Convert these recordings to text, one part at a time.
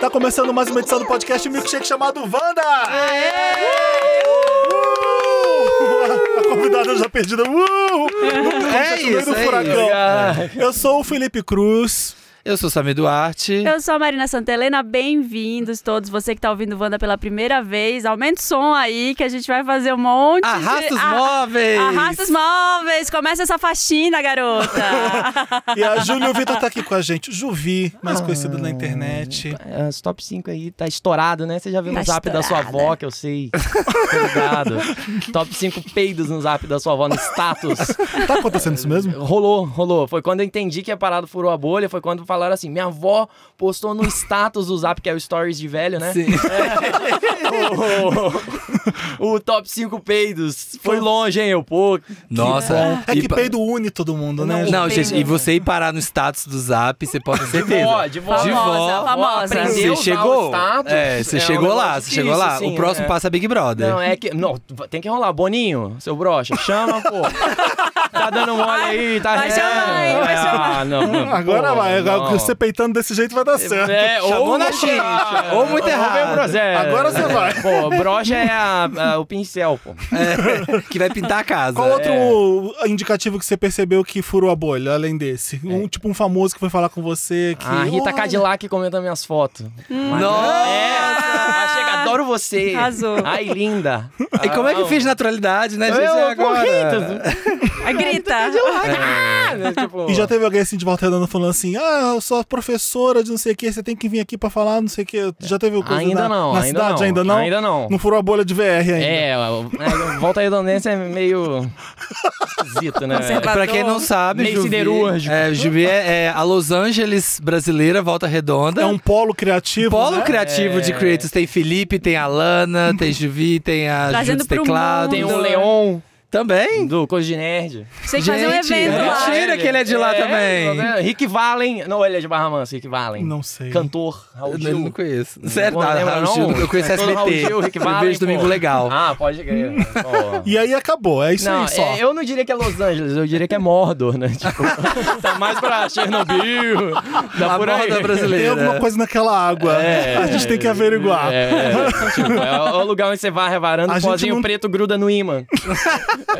Tá começando mais uma edição do podcast Milkshake chamado Wanda! Uh! A convidada já perdida. Uh! É No meio isso, do é furacão. isso. Eu sou o Felipe Cruz. Eu sou o Samir Duarte. Eu sou a Marina Santelena, bem-vindos todos. Você que tá ouvindo Wanda pela primeira vez, aumenta o som aí que a gente vai fazer um monte Arrasta de... os Ah, móveis! Arrasta os móveis! Começa essa faxina, garota! E a Júlia e o Vitor tá aqui com a gente. Juvi, mais conhecido na internet. É, Os top 5 aí tá estourado, né? Você já viu Tá no zap da sua estourada. avó, que eu sei. Obrigado. top 5 peidos no zap da sua avó, no status. Tá acontecendo isso mesmo? Rolou, rolou. Foi quando eu entendi que a parada furou a bolha, foi quando falaram assim: minha avó postou no status do zap, que é o stories de velho, né? Sim. É O, o top 5 peidos. Foi longe, hein? Eu, pô. Nossa. É E que pa- peido une todo mundo, né? Não, gente? gente, e você ir parar no status do zap, você pode ter certeza. vó, de vó. De vó. Famosa, famosa. aprendeu a Você usar o chegou. status. É, você É um chegou lá, negócio você chegou lá. difícil, o sim, próximo é. passo é Big Brother. Não, é que. Não, tem que rolar. Boninho, seu broxa, chama, pô. Tá dando mole aí, tá Vai chamar, hein? Vai Ah, chamar. não, não, Agora pô, vai. não. Você peitando desse jeito vai dar certo. É, Chamou ou na muito é. xincha, errado, ou muito errado. meio groselha. Agora você vai. Pô, brocha é a- a- o pincel, pô. É, que vai pintar a casa. é. Qual outro indicativo que você percebeu que furou a bolha, além desse? Um tipo um famoso que foi falar com você que. A É. Ah, Rita Olha, Cadillac comenta minhas fotos. Nossa! É, ela chega, adoro você. Arrasou. Ai, linda. Ah, E como é que fez naturalidade, né, gente? Eu, É pô, agora. Rita. Ah, Grita! um Ah, né, tipo, E já teve alguém assim de volta redonda falando assim: ah, eu sou professora de não sei o que, você tem que vir aqui pra falar, não sei o que. Já teve coisa Ainda na, não, na ainda cidade? não, Ainda não? ainda não. Não furou a bolha de VR ainda. É, o- é, volta redondense é meio esquisito, né? velho? Pra quem não sabe, Meio Juvi, siderúrgico. é, Juvi é, é a Los Angeles brasileira, Volta Redonda. É um polo criativo. Polo né? criativo É. de creators. Tem Felipe, tem a Lana, tem Juvi, tem a Trazendo Júlia pro Teclado. mundo. Tem um leão Também? do Coisa de Nerd. Tem que fazer um Gente, evento é lá. mentira que ele é de lá também. tá vendo? Rick Valen. Não, ele é de Barra Mansa, Rick Valen. Não sei. Cantor, Raul Eu Gil. não conheço. Sério, Pô, não, lembra é Raul não? Gil, eu conheço Cantor do Raul SBT. Gil, Rick Eu Valen, vejo Domingo pô. Legal. Hum. Ah, pode crer. pô. E aí acabou, é isso Não, aí só. é- eu não diria que é Los Angeles, eu diria que é Mordor, né? Tipo, tá mais pra Chernobyl, tá a por aí. moda brasileira. Tem alguma coisa naquela água. né? É. a gente tem que averiguar. É, é, tipo, é o lugar onde você varre a varanda, A o gente pozinho não- preto gruda no imã.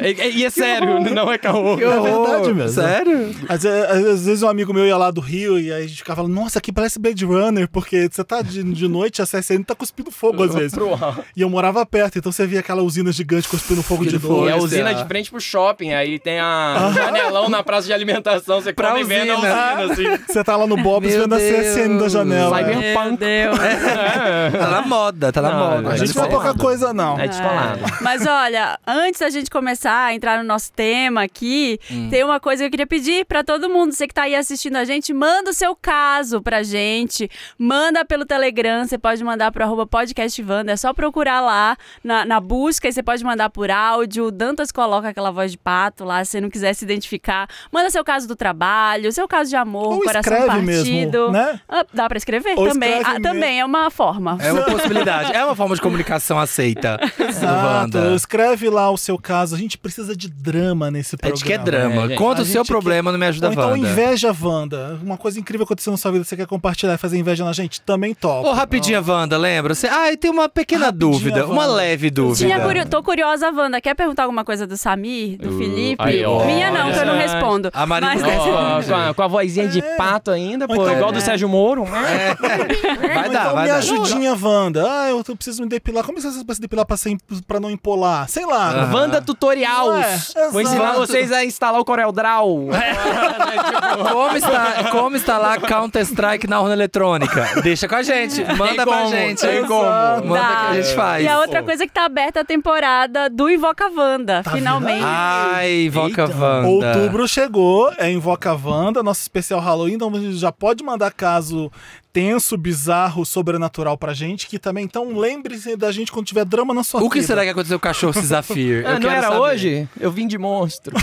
e, e- e é sério, não é caô. É verdade mesmo. Sério? Às ve- às vezes, um amigo meu ia lá do Rio e aí a gente ficava falando, nossa, aqui parece Blade Runner, porque você tá de, de noite, a CSN tá cuspindo fogo às vezes. Pro alto. E eu morava perto, então você via aquela usina gigante cuspindo fogo de Cuspindo fogo. novo. E a Pois usina é. de frente pro shopping, aí tem Ah. a um janelão na praça de alimentação, você Pra come vendo a usina, usina. né? assim. Você tá lá no Bob's Meu vendo a CSN da Deus. janela. Cyber- É. Meu Deus. Tá na moda, tá na Não, moda. A Mas gente tá não é descolado. na moda. pouca coisa, não. É descolado. Mas olha, antes da gente começar a entrar no nosso tema aqui, tem uma coisa que eu queria pedir pra todo mundo, você que tá aí assistindo a gente, manda o seu caso pra gente, manda pelo Telegram, você pode mandar pro arroba podcastvanda, é só procurar lá na, na busca e você pode mandar por áudio, o Dantas coloca aquela voz de pato lá, se você não quiser se identificar, manda seu caso do trabalho, seu caso de amor, Ou Um coração escreve partido. mesmo, né? Ah, dá pra escrever Ou também, escreve Ah, mesmo. também é uma forma. É uma possibilidade. É uma forma de comunicação aceita. Exato. É Wanda. Escreve lá o seu caso. A gente precisa de drama nesse A programa. gente quer drama. É, gente. Conta A o seu gente problema no Me Ajuda Ou então Wanda. inveja, Wanda. Uma coisa incrível aconteceu na sua vida, você quer compartilhar e fazer inveja na gente? Também Ô, top. rapidinha, Wanda, lembra? Você... Ah, eu tenho uma pequena Rapidinha, dúvida, uma Wanda. leve dúvida. Tinha curio- Tô curiosa, Wanda. Quer perguntar alguma coisa do Samir, do Felipe? aí, ó. Minha não, que eu não Olha. respondo. A Marina Mas- não Ó, responde. com, a, com a vozinha de pato ainda, pô, É. Ou então- É. igual do Sérgio Moro. né? Vai Ou dar, então vai me dar. ajudinha, Wanda. Ah, eu tô- preciso me depilar. Como é que você precisa se depilar pra, sem, pra não empolar? Sei Ah. lá. Wanda Tutorials. Ué, Vou ensinar exato. É. vocês a instalar o Corel Draw. Né, tipo, Como está, como está lá Counter-Strike na urna eletrônica? Deixa com a gente, manda Tem pra como, gente. tem como. Manda Dá. que a gente faz. Tá. E a outra coisa é que tá aberta a temporada do Invoca Wanda, Tá finalmente. Ah, Ai, Voca Wanda. Outubro chegou, é Invoca Wanda, nosso especial Halloween, então você já pode mandar caso tenso, bizarro, sobrenatural pra gente, que também, então lembre-se da gente quando tiver drama na sua O que vida. será que aconteceu com o cachorro se Zafir? Ah, Eu não quero era saber. Ah, hoje? Eu vim de monstro.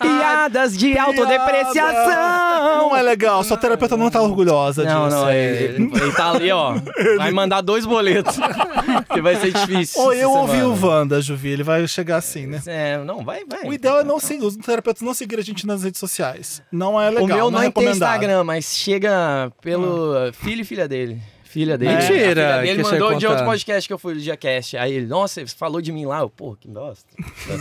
piadas de autodepreciação. Não é legal, sua terapeuta não é, tá orgulhosa Não, disso. não, é É, ele, ele- ele tá ali, ó. Vai mandar dois boletos. que vai ser difícil. Ou essa eu ouvi o semana. Wanda, Juvi, ele vai chegar assim, né? É, não, vai, vai. O ideal é então. não seguir, os terapeutas não seguir a gente nas redes sociais. Não é legal, o meu não não, é tem recomendado. Instagram, mas chega pelo filho e filha dele. filha dele. Mentira, A filha que dele você mandou de outro contar. podcast que eu fui do Diacast. Aí ele, nossa, você falou de mim lá. Eu, pô, que bosta.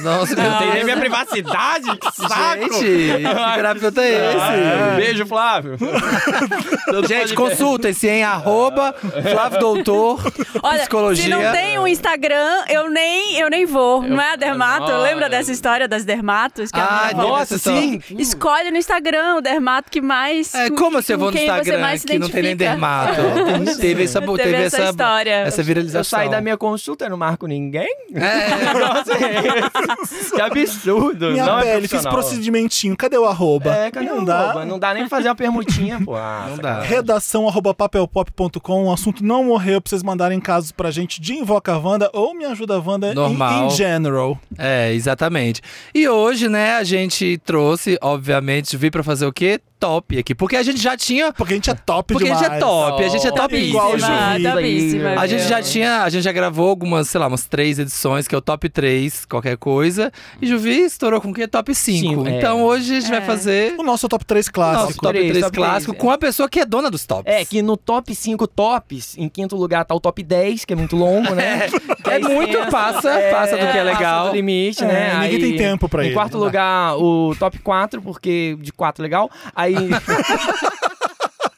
Nossa, meu Não tem nem Deus. minha privacidade, que saco. Ah. Gente, que grafioto é Ah, esse? Beijo, Flávio. Todo podcast. Gente, consultem-se em arroba Flávio Doutor Olha, Psicologia. se não tem um Instagram, eu nem, eu nem vou. não é a Dermato? Ah, Lembra é. dessa história das Dermatos? Que a Ah, Ana falou? nossa, sim. Escolhe no Instagram o Dermato que mais... É, como você com vou no quem você Instagram mais se que não tem nem identifica? dermato? teve essa, teve Teve essa história. essa viralização. Eu saí da minha consulta, eu não marco ninguém. É, Nossa, é que absurdo. Minha não é pele, fiz profissional. procedimentinho. Cadê o arroba? É, cadê não o dá. arroba? Não dá nem fazer uma permutinha, pô. Ah, Não dá. Redação arroba papelpop.com. O um assunto não morreu pra vocês mandarem casos pra gente de Invoca a Wanda ou Me Ajuda a Wanda Normal. In, in general. é, exatamente. E hoje, né, a gente trouxe, obviamente, vir pra fazer o quê? Top aqui. Porque a gente já tinha. Porque a gente é top Porque demais. a gente é top, a gente é Top. topíssima. Igual o Topíssima, Juvila aí. é. topíssima. A gente já mesmo. tinha, a gente já gravou algumas, sei lá, umas três edições, que é o top 3, qualquer coisa. E Juvi estourou com o quê? Top 5. Cinco, é. então hoje a gente vai É. fazer O nosso top 3 nosso clássico. top Três, 3 top três, clássico é. com a pessoa que é dona dos tops. É, que no top 5 tops, em quinto lugar tá o top 10, que é muito longo, né? É muito, passa, passa do que é legal. Passa do limite, né? É, ninguém Aí, tem tempo pra Em ele. né? quarto lugar, o top 4, porque de 4 legal. Aí.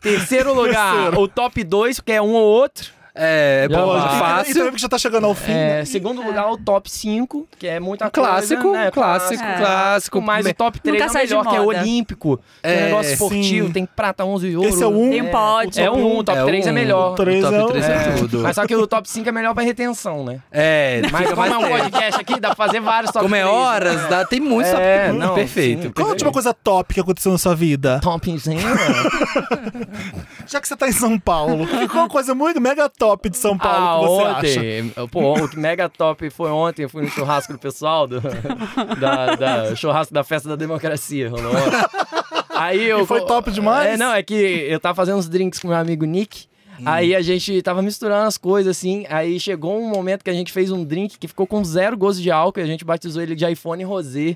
Terceiro lugar, Terceiro. o top 2, que é um ou outro. É, é Já bom, vai. E- E fácil. também que já tá chegando ao fim. né? É, segundo lugar, o top 5, que é muita Clássico, coisa, né? clássico, clássico. clássico. Mas o top 3 é Nunca o sai de melhor, que é moda. olímpico. tem É, um negócio esportivo, sim. tem prata, 11 e ouro. Esse é o um. Tem pódio. É o 1, o top É 3 é um, melhor. O Três é o- top 3 é, É. tudo. Mas só que o top 5 é melhor pra retenção, né? É, Mas fica como é mais um tempo. podcast aqui, dá pra fazer vários top Como é 3, né? horas, dá, tem muito É, top. não, perfeito. sim. Qual a última coisa top que aconteceu na sua vida? Topzinho. Já que você tá em São Paulo, que- qual a coisa muito mega top de São ah, Paulo que você acha? ontem. Pô, o que mega top foi ontem. Eu fui no churrasco do pessoal, do, da, da- churrasco da festa da democracia. Rolou ontem. Aí eu. E foi top demais? É, não, é que eu tava fazendo uns drinks com meu amigo Nick. Hum. Aí a gente tava misturando as coisas assim. Aí chegou um momento que a gente fez um drink que ficou com zero gosto de álcool e a gente batizou ele de iPhone Rosé.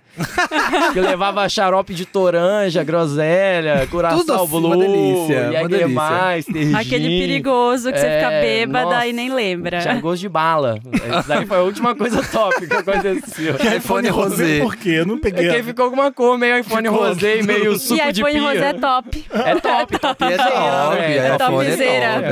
que levava xarope de toranja, groselha, Tudo curaçao assim, blue, uma delícia, uma e delícia. mais, Aquele perigoso que você fica É, bêbada nossa. e nem lembra. Tinha é gosto de bala. Isso daí foi a última coisa top que aconteceu. iPhone é Rosé. Por quê? Eu não peguei. É que ficou alguma cor, meio iPhone Ficou. rosé e meio suco E de iPhone pia. Rosé é top. É top, top. É top, É é topzera. iPhone é top,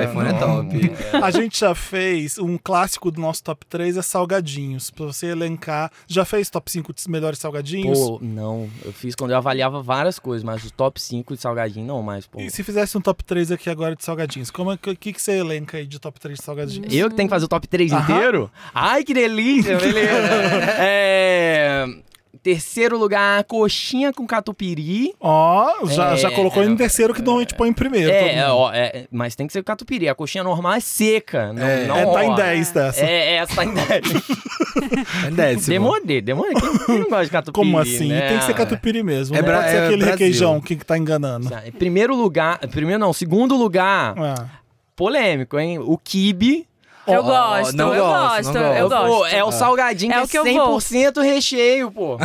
iPhone é top. A gente já fez um clássico do nosso top 3 é salgadinhos. Pra você elencar. Já fez top 5 de melhores salgadinhos? Pô, não. Eu fiz quando eu avaliava várias coisas, mas o top 5 de salgadinho não mais, pô. E se fizesse um top 3 aqui agora de salgadinhos, como é que, o que, que você elenca aí de top 3 de salgadinhos? Eu que tenho que fazer o top 3 Aham. inteiro? Ai, que delícia, beleza. é... Terceiro lugar, coxinha com catupiry. Ó, já, É, já colocou em terceiro que normalmente põe em primeiro. todo É, mundo. ó, é, mas tem que ser catupiry. A coxinha normal é seca. Não, É. não É, tá em rola. 10 dessa. É, é, essa tá em 10. É décimo. Demorei, demorei. Quem, quem não gosta de catupiry? Como assim? né? Tem que ser catupiry mesmo. É não Bra- pode ser é aquele Brasil. requeijão que tá enganando. Tá, em Primeiro lugar. Primeiro não, segundo lugar. Ah. Polêmico, hein? O kibe. Eu Ó, gosto, não eu gosto, gosto, não eu gosto. gosto. Pô, é o salgadinho É o que que é eu vou. 100% recheio, pô.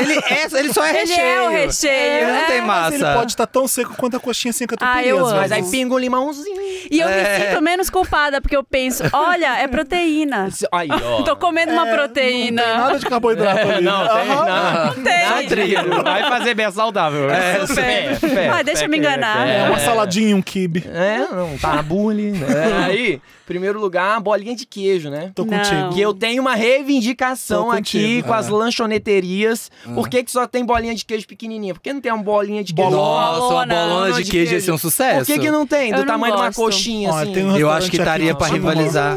Ele, é, ele só é Ele recheio. é o recheio, Ele não é. tem Mas massa. ele pode estar tão seco quanto a coxinha sem catupiry. Ah, eu às amo. vezes. Mas aí pinga um limãozinho. E eu me É. sinto menos culpada, porque eu penso, olha, é proteína. Aí, ó. Tô comendo É, uma Não tem proteína. nada de carboidrato ali. né? Não, tem, Aham. não. Não Só trigo. Vai fazer bem saudável. É, super. Mas deixa eu me enganar. É uma saladinha e um kibe. É, não, tá na bullying. né? Aí, primeiro lugar, bolinha de queijo, né? Tô Não. contigo. Que eu tenho uma reivindicação Tô aqui contigo. com as Ah. lanchoneterias. Por que, que só tem bolinha de queijo pequenininha? Por que não tem uma bolinha de queijo? Nossa, uma Bolona, bolona de queijo ia ser um Por sucesso. que, que não tem? Eu Do não tamanho de uma gosto. coxinha, Olha, assim. tem um Eu acho que restaurante aqui estaria que pra chama- rivalizar.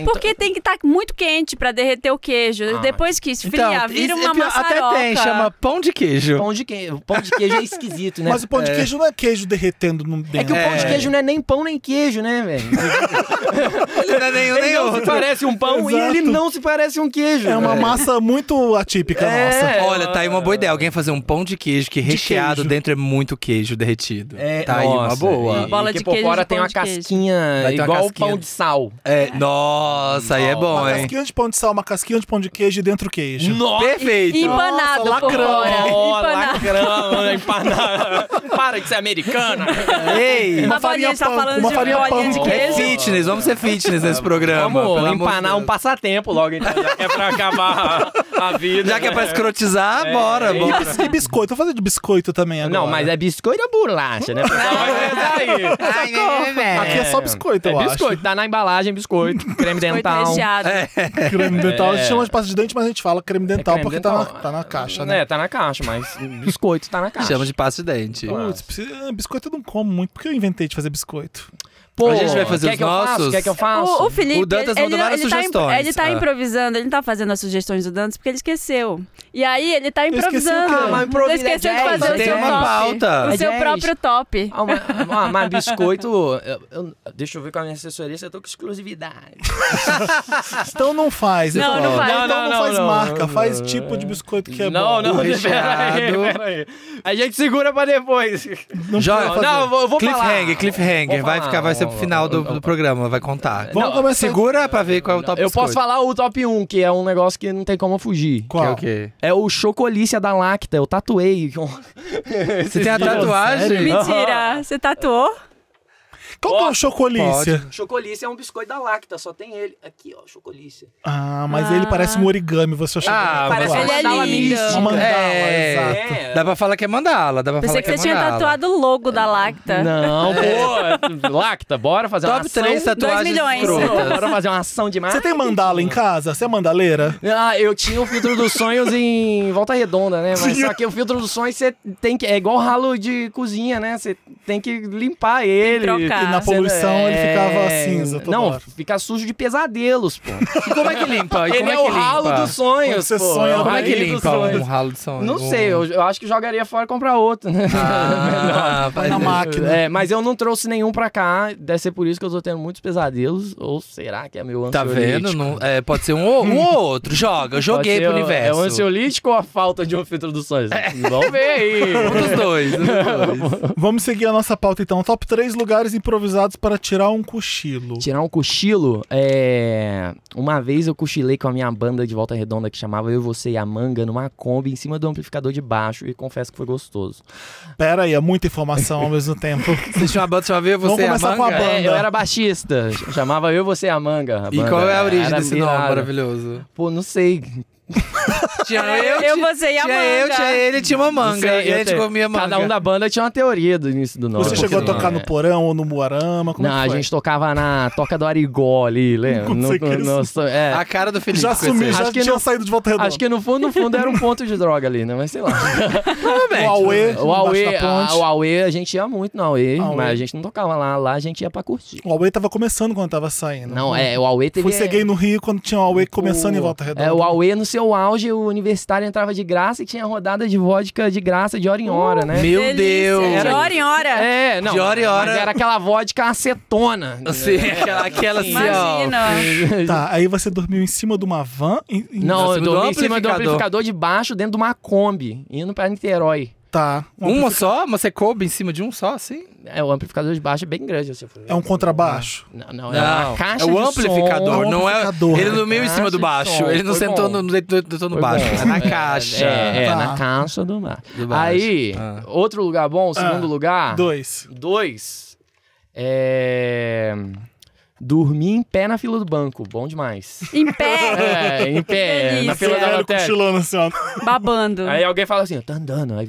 então, Porque tem que estar muito quente pra derreter o queijo. Ah, Depois que esfria, vira isso é uma pior, maçaroca. Até tem, chama pão de queijo. Pão de queijo. Pão de queijo é esquisito, né? Mas o pão de queijo não é queijo derretendo no É que dentro. o pão de É. queijo não é nem pão nem queijo, né, velho? Não é nenhum, Ele não se parece um pão e Exato. ele não se parece um queijo. É uma velho. massa muito atípica nossa. É, Olha, tá aí uma boa ideia. Alguém fazer um pão de queijo que recheado queijo. dentro é muito queijo derretido. É, tá aí uma nossa, boa. Uma bola que de por queijo fora de tem pão uma de queijo. casquinha Vai ter uma igual o casquinha. pão de sal. É, Nossa, aí é bom, Uma hein? casquinha de pão de sal, uma casquinha de pão de queijo e dentro queijo. Nossa! Perfeito. Empanado Nossa, por lacrão. fora. Ó, Empanado. lacrama, empanada. Para de ser americana. Ei. Uma A bolinha farinha está pão, falando uma de farinha bolinha pão. de É É queijo. fitness, vamos ser fitness nesse programa. pelo Ah, Vamos amor de empanar Deus. um passatempo logo, então, já que é pra acabar a, a vida. né? Já que é pra escrotizar, bora, é. bora. E biscoito, vou fazer de biscoito também agora. Não, mas é biscoito ou bolacha, né? pessoal? Mas é daí. Aqui é só biscoito, eu É acho. biscoito, tá na embalagem, biscoito, creme é Biscoito dental. recheado. Creme dental, a gente chama de pasta de dente, mas a gente fala creme dental é creme porque Tá, dental. na, tá na caixa, né? É, tá na caixa, mas biscoito tá na caixa. Chama de pasta de dente. Putz, precisa- ah, biscoito eu não como muito, porque eu inventei de fazer biscoito. Pô, A gente vai fazer quer os que eu faça? nossos? Quer que eu faça? O, o Felipe, O Dantas ele, mandou ele, várias ele tá, imp- sugestões. ele tá Ah. improvisando, ele não tá fazendo as sugestões do Dantas porque ele esqueceu. E aí ele tá esqueci o improvisando. quê? Ah, mas Você improvisa, esqueceu de gente. fazer o Tem seu uma top. pauta. O seu Gente. próprio top. Ah, mas, ah, mas biscoito, eu- eu- deixa eu ver com a minha assessoria se eu tô com exclusividade. Então não faz. Não, então. não faz. Então Não, não, não, não, faz não, marca, não, faz não. tipo de biscoito que é não, bom. não, pera aí, recheado. pera aí. A gente segura pra depois. Não Joga- precisa fazer. Não, eu vou, eu vou cliffhanger, falar. cliffhanger. Vou Vai, falar. ficar, vai ser pro final do, Eu- eu- do programa, vai contar. Vamos começar. Segura pra ver qual é o top Eu posso biscoito. falar o top 1, que é um negócio que não tem como fugir. Qual? Que é o quê? É o Chocolícia da Lacta, eu tatuei. Você tem a tatuagem? Mentira, você tatuou? Qual que é o chocolícia? Chocolícia é um biscoito da Lacta, só tem ele. Aqui, ó, Chocolícia. Ah, mas ele parece um origami, você achou Ah, que parece Ele é Mandala lindo. mística. Uma mandala, É. exato. Dá pra falar que é mandala, dá pra falar Pensei que que é você tinha mandala. tatuado o logo da Lacta. Não, pô. Lacta, bora fazer uma Top ação. 3 Dois tatuagens milhões. escrotas. Bora fazer uma ação de Você tem mandala em casa? Você é mandaleira? Ah, eu tinha o filtro dos sonhos em Volta Redonda, né? Mas só que o filtro dos sonhos você tem que. É igual ralo de cozinha, né? Você tem que limpar ele. trocar. E na Você- poluição ele ficava cinza toda Não, hora. fica sujo de pesadelos, pô. E como é que limpa? E Ele como é, que o ralo limpa? dos sonhos, Você pô. sonha É o Como é que ralo dos limpa um sonhos. ralo de sonho? Não sei, eu, eu acho que jogaria fora e comprar outro, né? Ah, Vai na faz- máquina. É, mas eu não trouxe nenhum pra cá. Deve ser por isso que eu tô tendo muitos pesadelos. Ou será que é meu Tá ansiolítico? vendo? Não- é, pode ser um, ou- um ou outro. Joga, eu Pode joguei ser pro o- É o universo. É. ansiolítico ou a falta de um filtro dos sonhos? Vamos ver aí. um dos dois. um dos dois. Vamos seguir a nossa pauta então. Top 3 lugares improvisados para tirar um cochilo. Tirar um cochilo, é... uma vez eu cochilei com a minha banda de volta redonda que chamava Eu, Você e a Manga numa Kombi em cima do amplificador de baixo e confesso que foi gostoso. Pera aí, é muita informação ao mesmo tempo. Vocês tinham uma banda chamada Eu, Você Vamos e a começar com a Manga? banda. É, eu era baixista, chamava Eu, Você e a Manga. a E banda. qual é a origem Era desse nome irado. maravilhoso? Pô, não sei. Tinha Eu, tinha- você e a tinha manga. eu, tinha ele, tinha uma Não manga. sei, e eu a gente tenho- comia manga. Cada um da banda tinha uma teoria do início do nome. Você Por chegou a que tocar no no porão ou no Moarama? Como é. é não, que a foi? gente tocava na Toca do Arigó ali, lembra? Não sei que é. A cara do Felipe. Já com esse- sumiu, já Acho que tinha não- saído de volta redonda. Acho que no fundo, no fundo era um ponto de droga ali, né? Mas sei lá. o Aue, O Aue, embaixo da a, ponte. o Aue, a gente ia muito no Aue, Aue. mas a gente não tocava lá. Lá a gente ia pra curtir. O Aue tava começando quando tava saindo. Não, é, o Aue teve... Fui ser gay no Rio quando tinha o Aue começando em volta redonda. É, o Aue no seu auge, o universitário entrava de graça e tinha rodada de vodka de graça de hora em hora, né? Meu Delícia, Deus. De hora em hora. É, não. De hora em hora. Mas era aquela vodka acetona. Assim, aquela, aquela assim, ó. Imagina. Tá, aí você dormiu em cima de uma van? Em, em- Não, eu cima do dormi em cima do amplificador. amplificador de baixo, dentro de uma Kombi, indo pra Niterói. Tá. Um- Uma só? Mas você coube em cima de um só, assim? É, o amplificador de baixo é bem grande. Assim, eu falei, É um contrabaixo? Não, não, é uma caixa é o de amplificador, som. não é. amplificador. Ele não meio em cima Caixa do de baixo. som, Ele não foi sentou bom. no, deitou- deitou no Foi baixo. bom. É na caixa. É, é, Tá. na caixa do mar. Do baixo. Aí, Ah. outro lugar bom, segundo lugar. Dois. Dois. É. Dormir em pé na fila do banco. Bom demais. Em pé, É, em pé, Que na fila delícia. da Velho lotérica. cochilando assim, ó. babando. Aí alguém fala assim, tá andando. Aí,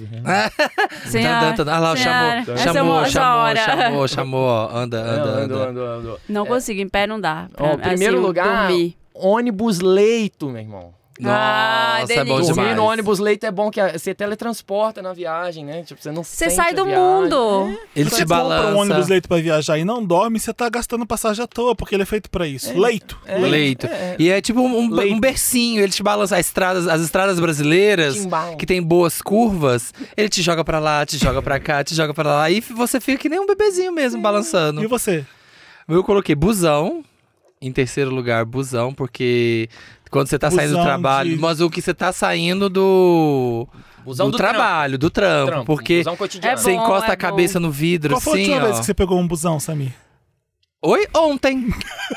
Sem Tá ar, andando, tá- ah lá, sem ar. chamou, Essa é uma- chamou, essa chamou, hora. chamou, chamou, ó, anda, Não, É, anda, andou, anda. andou, andou. Não é. consigo, em pé não dá. Pra, Ó, primeiro assim, eu lugar, dormir. ônibus leito, meu irmão. Ah, Nossa, é bom delícia. Dormir demais. no ônibus leito é bom que a- você teletransporta na viagem, né? Tipo, você não Você sente sai a do viagem. mundo. Ele você te compra um ônibus balança. leito pra viajar e não dorme, você tá gastando passagem à toa, porque ele é feito pra isso. Leito. É, Leito. é, é. E é tipo um, um, Leito. um bercinho, ele te balança. As estradas, as estradas brasileiras, Timbal. que tem boas curvas, ele te joga pra lá, te joga pra cá, te joga pra lá. E você fica que nem um bebezinho mesmo, balançando. E você? Eu coloquei busão. Em terceiro lugar, busão, porque quando você tá saindo do Busão trabalho. de- Mas o que você tá saindo do. Busão do, do trabalho, do trampo. Trampo, porque busão cotidiano. você É bom, encosta é a cabeça no vidro, Qual foi a assim. última ó. vez que você pegou um busão, Samir? Oi? Ontem.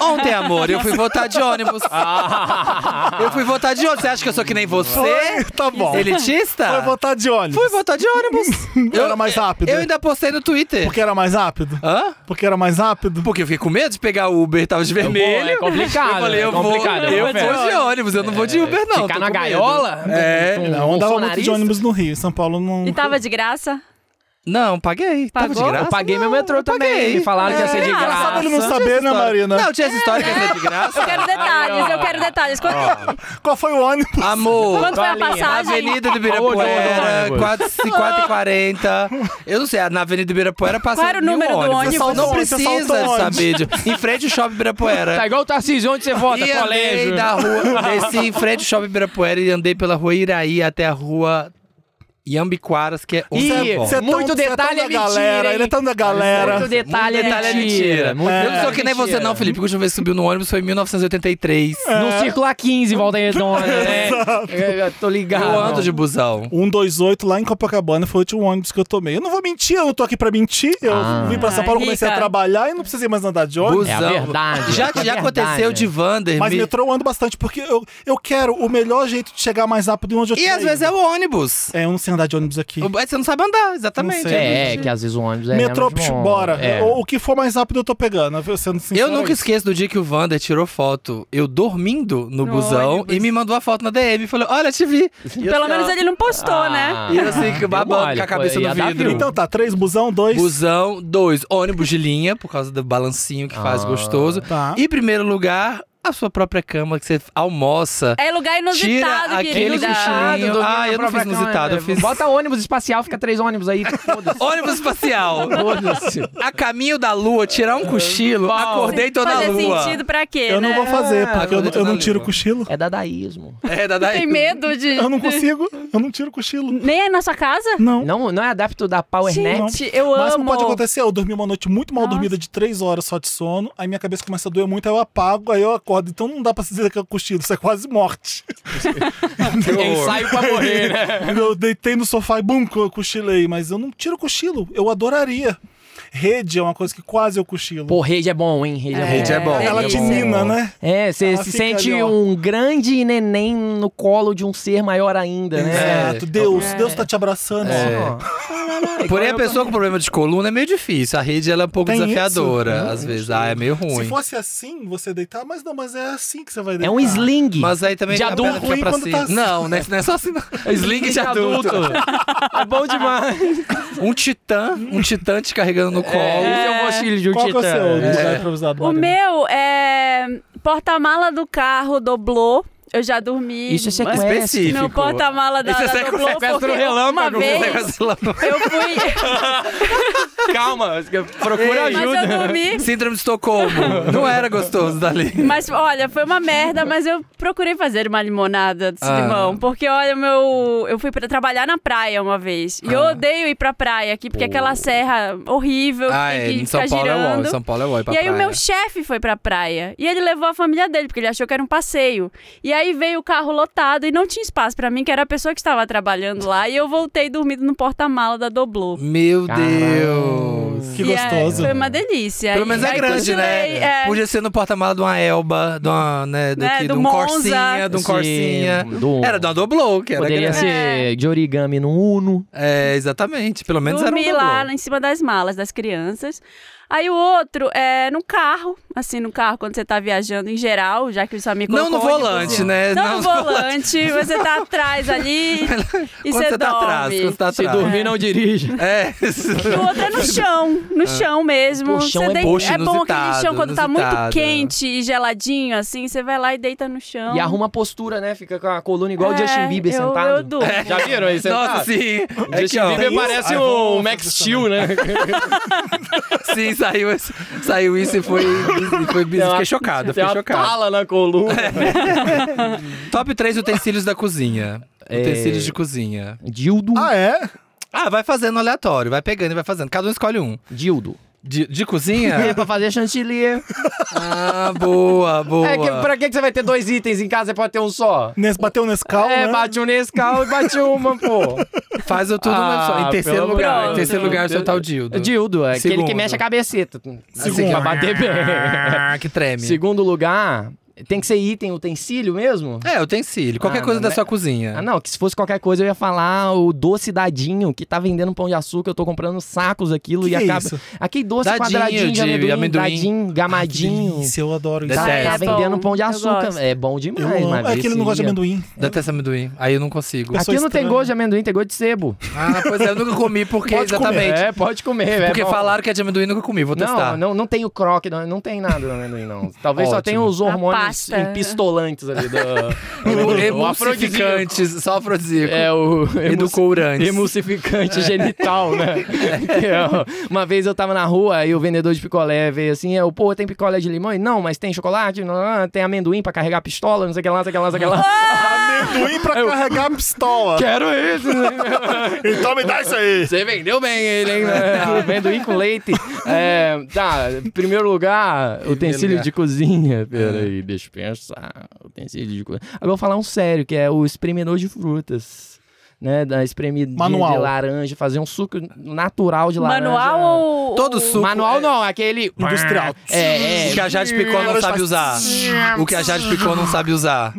Ontem, amor, eu fui votar de ônibus. Ah. Eu fui votar de ônibus. Você acha que eu sou que nem Foi, você? tá bom. Elitista? Ah. Foi votar de ônibus. Fui votar de ônibus. Era mais rápido. Eu ainda postei no Twitter. Porque era mais rápido? Hã? Porque era mais rápido? Porque eu fiquei com medo de pegar Uber, tava de vermelho. é complicado, Eu falei, é eu complicado, vou, eu eu confesso. vou de ônibus, eu não vou de Uber, não. Ficar tô na com medo. gaiola? É. Com- com Não, andava muito de bolsonarista? ônibus no Rio. São Paulo não. E tava de graça? Não, paguei. Tava de Pagou? graça. Eu paguei não, meu metrô eu também. paguei. Me falaram que ia ser de É, ela graça. sabe, ele não saber, né, Marina? Não, tinha essa história que ia ser de graça. Eu quero detalhes, eu quero detalhes. Quanto, Qual foi o ônibus? Amor. quanto foi a Qual a linha? passagem? Avenida do Olha, olha, Ibirapuera, olha. 4 e 40. Eu não sei, na Avenida do Ibirapuera passa Qual era o mil número do ônibus. ônibus? Você Não saltou onde? Você precisa saltou saber. De... Em frente ao Shopping Tá Ibirapuera. igual o Tarcísio, onde você vota? E andei Colégio. da rua, desci em frente ao Shopping Ibirapuera e andei pela rua Iraí até a rua Iambiquaras, que é onde Ih, é bom. Você é tão- Muito você é tão detalhe da é mentira, galera, hein? Ele é tão da galera. Muito detalhe, Muito detalhe é mentira. Muito Eu não sou detalhe que nem é você não, mentira. Ah, É. Felipe, que a última vez que subiu no ônibus foi em 1983. No Circular 15, volta redonda, né? Eu tô ligado. É, Eu ando de busão. 128 lá em Copacabana foi o último ônibus que eu tomei. Eu não vou mentir, eu tô aqui pra mentir. Eu Ah. vim pra São Paulo, Ah, comecei a rica. trabalhar e não precisei mais andar de ônibus. Busão. É a verdade. Já, É a já aconteceu verdade. de Vander. Mas me- metrô eu ando bastante, porque eu, eu quero o melhor jeito de chegar mais rápido em onde eu E tô às indo. vezes é o ônibus. É, eu não sei andar de ônibus aqui. Mas Você não sabe andar, exatamente. Não sei. É, é, que às vezes o ônibus é metrô, realmente bom. bora. É. O, o que for mais rápido eu tô pegando, viu? sendo sincero. Eu nunca é isso. esqueço do dia que o Vander tirou foto, eu dormindo no, No busão, ônibus. e me mandou a foto na DM e falou: Olha, te vi. E eu Pelo assim, menos ó, ele não postou, Ah, né? E eu assim, que deu babando mole, com a cabeça pô, ia no dar vidro. viu. Então tá, três busão, dois. Busão, dois, ônibus de linha, por causa do balancinho que faz Ah. gostoso. Tá. E primeiro lugar, a sua própria cama, que você almoça. É lugar inusitado, Assim, Tira aquele querida. cochilo. Inusitado, dormir Ah, na eu não própria fiz cama, inusitado, né? eu fiz- Bota ônibus espacial, fica três ônibus aí. Foda-se. É. Ônibus espacial. Foda-se. a caminho da lua, tirar um cochilo, acordei tô na Fazer lua. sentido pra quê, Eu não né? vou fazer, Ah, porque eu, eu tô eu não na tiro língua. cochilo. É dadaísmo. É, da, da, Tem medo de... Eu não consigo, eu não tiro cochilo. Nem é na sua casa? Não. Não, não é adepto da Power Nap? Gente, eu Mas amo. não pode acontecer, eu dormi uma noite muito mal Nossa. dormida de três horas só de sono, aí minha cabeça começa a doer muito, aí eu apago, aí eu acordo. Então não dá pra se dizer que é cochilo, isso é quase morte. Ensaio pra morrer, né? É. eu deitei no sofá e bum, eu cochilei, mas eu não tiro cochilo, eu adoraria. Rede é uma coisa que quase eu cochilo. Pô, rede é bom, hein? Rede é, Rede é bom. Ela é te bom. mina, né? É, você Ela se fica sente ali, ó. um grande neném no colo de um ser maior ainda, né? Exato. Deus, Deus tá te abraçando. É. Porém, a pessoa com problema de coluna é meio difícil. A rede ela é um pouco Tem desafiadora, isso? às vezes. Ah, é meio Se ruim. fosse assim, você deitar, mas não, mas é assim que você vai deitar. É um sling. Mas aí também De a perna adulto fica ruim pra quando cima. tá assim. Não, né? não é só assim. não. Sling de adulto. é bom demais. Um titã, um titã te carregando no colo. Esse é o mochilho de um Qual que é o titã. seu lugar improvisado? O Marina? meu é... Porta-mala do carro doblou. Eu já dormi. Isso é Mas- sequestro. Específico. Meu porta-mala da, Esse é da sequestro- é doblou sequestro porque relâmpago. uma vez Negócio lá no- eu fui... Calma, procura Ei, mas eu dormi... Síndrome de Estocolmo. Não era gostoso dali. Mas, olha, foi uma merda, mas eu procurei fazer uma limonada de Ah. limão. Porque, olha, meu. Eu fui pra trabalhar na praia uma vez. E eu Ah. odeio ir pra praia aqui, porque é aquela serra horrível que Ah, tem é. que ficar Em São Paulo é o girando. Em São Paulo é o pra E aí o praia. meu chefe foi pra praia. E ele levou a família dele, porque ele achou que era um passeio. E aí veio o carro lotado e não tinha espaço pra mim, que era a pessoa que estava trabalhando lá. E eu voltei dormindo no porta-mala da Doblô. Meu Caralho. Deus. Que E é- gostoso. foi uma delícia. Pelo Aí- menos é aí grande, cochilei, né? é. Podia ser no porta-mala de uma Elba, de uma, né, Né, daqui, do de um Monza. Corsinha, de um Sim, Corsinha. do- Era de uma Doblô, que era Poderia grande. ser de origami no Uno. É, exatamente. Pelo menos dormi era um lá né? Doblô. em cima das malas das crianças. Aí o outro é no carro, assim, no carro, quando você tá viajando em geral, já que o Samir colocou Não um no ônibus, volante, né? Não, no no volante. volante, você tá atrás ali e Quando você, você tá é dorme. atrás, quando você tá Se atrás. dormir, não dirige. É. E o outro é no chão, no chão mesmo. O chão Você é deita- poxa, é bom aquele Ah. inusitado, chão quando tá inusitado. muito quente e geladinho, assim, você vai lá e deita no chão. E arruma a postura, né? Fica com a coluna igual o É, Justin Bieber eu- sentado. eu durmo. É. Já viram aí sentado? Nossa, sim. É que, Justin ó, Bieber Tem isso? parece Ai, um vamos Max fazer isso Steel, né? sim, saiu, esse- saiu isso e foi, e foi Tem uma- fiquei chocado, Tem fiquei uma chocado. tala na coluna. Top 3 utensílios da cozinha. É. Utensílios de cozinha. Dildo. Ah, é? Ah, vai fazendo aleatório, vai pegando e vai fazendo. Cada um escolhe um. Dildo. De, de cozinha? É, pra fazer chantilly. ah, boa, boa. É que, pra que que você vai ter dois itens em casa? Você pode ter um só. Nes, bateu nesse cal, é, né? bate um Nescau e bate uma, pô. Faz o tudo Ah, mas só. Em terceiro pelo lugar. amor Em de terceiro Deus. lugar, é seu tal Dildo. Dildo, é aquele que Segundo. mexe a cabeceta. Assim, Segundo. pra bater bem. Ah, que treme. Segundo lugar, tem que ser item, utensílio mesmo? É, utensílio. Qualquer Ah, coisa não da é- sua Ah, cozinha. não, que se fosse qualquer coisa eu ia falar o doce dadinho, que tá vendendo pão de açúcar, eu tô comprando sacos daquilo Que e que é acaba. isso? Aquele doce Dadinho quadradinho de, de amendoim, amendoim. dadinho, Ah, que gamadinho. delícia, eu adoro isso. Detesto. tá, É tá vendendo bom, pão de eu açúcar. gosto. É bom Eu demais, amo. mas. É que ele não gosta de amendoim. Da Detesta amendoim. Aí eu não consigo. Pessoa Aqui não tem estranha. gosto de amendoim, tem gosto de sebo. Ah, pois é, eu nunca comi porque Pode comer. exatamente. É, pode comer. Porque é bom. falaram que é de amendoim, nunca comi, vou testar. tá. Não, não, não tem o croque, não, não tem nada no amendoim, não. Talvez só Ótimo. tenha os hormônios pasta. empistolantes ali do. O do- do afrodisíaco. emulsificante, só afrodisíaco. É o Edulcorante. emulsificante genital, né? Que é o- uma vez eu tava na rua aí o vendedor de picolé veio assim, eu, pô, tem picolé de limão? E, não, mas tem chocolate, não, não, não, tem amendoim pra carregar pistola, não sei o que lá, não sei o que lá, não sei o que lá. Amendoim pra carregar a pistola. Quero isso, né? Então me dá isso aí. Você vendeu bem ele, hein? É, amendoim com leite. É, tá, primeiro lugar, É. utensílio lugar. de cozinha. Peraí, deixa eu pensar. Utensílio de cozinha. Agora eu vou falar um sério, que é o espremedor de frutas. Né, da espremidinha Manual. de laranja, fazer um suco natural de laranja. Manual ou. Todo ou- suco. é. Manual não, aquele... Industrial. É, é. O que a Jade Picon não sabe usar. O que a Jade Picon não sabe usar.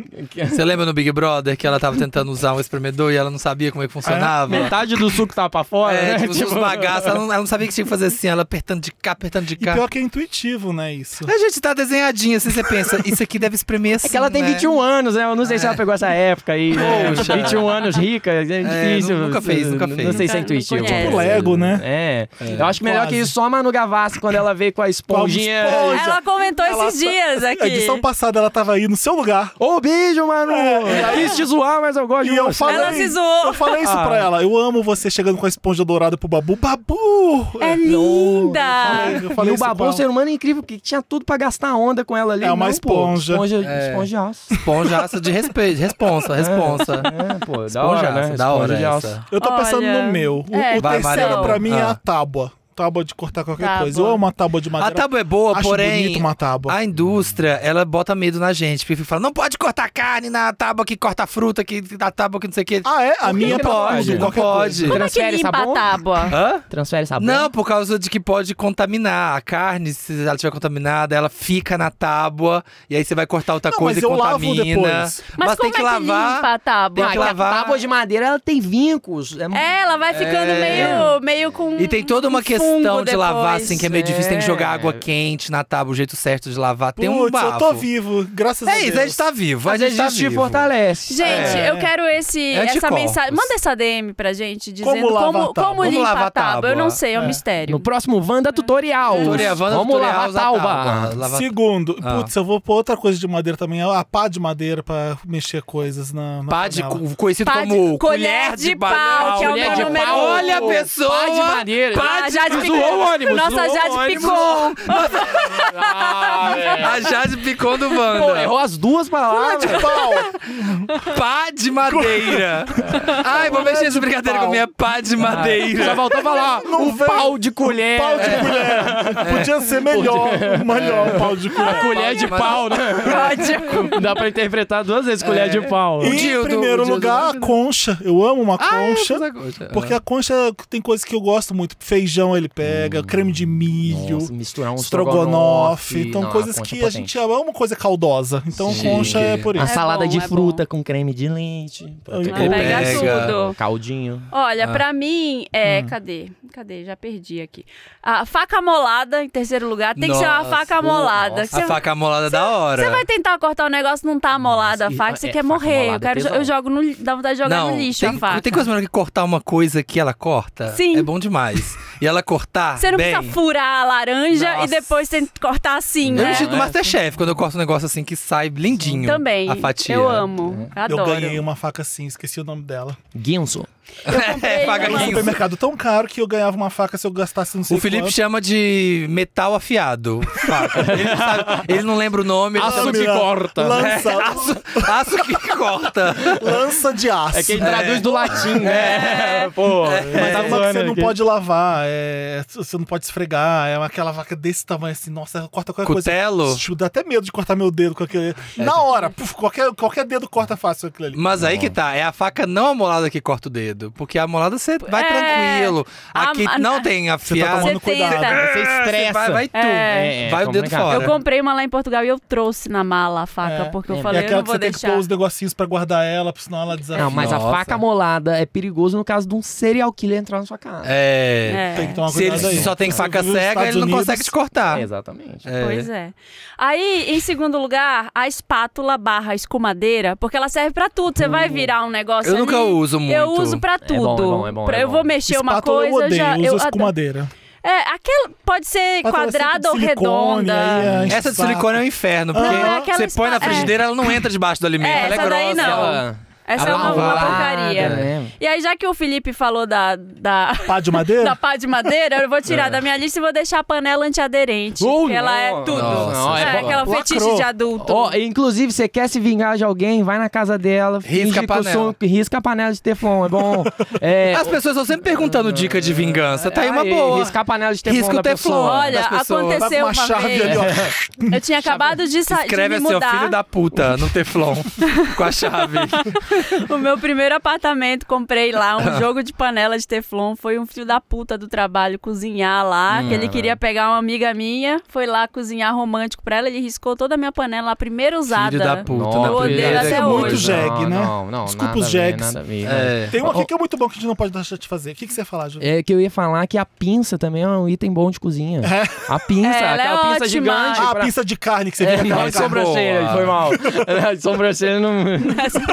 Você lembra no Big Brother que ela tava tentando usar um espremedor e ela não sabia como é que funcionava? Metade do suco tava pra fora, É, né? tipo, os bagaços. Ela não, ela não sabia que tinha que fazer assim, ela apertando de cá, apertando de E cá. pior que é intuitivo, né, isso? A gente tá desenhadinha, assim, você pensa, isso aqui deve espremer assim, É que ela tem né? É. 21 anos, né? Eu não sei se ela pegou essa época aí. Né? Poxa. 21 anos rica, é difícil. nunca fez, nunca Não fez. sei se é Nunca, intuitivo. não conhece. Tipo Lego, né? É. Eu acho que melhor Quase. que isso, só a Manu Gavassi, quando ela veio com a esponja. esponjinha. Ela comentou Ela esses tá- dias É A aqui. edição passada ela tava aí no seu lugar. Ô, beijo, Manu! Eu quis te zoar, mas eu gosto É. E de eu você. falei, Ela se zoou. Eu falei isso Ah. pra ela. Eu amo você chegando com a esponja dourada pro Babu. Babu! É linda! Eu E falei o isso com Babu, ela. um ser humano incrível, que tinha tudo pra gastar onda com ela ali. É Não, uma pô, esponja. Esponja, É. esponja de aço. Esponjaça de respeito, responsa, responsa. É, pô, da hora, né? Esponjaça, da hora Esponja de aço. essa. Eu tô pensando Olha. no meu. O, É, o Vai, terceiro Mariana. pra mim é Ah. a tábua. Tábua de cortar qualquer Tábua. coisa. Eu amo a tábua de A madeira. tábua é boa, Acho porém, bonito uma tábua. a indústria, ela bota medo na gente. Porque fala, não pode cortar carne na tábua que corta fruta, que na tábua que não sei o quê. Ah, é? A minha não pra pode, tudo, não qualquer pode. coisa. Como é que Transfere limpa sabão? a tábua? Hã? Transfere sabão. Não, por causa de que pode contaminar a carne, se ela estiver contaminada, ela fica na tábua e aí você vai cortar outra Não, coisa mas e eu lavo contamina. depois. Mas, como tem que é lavar. que limpa a tem tábua? que Ah, lavar. A tábua de madeira, ela tem vincos. É, É, ela vai ficando É. meio, meio com. E tem toda uma um questão fungo de lavar, depois. assim, que é meio difícil. Tem que jogar É. água quente na tábua, o jeito certo de lavar. Tem um Putz, bafo. eu tô vivo, graças a É Deus. isso, a gente tá vivo. A Mas a gente, tá gente te vivo. fortalece. Gente, É. eu quero esse, É essa anticorpos. mensagem. Manda essa DM pra gente dizendo Como como, lavar a como, tábua? Como limpar lavar a a tábua. Eu não tábua. sei, é um No mistério. próximo Wanda Tutorial. Tutorial, Wanda, Vamos tutorial, lavar a usa tábua. Lavar- Segundo, Ah. putz, eu vou pra outra coisa de madeira também. A pá de madeira pra mexer coisas na. na Pá de, panela. co- conhecido Pá de- como colher de ba- pau, que é o colher de meu número pau. um. Olha a pessoa. Pá de madeira. Pá Ah, de- Jade zoou Picon. o ônibus, Nossa, zoou o Jade ônibus. Picon. Ah, velho. A Jade picou do Wanda. Pô, errou as duas Pá palavras. de pau! Pá de madeira. Ai, vou mexer essa brincadeira pau. com a minha pá de Só madeira. faltou falar Não um vem. pau de colher. É, Pau É. de colher! Podia ser melhor, melhor pau de colher. Colher de pau, né? Dá pra interpretar duas vezes colher de pau. E em dildo, primeiro o dildo é Ah, lugar, grande, a concha. Eu amo uma é, concha. Essa coisa. Porque a concha tem coisas que eu gosto muito. Feijão ele pega, Hum. creme de milho, Nossa, misturar um estrogonofe. Então, Não, coisas concha que potente. a gente ama, uma coisa caldosa. Então, é Sim. concha é por Uma isso. É salada bom, de é bom. fruta com creme de leite. Ou Vai pegar pega. tudo. Caldinho. Ah. Olha, pra mim, é. Hum. Cadê? Cadê? Já perdi aqui. A faca molada, em terceiro lugar, tem que ser uma Nossa, faca molada. A faca amolada da hora. Você vai tentar cortar o negócio, não tá amolada a e- faca, você é, quer faca morrer. Eu, amolada é quero, jo- tesão. eu jogo no, li- dá vontade de jogar no lixo tem, a faca. Tem coisa melhor que cortar uma coisa que ela corta? Sim. É bom demais. E ela cortar Você não bem... precisa furar a laranja Nossa. e depois tem que cortar assim, Eu né? me sinto do É. Masterchef quando eu corto um negócio assim que sai lindinho. Também. A fatia. Uhum. Eu amo. Adoro. um Eu ganhei uma faca assim, esqueci o nome dela. Guinso. Eu comprei faca Um uma- quinze. supermercado tão caro que eu ganhava uma faca se eu gastasse não sei É O Felipe quanto. chama de metal afiado. faca. Ele não, sabe- ele não lembra o nome. ele chama Aço de- que corta. Lança, É, aço, aço que corta. lança de aço. É que ele traduz do latim, né? Pô, Mas é tá uma que você zoando não aqui. pode lavar, é, você não pode esfregar, é aquela vaca desse tamanho assim, nossa, ela corta qualquer Cutelo. coisa. Tio, Dá até medo de cortar meu dedo com aquele. Na hora, puf, qualquer, qualquer dedo corta fácil aquilo ali. Mas aí que tá, é a faca não amolada que corta o dedo. Porque a amolada você vai É. tranquilo. A- Aqui a- não tem Você tá afiado. tomando cuidado. Você tenta. É, Você estressa. vai, vai tu. É. vai É o dedo complicado. fora. Eu comprei uma lá em Portugal e eu trouxe na mala a faca, É. porque eu É. É falei, eu aquela não que vou você tem que pôr deixar. os negocinhos pra guardar ela, porque senão ela desafia. Não, mas Nossa. a faca molada é perigoso no caso de um serial killer entrar na sua casa. É. É. Tem que tomar Se cuidado aí. ele só tem Você faca viu os cega, Estados ele não Unidos? consegue te cortar. Exatamente. É. Pois é. Aí, em segundo lugar, a espátula barra escumadeira, porque ela serve pra tudo. Você vai virar um negócio Uh. Eu nunca ali, uso muito. Eu uso pra tudo. bom, é bom, é bom, Pra- é eu vou bom. mexer uma Espátula coisa, eu odeio, já... uso eu adoro. escumadeira. É, aquela pode ser Espátula é sempre quadrada ou de silicone, aí redonda. é Essa de silicone é um inferno, porque Não, é aquela você põe na espa- é. frigideira, ela não entra debaixo do alimento, É, ela é essa grossa. daí não. Aquela Essa é uma, uma Alavanca. porcaria. né? E aí, já que o Felipe falou da, da, Pá de madeira? da pá de madeira, eu vou É. tirar da minha lista e vou deixar a panela antiaderente. Uh, ela é nossa. tudo. Nossa, é é bom. aquela Oh, Lacrou. fetiche de adulto. Ó, inclusive, você quer se vingar de alguém, vai na casa dela, Risca finge a que eu panela. sou- risca a panela de teflon, é bom. É, As pessoas estão sempre perguntando dica de vingança. Tá aí uma aí, boa. Risca a panela de teflon Risca o da teflon. pessoa. né? Olha, das pessoas. Tá com aconteceu uma uma chave vez. ali, ó. Eu tinha acabado de, sa- de Escreve me assim, ó, filho mudar. da puta, no teflon, com a chave. O meu primeiro apartamento, comprei lá um jogo de panela de teflon. Foi um filho da puta do trabalho cozinhar lá, que ele queria pegar uma amiga minha. Foi lá cozinhar romântico pra ela. Ele riscou toda a minha panela, a primeira usada. Filho da puta, Nossa, na eu odeio primeira até coisa. hoje. é Muito jegue, não, né? Não, não, Desculpa nada a os ver, jegs. nada a ver, nada a ver. É. Tem um aqui que é muito bom que a gente não pode deixar de fazer. O que, que você ia falar, Júlio? É que eu ia falar que a pinça também é um item bom de cozinha. A pinça, É, ela é aquela pinça ótima. gigante. Ah, a pra- pista de carne que você É, viu não, naquela de essa é cara. sobrancelha, boa. foi mal. De sobrancelha não. Assim,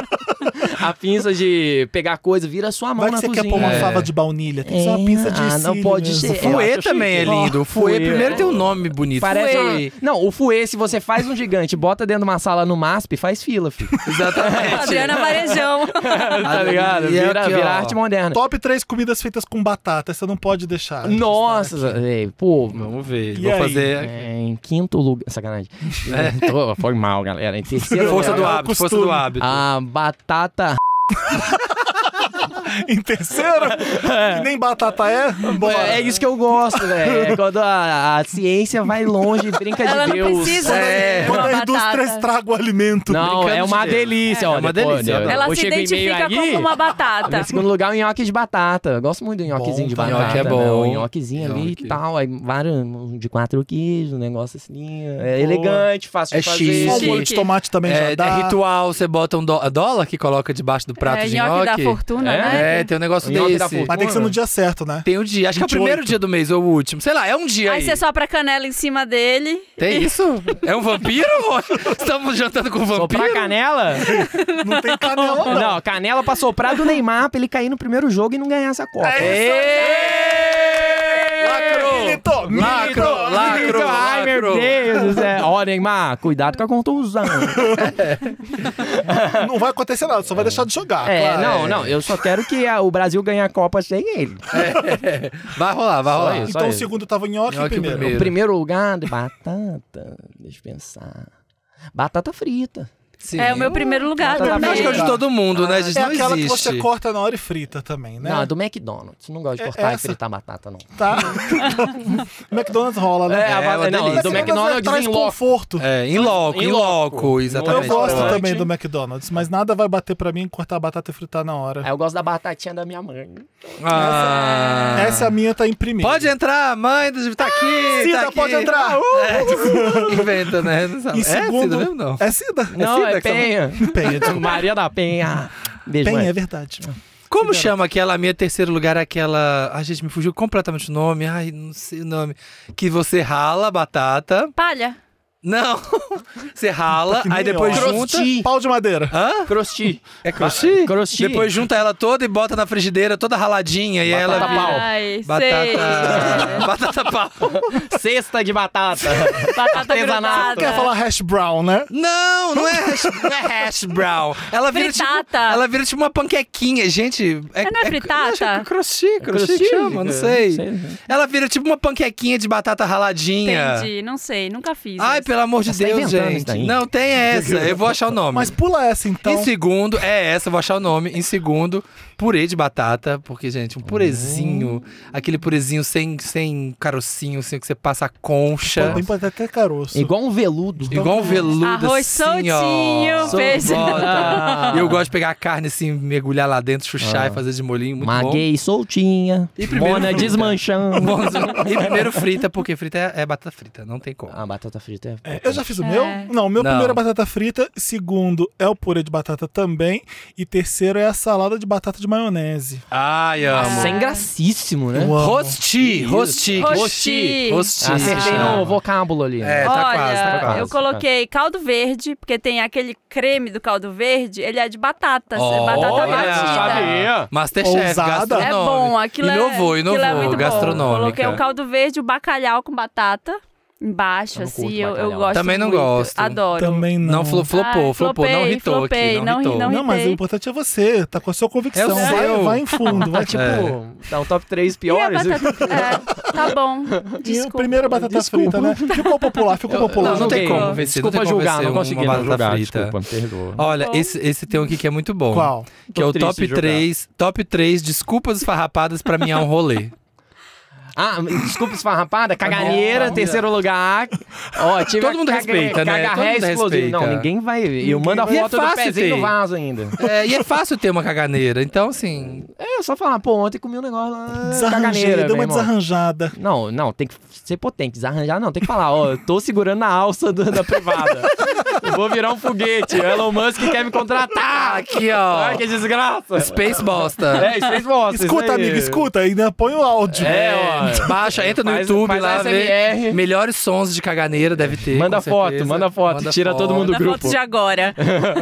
a pinça de pegar coisa vira a sua mão Vai que na você cozinha. quer pôr uma É. fava de baunilha. Tem que ser uma É, pinça de ah, não cílio né? pode mesmo. ser. Fua- Fuê acho também é chique. lindo. Fuê, Fuê. primeiro tem um nome bonito. Parece um- Fuê. uma- Não, o fuê, se você faz um gigante, bota dentro de uma sala no MASP, faz fila, filho. Adriana Varejão. tá ligado? E Vira, aqui, ó. vira arte moderna. Top três comidas feitas com batata. Essa não pode deixar. Nossa, é, pô. Vamos ver. E Vou aí? fazer. é, em quinto lugar. Sacanagem. Tô- foi mal, galera. Em terceiro É. Força do lugar, hábito, força costume. do hábito. A batata. Em terceiro, que nem batata é. Bora. É isso que eu gosto, velho. É quando a, a ciência vai longe, brinca Ela de não Deus. precisa né? é. de Quando uma a indústria batata. estraga o alimento. Não, brincando é uma de Deus. delícia, ó. É uma depois, delícia, eu- eu eu Ela se chego em meio identifica aqui, como uma Em batata. segundo lugar, o nhoque de batata. Eu gosto muito do nhoquezinho de Bom, batata. nhoque é né? bom. O nhoquezinho ali e Nhoque. tal. Aí, vários, um de quatro queijos, um negócio assim. É elegante, fácil É de fazer. chique. Só o molho de Chique. tomate também É, já dá. é ritual, você bota um dó- dólar que coloca debaixo do prato é, de nhoque da nhoque. fortuna, É? né? É, tem um negócio Nhoque da desse. fortuna. Mas tem que ser no dia certo, né? Tem um dia, acho que é o 28. primeiro dia do mês ou o último. Sei lá, é um dia Aí aí. você sopra a canela em cima dele. Tem isso? É um vampiro? ou- Estamos jantando com um vampiro? Soprar canela? Não tem canela, não. Não, canela pra soprar do Neymar pra ele cair no primeiro jogo e não ganhar essa Copa. É Ê! Militou, Lacro! militou. Lacro! Ai, meu lacro. Deus do céu. Ó, Neymar, cuidado com a contusão. Não vai acontecer nada, só vai deixar de jogar. É, claro. não, não. Eu só quero que a- o Brasil ganhe a Copa sem ele. Vai rolar, vai rolar. isso. Então o ele. segundo tava nhoque, Nhoque nhoque primeiro. primeiro. primeiro. Em primeiro lugar, batata. Deixa eu pensar. Batata frita. Sim. É o meu primeiro lugar Tá, tá, também. tá, Acho que é de todo mundo, né? A gente É não aquela existe. que você corta na hora e frita também, né? Não, é do McDonald's. Não gosto de É cortar e essa. fritar batata, não. Tá. McDonald's rola, né? É, uma não, delícia. do Mas McDonald's traz em loco. conforto. É, em loco, Em em loco. loco, Eu exatamente. gosto Restaurante. também do McDonald's, mas nada vai bater pra mim cortar a batata e fritar na hora. Aí eu gosto da batatinha da minha mãe. Ah. Essa minha tá em primeiro. Pode entrar, mãe, tá aqui. Cida, tá aqui. pode entrar. É, tipo, inventa, né? Não sabe. Em é, Cida segundo. mesmo, não. É Cida. Não, Cida é que são- Penha. Penha. desculpa. Maria da Penha. Beijo, Penha, mãe. é verdade. Como chama aquela, a minha terceiro lugar, aquela. A gente me fugiu completamente o nome, ai, não sei o nome. Que você rala a batata. Palha. Não. Você rala, Que nem Ah, aí depois eu, ó. junta. Crosti. Pau de madeira. Hã? Crosti. É crosti? Crosti. Depois junta ela toda e bota na frigideira, toda raladinha, e ela. Batata pau. Ai, sei. Batata. Batata pau. Cesta de batata. Batata Artesanato. grudada. Quer falar hash brown, né? Não, não é hash, não é hash brown. Ela vira tipo, Fritata. ela vira tipo uma panquequinha, gente. Mas não é fritata? acho que É crochê, crochê que crochê, chama, não cara, sei. É, não sei. Ela vira tipo uma panquequinha de batata raladinha. Entendi, não sei, nunca fiz. Ai, essa. pelo amor de Você tá Deus, inventando gente. isso daí. Não tem essa. Eu vou achar o nome. Mas pula essa então. Em segundo, é essa, eu vou achar o nome. Em segundo, purê de batata, porque, gente, um purezinho, aquele purezinho sem, sem carocinho, sem que você passa a concha. Podem pode até caroço. Igual um veludo. Igual um veludo, Arroz assim, ó. tá- soltinho, peixe. Bota. E eu gosto de pegar a carne, assim, mergulhar lá dentro, chuchar e fazer de molinho, muito Maguei soltinha. E primeiro Mona fruta. bom. desmanchando. Bonzinho. E primeiro frita, porque frita é, é batata frita, não tem como. Ah, batata frita é. É, eu já fiz o meu? É. Não, o meu Não. primeiro é batata frita, segundo é o purê de batata também, e terceiro é a salada de batata de maionese. Ai, amo. Nossa, é engracíssimo, né? Eu amo. Rosti, rosti, rosti, Ah, Rosti. rosti. Acertei no vocábulo ali. É, né? tá Olha, quase, tá quase. eu coloquei caldo verde, porque tem aquele creme do caldo verde, ele é de batatas, é batata Olha! batida. Masterchef, Ousada. gastronômico. É bom, aquilo é- inovou, aquilo é, inovou, muito gastronômica. bom. Coloquei o caldo verde, o bacalhau com batata embaixo, Eu não assim, curto eu, eu bacalhau. gosto Também não muito. gosto. Adoro. Também não. Não, flo- flopou, Ai, flopou, não Ah, flopei, ritou flopei, aqui, não, não ri- ritou. não ri- Não, mas o irritei. importante é você, tá com a sua convicção. É o vai, seu. vai em fundo. Vai. Tipo, É. dá um top 3 E a piores. batata... é, tá bom, E o desculpa. primeiro é batata Desculpa. frita, né? Ficou popular, ficou popular. não, não tem joguei. como vencer, não Desculpa tem como julgar, vencer não uma consegui não batata julgar, frita. desculpa, me perdoa. Olha, esse, esse tem um aqui que é muito bom. Qual? Que é o Tô triste top de jogar. 3, top 3 desculpas esfarrapadas pra mim é um rolê. Ah, desculpa esfarrapada, Tá cagalheira, terceiro lugar. Ó, tive Todo a mundo caga- respeita, né? cagarré Todo mundo explosivo. respeita. Não, ninguém vai. Eu mando a vai. E é foto do fácil pezinho ter. no vaso ainda. É, e é fácil ter uma caganeira, então assim... É, só falar, pô, ontem comi um negócio lá. ah, Desarranjei, caganeira, deu uma meu irmão. desarranjada. Não, não, tem que ser potente. Desarranjar não, tem que falar, ó, eu tô segurando na alça do- da privada. Eu vou virar um foguete. O Elon Musk quer me Ah, contratar. aqui, Ai, ó. que desgraça. Space bosta. É, isso vocês mostram. Escuta, amigo, escuta, ainda põe o áudio. É, ó. Baixa, entra no Faz- YouTube faz lá, vê ASMR. melhores sons de caganeira, deve ter. Manda com foto, certeza. manda foto, tira todo mundo do Na grupo. foto de agora.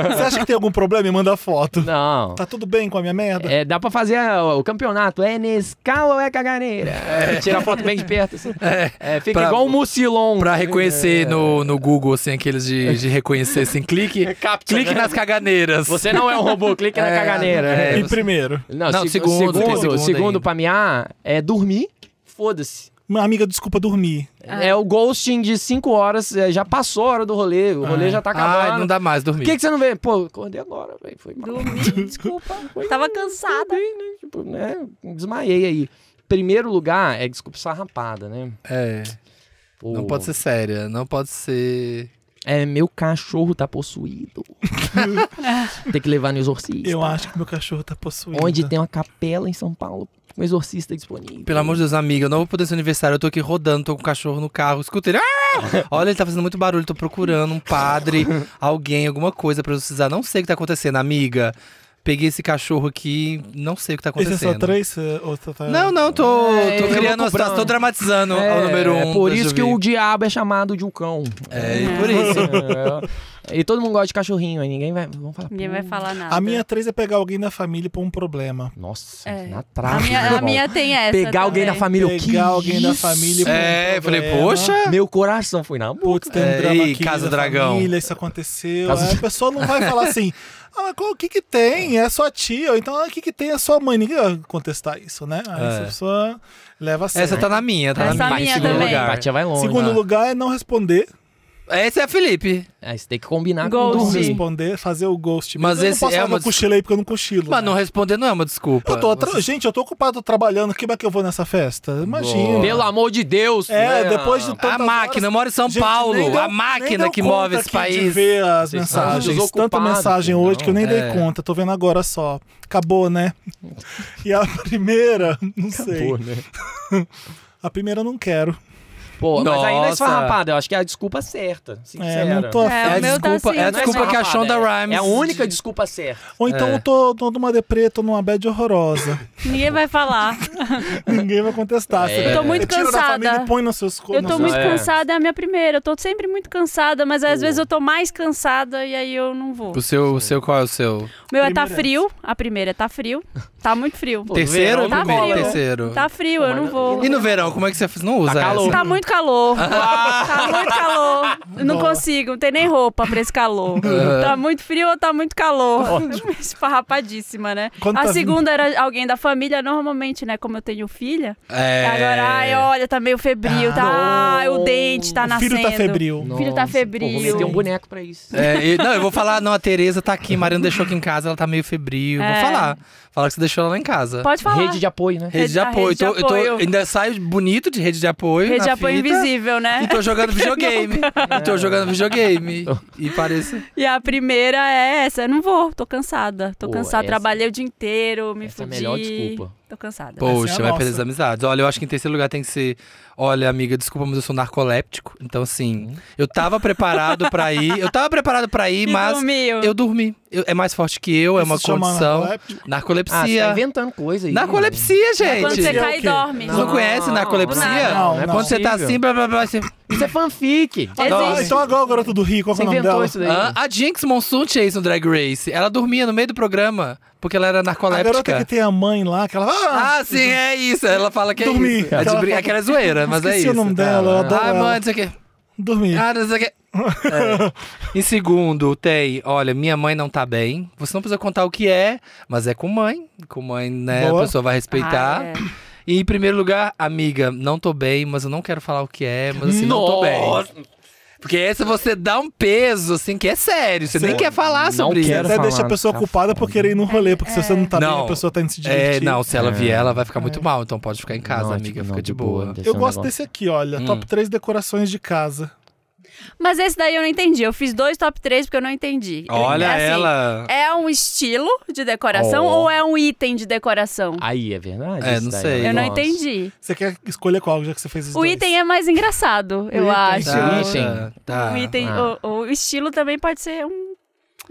Você acha que tem algum problema? Me manda foto. Não. Tá tudo bem com a minha merda? É, dá pra fazer ah, o campeonato. É Nescau ou é caganeira? É. Tira a foto bem de perto. assim. É, fica Pra- igual um mucilon. Pra reconhecer no, no Google, assim, aqueles de, de reconhecer, assim, clique, Captcha, clique né? nas caganeiras. Você não é um robô, clique na É, caganeira. é. e primeiro, Não, Não, se- segundo, segundo, tem segundo, segundo ainda. pra miar é dormir. Foda-se. minha amiga, desculpa dormir. Ah. É o ghosting de 5 horas, é, já passou a hora do rolê, o rolê já tá acabando. Ah, não dá mais Por dormir. que, que você não vê? Pô, acordei agora, velho. Foi mal. Dormi, desculpa. Tava cansada. Bem, né? Tipo, né? Desmaiei aí. Primeiro lugar é desculpa sarrapada, né? É, Pô, não pode ser séria, não pode ser... É, meu cachorro tá possuído. tem que levar no exorcista. Eu acho que meu cachorro tá possuído. Onde tem uma capela em São Paulo com exorcista disponível. Pelo amor de Deus, amiga, eu não vou poder ser aniversário, eu tô aqui rodando, tô com o cachorro no carro, escuta ele... "Ah!" Olha, ele tá fazendo muito barulho, tô procurando um padre, alguém, alguma coisa pra eu precisar. Não sei o que tá acontecendo, amiga. Peguei esse cachorro aqui, não sei o que tá Esse é acontecendo. só três? eh, Ou tá, tá... Não, não, tô, É, tô eu vou criando uma situação, comprando. tô dramatizando É, o número um. é por deixa isso eu que ver. o diabo é chamado de um cão. É, e por isso. É, e todo mundo gosta de cachorrinho, aí ninguém vai. Vamos falar. Ninguém pô, vai falar nada. A minha três é pegar alguém da família por um problema. Nossa, É. na a trave. meu minha, a Tá, irmão. minha tem essa. Pegar alguém da também. família. o que pegar alguém da isso? família por um É, eu falei, problema. poxa. Meu coração foi na boca. Putz, tem um É, drama ei, aqui Casa da Dragão. família, isso aconteceu. Casa- Aí a pessoa não vai falar assim, ah, mas qual- o que que tem? É sua tia. Ou então, ah, o que que tem? É sua mãe. Ninguém vai contestar isso, né? Aí É. essa pessoa leva a sério. Essa tá na minha, tá Essa na minha. minha em segundo também. lugar. Batia vai longe. Segundo né? lugar é não responder. Essa é a Felipe. Aí você tem que combinar Ghost. com Não o dormir. Sim. responder, fazer o ghost. Mas eu esse não posso é falar uma que eu cochilei porque eu não cochilo. Mas né? não responder não é uma desculpa. Eu tô atra- Você- Gente, eu tô ocupado trabalhando. Que vai que eu vou nessa festa? Imagina. Pelo amor de Deus. É, né? depois de A tantas máquina, eu horas- moro em São Gente, Paulo. nem deu- a nem máquina deu que conta move esse aqui De país. ver as Vocês estão mensagens. Tanta desocupados, mensagem hoje que eu nem dei É. conta. Tô vendo agora só. Acabou, né? E a primeira, não sei. Pô, né? A primeira eu não quero. Pô, mas ainda é Nossa. esfarrapada. Eu acho que é a desculpa certa. É, Sincera. não tô afim. É, É a o meu tá desculpa, assim, é a né? desculpa que a Shonda esfarrapada, é. Rhimes. É a única desculpa certa. Ou então É. eu tô, tô numa deprê, tô numa bad horrorosa. Ninguém vai falar. Ninguém vai contestar. É. Você Eu tô muito tira da família cansada. e põe nos seus co- Eu nos tô seus- muito é. cansada, é a minha primeira. Eu tô sempre muito cansada, mas às vezes eu tô mais cansada e aí eu não vou. O seu, o seu, qual é o seu? O meu é tá Primeira. frio, a primeira é tá frio. Tá muito frio. Pô, Terceiro verão, ou tá primeiro? frio. Terceiro. Tá frio, eu não vou. E no verão, como é que você faz? Não usa calor. essa? Tá muito calor. Tá muito calor. Eu Não Boa. consigo, não tem nem roupa pra esse calor. Tá muito frio ou tá muito calor? Esfarrapadíssima, né? Quando a tá segunda era alguém da família, normalmente, né? Como eu tenho filha. É. Agora, ai, olha, tá meio febril, tá? Ai, o dente tá O nascendo. filho tá febril. O filho tá Nossa, Pô, vou meter febril. um boneco pra isso. É, e- não, eu vou falar, não, a Tereza tá aqui, Mariana deixou aqui em casa, ela tá meio febril. É. Vou falar. Fala que você deixou ela lá em casa. Pode falar. Rede de apoio, né? Rede de a apoio. rede de Tô- eu tô- apoio. ainda saio bonito de rede de apoio. Rede de na apoio fita, invisível, né? E tô jogando videogame. e tô jogando videogame. E parece. E a primeira é essa. Eu não vou, tô cansada. Tô Pô, cansada. essa- Trabalhei o dia inteiro, me Essa é a fudi. melhor desculpa. Tô cansada. Essa Poxa, é a vai nossa. perder as amizades. Olha, eu acho que em terceiro lugar tem que ser. Olha, amiga, desculpa, mas eu sou narcoléptico. Então, Uhum. assim, eu tava preparado pra ir. Eu tava preparado pra ir, E mas dormiu. eu dormi. Eu- é mais forte que eu, é uma Isso se chama condição. narcoléptico? Ah, você tá Narcolepsia. inventando coisa aí. narcolepsia, Quando gente. você É o cai e quê? dorme. Você não, conhece Do nada. narcolepsia? Não, não. Quando você tá Possível. assim, blá blá blá. Você... Isso é fanfic. É Ah, Existe. então agora o garoto do Rio, qual que Você é o nome inventou dela? isso daí. Hã? a Jinx Monsoon Chase no Drag Race. Ela dormia no meio do programa porque ela era A garota que narcoléptica. tem a mãe lá, que ela. Ah, Ah, sim, é isso. Ela fala que é Dormi. isso. É de Ela brin- fala- Aquela é zoeira, mas é esqueci isso. o nome dela, eu adoro Ah, ela. mãe, não sei o quê. dormi. Ah, não sei o quê. É. Em segundo, tem, olha, minha mãe não tá bem. Você não precisa contar o que é, mas é com mãe. Com mãe, né? Boa. A pessoa vai respeitar. Ah, é. E em primeiro lugar, amiga, não tô bem, mas eu não quero falar o que é, mas assim, não tô Nossa. bem. Porque essa você dá um peso, assim, que é sério. Você nem quer falar Não sobre quero isso. Até falar, deixa a pessoa tá culpada por querer ir É, no rolê, porque se você não tá bem, Não. a pessoa tá indo se divertir. É, não, se ela vier, ela vai ficar É. muito mal. Então pode ficar em casa, Não, é amiga, tipo, não, fica de boa. deve Eu ser um gosto negócio. desse aqui, Hum. olha. Top 3 decorações de casa. Mas esse daí eu não entendi. Eu fiz dois top três porque eu não entendi. Olha É assim, ela. É um estilo de decoração Oh. ou é um item de decoração? Aí, é verdade? É, isso não daí. sei. Eu não Nossa. entendi. Você quer escolher qual, já que você fez os O dois? item é mais engraçado, eu item. acho. Tá, Sim, sim. tá. O item, Ah. o, o estilo também pode ser um.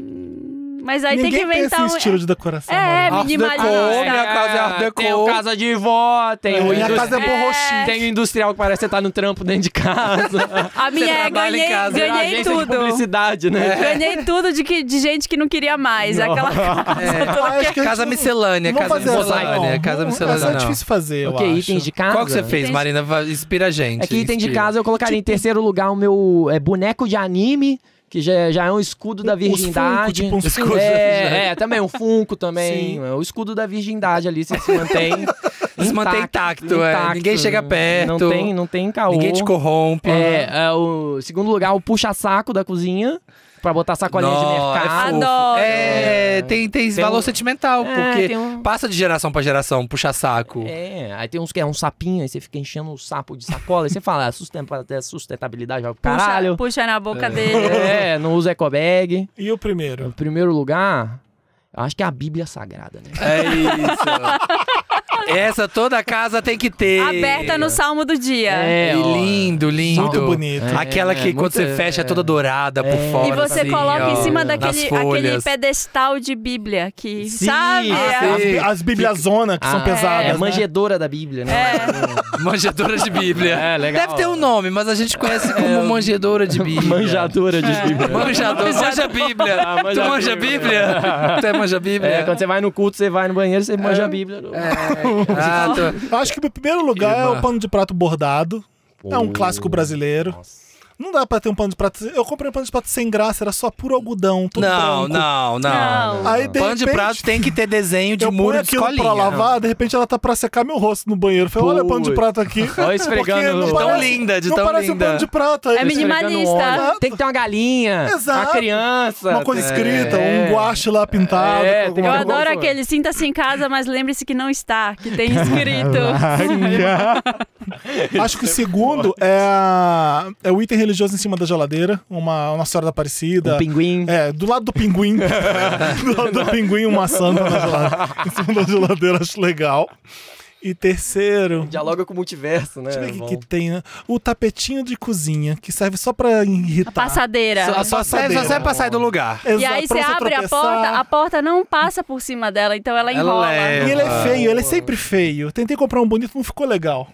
hum, Mas aí Ninguém tem que inventar esse um. estilo de decoração. É, olha. Art minimalista. Deco, minha Ah, casa é Art Deco. Tem o Casa de Vó, tem É, o minha indus- casa é borroxinha. Tem o industrial que parece que você tá no trampo dentro de casa. A minha é trabalha em ganhei, casa, Tem uma ganhei agência de tudo. publicidade, né? Ganhei tudo de, que, de gente que não queria mais. Aquela casa. Eu Ah, acho que a gente Casa não- miscelânea, não casa fazer essa, miscelânea, não. casa Não, Essa miscelânea. é não. difícil fazer, eu Ok, acho. itens de casa. Qual que você fez, Itens- Marina? Vai- Inspira a gente. É que item de inspira. casa eu colocaria em terceiro lugar o meu é, boneco de anime, que já, já é um escudo da Os Funko, virgindade. tipo, uns Escudo. é, é, também um Funko também. Sim. É, o escudo da virgindade ali, você se mantém. Se mantém intacto, é. Ninguém chega perto. Não tem, não tem caô. Ninguém te corrompe. É, é, o segundo lugar, o puxa-saco da cozinha, pra botar sacolinha de Nó, mercado. É, fofo. Adoro. É, tem, tem, Tem valor um- sentimental, É, porque tem um- passa de geração pra geração, puxa saco. É, aí tem uns que é um sapinho, aí você fica enchendo o sapo de sacola, aí você fala, ah, sustenta- sustentabilidade, vai pro Puxa- caralho. Puxa, na boca dele. É, não usa ecobag. E o Em primeiro? primeiro lugar, eu acho que é a Bíblia Sagrada, né? É isso. Essa toda casa tem que ter. Aberta no salmo do dia. É, E ó. lindo, lindo. Muito bonito. É. Aquela que muito- quando você fecha é toda dourada por É. fora. E você assim, coloca em ó, cima nas daquele aquele folhas. pedestal de Bíblia que Sim, sabe? ah, As, sim. bi- as bibliazonas que são Ah, pesadas. É né? manjedora da Bíblia, né? Manjedora de Bíblia. É, legal. É, Deve ter um nome, mas a gente conhece como manjedora de Bíblia. Manjadora de Bíblia. Manjadora. Manja a Bíblia. Ah, manja tu a manja a Bíblia. Bíblia? tu é manja a Bíblia? É, quando você vai no culto, você vai no banheiro, você manja a Bíblia. Ah, tu- Eu acho que o primeiro lugar é Irmã. o pano de prato bordado. É um Pô. clássico brasileiro. Não dá pra ter um pano de prato. Eu comprei um pano de prato sem graça, era só puro algodão. Tudo Não, branco. não, não. Ah, Não. Aí, de Pano de repente, prato tem que ter desenho de eu muro ponho de aquilo escolinha. pra lavar, de repente ela tá pra secar meu rosto no banheiro. Eu Falei, olha o pano de Putz. prato aqui. Olha esfregando Porque não no- De tão parece- linda, de não tão parece um linda. pano de prato. Aí É você- mini- Minimalista. Esfregando óleo. Tem que ter uma galinha, Exato. uma criança. Uma coisa tem- escrita, É. um guache lá pintado. É, com tem Eu alguma que- adoro Vamos- aquele sinta-se em casa, mas lembre-se que não está, que tem escrito. Acho que o segundo é, a- é o item religioso em cima da geladeira, uma Nossa Senhora da Aparecida. Um pinguim. É, do lado do pinguim. do lado do pinguim, uma santa na gelade- em cima da geladeira, acho legal. E terceiro. Dialoga com o multiverso, né? Deixa eu ver o Bom. que que, tem. né? O tapetinho de cozinha, que serve só pra irritar. A passadeira. É, Só, só, serve, só passadeira. serve pra sair do lugar. E aí Exato, pra você abre a tropeçar. porta, a porta não passa por cima dela, então ela Ela enrola. E leva. ele é feio, ele é sempre feio. Tentei comprar um bonito, não ficou legal.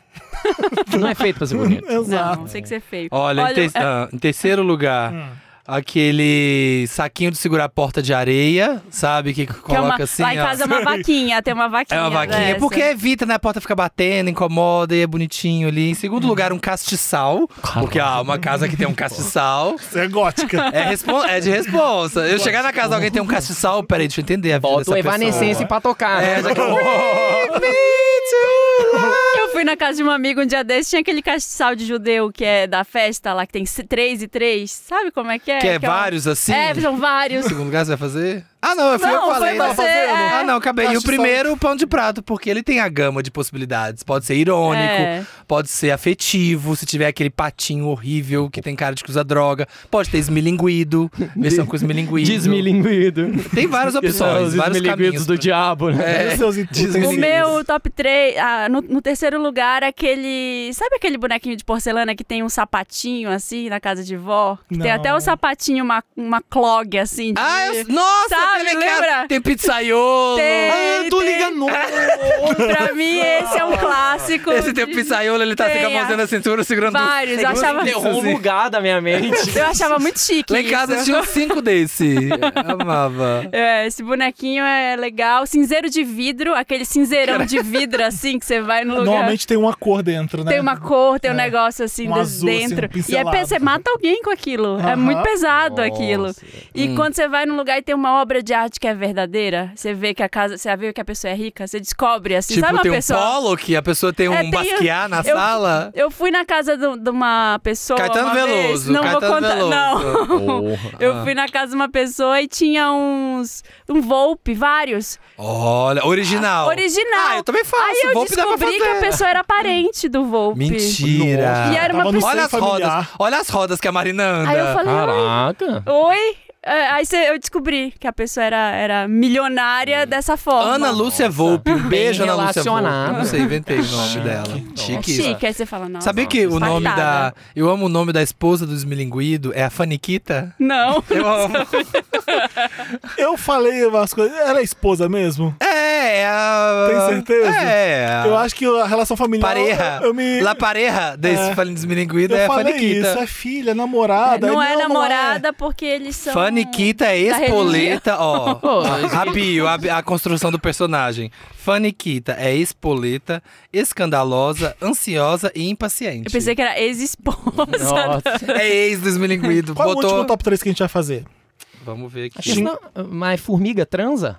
Não é feito pra ser bonito. Exato. Não, tem que ser feio. Olha, em, ter- é- ah, em terceiro lugar, Hum. aquele saquinho de segurar a porta de areia, sabe? Que que coloca é uma, assim. lá em ó. casa é uma vaquinha, tem uma vaquinha. É uma vaquinha. dessa. Porque evita, né? A porta fica batendo, incomoda e é bonitinho ali. Em segundo lugar, um castiçal. Porque, ah, uma casa que tem um castiçal. Isso é gótica. É, respon- é de responsa. Eu chegar na casa de alguém que tem um castiçal, peraí, deixa eu entender a vida Bota dessa o pessoa. Evanescence pra tocar. né? É, já que eu... Eu fui na casa de um amigo um dia desse, tinha aquele castiçal de judeu que é da festa lá, que tem c- três e três. Sabe como é que é? Que é uma- vários, assim? É, são vários. Em segundo lugar, você vai fazer? Ah, não, eu fui eu Não, que falei. foi né? você, é. Ah, não, acabei. E o Castiçal. primeiro, o pão de prato, porque ele tem a gama de possibilidades. Pode ser irônico, É. pode ser afetivo, se tiver aquele patinho horrível que tem cara de que usa droga. Pode ter esmilinguido, versão com esmilinguido. Desmilinguido. Tem Tá, várias opções, Os vários caminhos. desmilinguidos do diabo, É, né? Os seus intuitos. Disney. O Sim. meu top 3, no, no terceiro lugar, aquele. Sabe aquele bonequinho de porcelana que tem um sapatinho assim na casa de vó? Que tem Não. até o sapatinho, uma, uma clog assim. De... Ah, eu... Sabe, nossa, tem aquele cara- lembra? Tem pizzaiolo. É. Tem. Ah, eu tô ligando. É. Pra mim, esse é um clássico. Esse tem o de- pizzaiolo, ele tá Tem, com a mãozinha a- na cintura, segurando... Vários, eu achava, Derruba o lugar da minha mente. eu achava muito chique. Lá em casa isso. tinha um uns cinco desse. Amava. É, esse bonequinho é legal. Cinzeiro de vidro, aquele cinzeirão de vidro assim que você vai no lugar. Normalmente tem uma cor dentro, né? Tem uma cor, tem um É. negócio assim Um des- azul, assim, dentro. um e é, pincelado. pe- você mata alguém com aquilo. É Aham. muito pesado aquilo. Nossa. E Hum. quando você vai num lugar e tem uma obra de arte que é verdadeira, você vê que a casa, você vê que a pessoa é rica, você descobre assim, sabe Tipo, uma tem pessoa. um polo que a pessoa tem um É, tem- basquear na eu- sala. Eu fui na casa do- de uma pessoa. Caetano uma vez. Veloso. Não Caetano vou contar. Veloso. Ah. Não. Porra. Eu fui na casa de uma pessoa e tinha uns. Um Volpe, vários. Olha, original. Original. Ah, eu também faço. Aí eu Volpe dá pra descobri que fazer. a pessoa era parente do Volpe. Mentira. E era Tava uma no pessoa- seio Olha as rodas. familiar. Olha as rodas que a Marina anda. Aí eu falei, "Ai, Caraca. Oi? É, Aí cê- eu descobri que a pessoa era, era milionária dessa forma. Hum. Ana Lúcia Volpe. Um beijo, Bem Ana Lúcia Volpe. relacionada. Não sei, inventei o nome dela. Chique. É Chique, aí você fala, nossa. Sabia que o nome da. impactada. Eu amo o nome da esposa do Esmilinguido, é a Faniquita? Não. Eu amo. Eu falei umas coisas. Ela é esposa mesmo? É, é a. Tem certeza? É. Eu acho que a relação familiar. Pareja. Eu, eu me. La pareja desse É. é. Desmilinguido eu é a falei Faniquita. isso, é filha, namorada. não Aí, é não, não namorada porque eles um são. Faniquita é Da espoleta, ó. Pô, A bio, a, bi- a construção do personagem. Faniquita é espoleta, escandalosa, ansiosa e impaciente. Eu pensei que era ex-esposa. Nossa. É ex do esmilinguido. Qual é o Botou. último top 3 que a gente vai fazer? Vamos ver aqui. Acho- Sim. Mas formiga transa?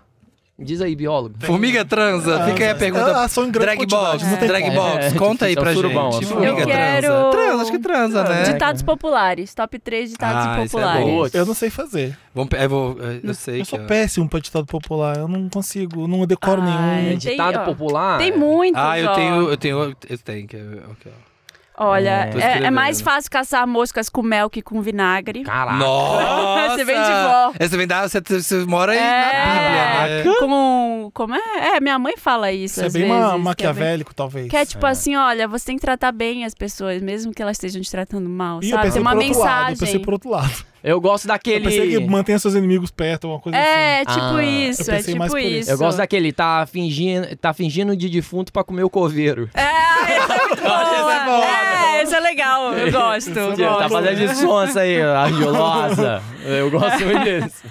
Diz aí, biólogo. né? Formiga transa? Fica aí a pergunta. Elas são em É, Ah, um grande Drag quantidade, box, não tem drag como. box, É, conta aí é um pra surubão, é um gente. surubão. Formiga Eu quero- transa. Transa, acho que transa, É. né? Ditados populares. Top 3 ditados Ah, isso é populares. bom. Eu não sei fazer. Vamos, pe- eu, vou, eu sei Eu que. é. sou ó. péssimo pra ditado popular. Eu não consigo, não decoro Ai, nenhum. É tem, ditado ó, popular. Tem muitos. Ah, eu ó. tenho. Eu tenho. Eu tenho. que- é, ok, ó. Olha, Tô é- é, escrevendo. mais fácil caçar moscas com mel que com vinagre. Caraca. Nossa! Você vem de vó. É, Você vem da. Você, você mora aí na Bíblia, né? É, como, como é? É, minha mãe fala isso. Isso é às bem vezes, ma- que é bem- maquiavélico, talvez. Que é tipo assim, olha, você tem que tratar bem as pessoas, mesmo que elas estejam te tratando mal, Ih, eu sabe? pensei Tem uma por outro lado. Eu mensagem. pensei por outro lado. Eu gosto Eu pensei que daquele. mantenha seus inimigos perto, uma coisa assim. É, tipo Ah, isso, eu é pensei mais tipo por isso. isso. Eu gosto daquele, tá fingindo, tá fingindo de defunto pra comer o coveiro. É, essa é muito Essa boa. é boa. É, esse é legal, eu gosto, eu Tá gosto. fazendo de sonsa aí, argilosa. Eu gosto muito disso.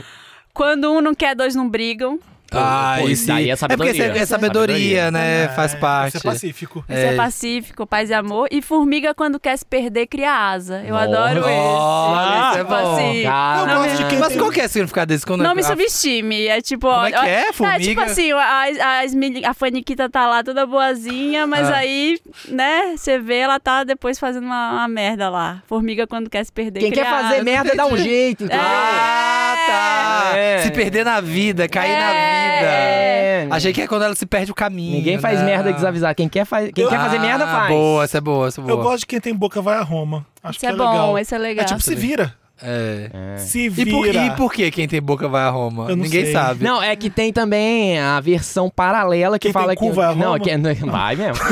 Quando um não quer, dois não brigam. Ah, Pô, isso isso daí é sabedoria. É porque é- é sabedoria, né? Faz parte. Isso é pacífico. Esse é, pacífico, paz e amor. E formiga, quando quer se perder, cria asa. Eu Nossa. adoro esse. Olha, isso é tipo bom. assim. Eu Cara, gosto de quem Mas tem- qual que é o significado desse? Quando Não me a- subestime. É tipo. Como é que ó, é, formiga? tipo assim, a, a, a Smili- a Faniquita tá lá toda boazinha, mas Ah. aí, né, você vê ela tá depois fazendo uma, uma merda lá. Formiga quando quer se perder. quem quer criar fazer asa. merda dá um É. jeito. entendeu? Ah, tá. É. Se perder na vida, cair na vida. É. Achei que é quando ela se perde o caminho. Ninguém faz né? merda desavisado. Quem quer, faz... quem quer fazer Ah, merda faz. Boa, essa é boa, essa é boa. Eu gosto de quem tem boca vai a Roma. Acho Isso que é, é, bom, legal. esse é legal. É tipo, se vira. É. Se E vira. por, e por que quem tem boca vai a Roma? Eu não Ninguém sei. sabe. Não, é que tem também a versão paralela que Quem tem fala cu que. vai a Roma? Não, que é- vai mesmo.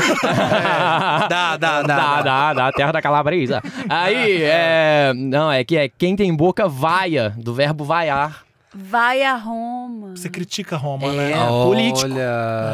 Dá, dá, dá. Dá, dá, dá, terra da calabresa. Aí, é. Não, é que é quem tem boca vaia, do verbo vaiar. Vai a Roma. Você critica Roma, É, né? político. Olha,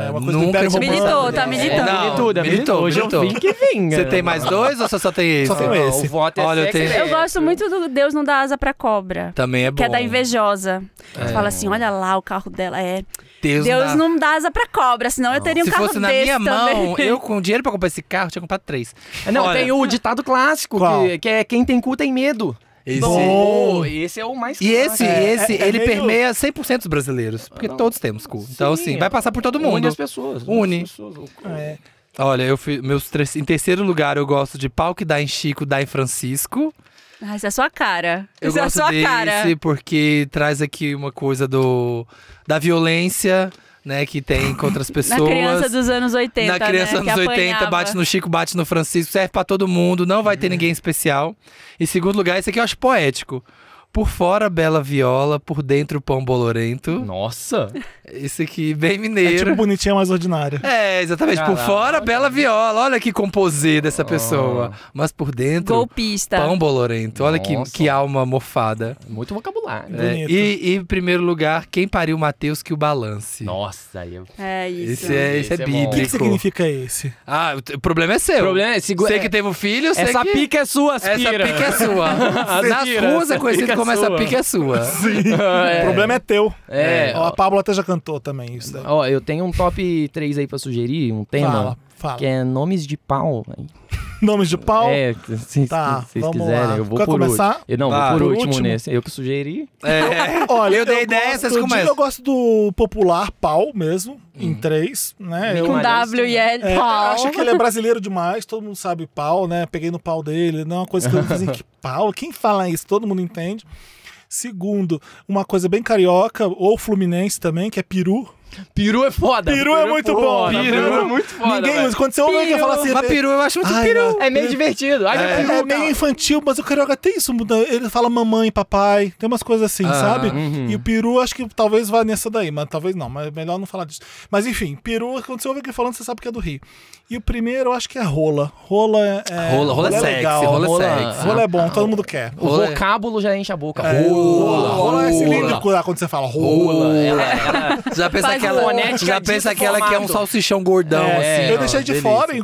É uma coisa do nunca Império tinha- Romano. Militou, tá É militando. Não, Milituda, militou, militou, Hoje eu militou. vim que vinga. Você tem mais dois ou você só tem esse? Só tenho Não, esse. O voto é Olha, eu sexy, tenho- né? Eu gosto muito do Deus não dá asa pra cobra. Também é bom. É. Que é da invejosa. Você fala assim, olha lá o carro dela. É, Deus, Deus dá- não dá asa pra cobra, senão eu teria um Se carro fosse na desse minha também. mão, eu com dinheiro pra comprar esse carro, tinha comprado três. Não, Olha, tem o ditado clássico, Qual? que, que é quem tem cu tem medo. esse- Bom. Pô, esse é o mais E esse, clássico. É, esse, é- é ele meio- permeia 100% dos brasileiros. Porque todos temos cu. Então, Sim, assim, vai passar por todo mundo. Une as pessoas. Une. as pessoas, o cu. É. Olha, eu fui, meus três- em terceiro lugar eu gosto de pau que dá em Chico, dá em Francisco. Ah, isso é sua cara. Eu isso é a gosto sua desse cara. porque traz aqui uma coisa do da violência, né, que tem contra as Na pessoas. criança dos anos 80, Na criança né, dos que 80, apanhava. Uhum. bate no Chico, bate no Francisco, serve pra todo mundo, não vai ter ninguém especial. Em segundo lugar, esse aqui eu acho poético. Por fora, bela viola, por dentro, pão bolorento. Nossa! Esse aqui, bem É mineiro. tipo bonitinha, mas ordinária. É, exatamente. Por Caraca. fora, bela viola. Olha que composê dessa pessoa. Mas por dentro, Golpista. pão bolorento. Olha que, Nossa. que alma mofada. Muito vocabulário. É, Bonito. e, e em primeiro lugar, quem pariu Matheus que o balance. Nossa, aí eu... É isso. Esse é, esse Esse é é bom. O que, que bíblico. significa esse? ah, o t- o problema é seu. O problema é segura- Você que teve um filho, você Essa que... pica é sua, Essa aspira. pica é sua. Nas Aspira, ruas é essa conhecido pica é como essa sua. pica é sua. O problema é teu. É. Ó, a Pablo até já cantou também isso. daí. Ó, eu tenho um top 3 aí pra sugerir, um tema. Fala, fala. Que é nomes de pau. Nomes de pau. É, se se Tá, vocês vamos quiserem, lá. eu vou Quer por começar? último. Eu, não, Vai. vou Tá, por, Por último, último. nesse. Eu que sugeri. É. Olha, Eu dei ideia, gosto vocês é? de- começam. Eu gosto do popular pau mesmo, em Uhum. três, né? Eu, Com Mas W e L. é, eu Paul. acho que ele é brasileiro demais, todo mundo sabe pau, né? Peguei no pau dele, não é uma coisa que eu dizem que pau. Quem fala isso, todo mundo entende. Segundo, uma coisa bem carioca ou fluminense também, que é peru. Peru é foda. Peru é muito bom. Peru, é muito foda. Ninguém velho. usa. Quando você ouve alguém falar assim, Mas peru, eu acho muito Ai, peru. não. É meio divertido. Ai, É, peru, é meio infantil, mas o carioca tem isso. muda- Ele fala mamãe, papai, tem umas coisas assim, Ah, sabe? uhum. E o peru, acho que talvez vá nessa daí, mas talvez não, mas é melhor não falar disso. Mas enfim, peru, quando você ouve aqui falando, você sabe que é do Rio. E o primeiro, eu acho que é rola. Rola é. Rola, rola é sexy, rola é rola, sexy. rola é bom, todo mundo quer. O Rola é- vocábulo já enche a boca. É, rola, rola é rola. cilíndrico lá quando você fala rola. Rola. Ela, ela é. Já pensa Faz aquela, fonética já de pensa aquela que é um formado. salsichão gordão, É, assim. eu ó, deixei de delícia. fora em-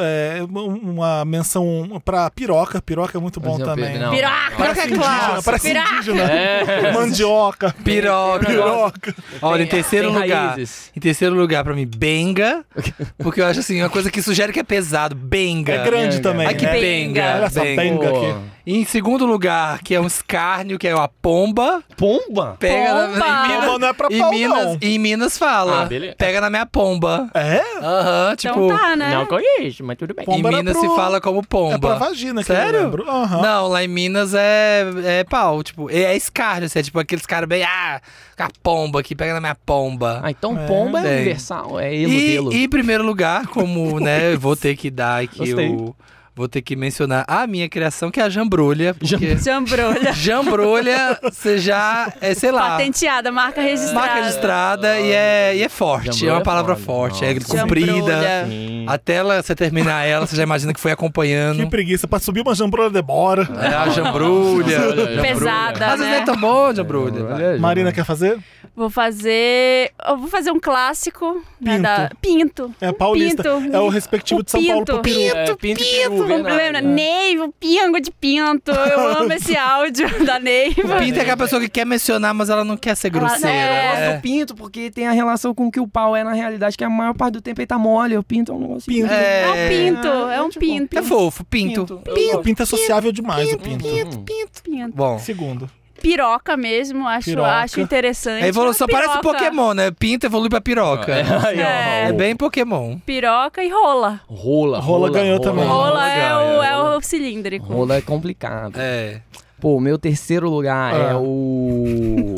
é, uma menção pra piroca. Piroca é muito bom Mas eu também. perdi, não. Piroca, Parece piroca é indígena, parece clássico. indígena. é. É. Mandioca. Piroca. Piroca. Olha, em Tem- terceiro tem lugar. raízes. Em terceiro lugar, pra mim, benga. Porque eu acho assim, uma coisa que sugere que é pesado. Benga. É grande também. Ai, que né? benga. benga. Olha essa benga Tá aqui. E em segundo lugar, que é um escárnio, que é uma pomba. Pomba? Pega Pomba! Na, em Minas, Pomba não é pra em pau, Minas, não. Em Minas fala. Ah, beleza. Pega na minha pomba. É? Aham, tipo. Então tá, né? Não conheço, mas tudo bem. Pomba. Em era Minas pro- se fala como pomba. É pra vagina que Sério? eu lembro. Aham. Não, lá em Minas é, é pau, tipo, é escárnio, assim, é tipo aqueles caras bem, ah, a pomba aqui, pega na minha pomba. Ah, então pomba é, Tem. universal, é E, eludelo. e em primeiro lugar, como, né, eu vou ter que dar aqui, Gostei. eu vou ter que mencionar a minha criação, que é a jambrolha, porque Jambrolha. jambrolha, você já, é, sei lá, É. Patenteada, marca registrada. marca registrada e é, e é forte, Jambrolha é uma é palavra foda, forte, é nossa. comprida, Jambrolha. Sim. a tela, você terminar ela, você já imagina que foi Que acompanhando. preguiça. Pra subir uma jambrolha demora. É a jambrulha. Jambrulha. Pesada, Às vezes não é né? tão bom, jambrulha. vai. Marina quer fazer? Vou fazer. Eu vou fazer um clássico. Né, Pinto. da... Pinto. É paulista. Um Pinto. É o respectivo O de São Paulo pro pinto. peru. É, pinto e peru, Não tem problema, verdade. Neiva, pingo de pinto. Eu amo esse áudio da Neiva. Pinta é aquela pessoa que quer mencionar, mas ela não quer ser grosseira. Eu gosto É. do pinto, porque tem a relação com o que o pau é na realidade, que a maior parte do tempo ele tá mole. O pinto é um negócio. Pinto. É, um pinto, é um tipo, pinto. É fofo, pinto. O pinto é sociável demais, o pinto. Pinto, pinto. Bom. Segundo. Piroca mesmo, acho, Piroca. acho interessante. A evolução Uma parece piroca. Pokémon, né? Pinta evolui pra piroca. É, É, bem Pokémon. piroca e rola. Rola, Rola ganhou também. Rola é rola, o, é, é o cilíndrico. Rola é complicado. É. Pô, o meu terceiro lugar é Ah. o.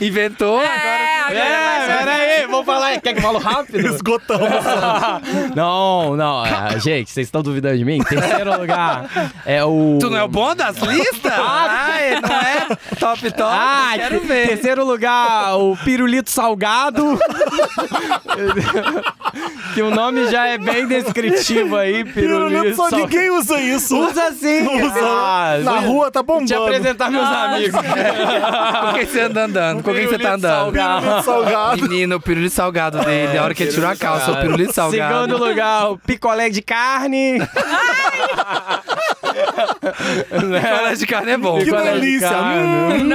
Inventou É, agora. agora vai ser- aí, vou falar. aí. Quer que eu falo rápido? Esgotamos. não, não. é, gente, vocês estão duvidando de mim? Terceiro lugar é o. Tu não é o bom das listas? Ai, não é? Top, top. Ah, quero te- ver. terceiro lugar, o pirulito salgado. que o nome já é bem descritivo aí, pirulito, Pirulito, só salgado. ninguém usa isso. Usa sim. Usa. Ah, Na vou rua tá bombando. Te apresentar meus amigos. Com quem você anda andando? Com quem você tá andando? Pirulito salgado. Menino, o pirulito salgado Ah, dele. A É hora que ele tirou a calça, o pirulito Segundo salgado. lugar, o picolé de carne. Picolé de carne é bom. Que Picolé de delícia. carne.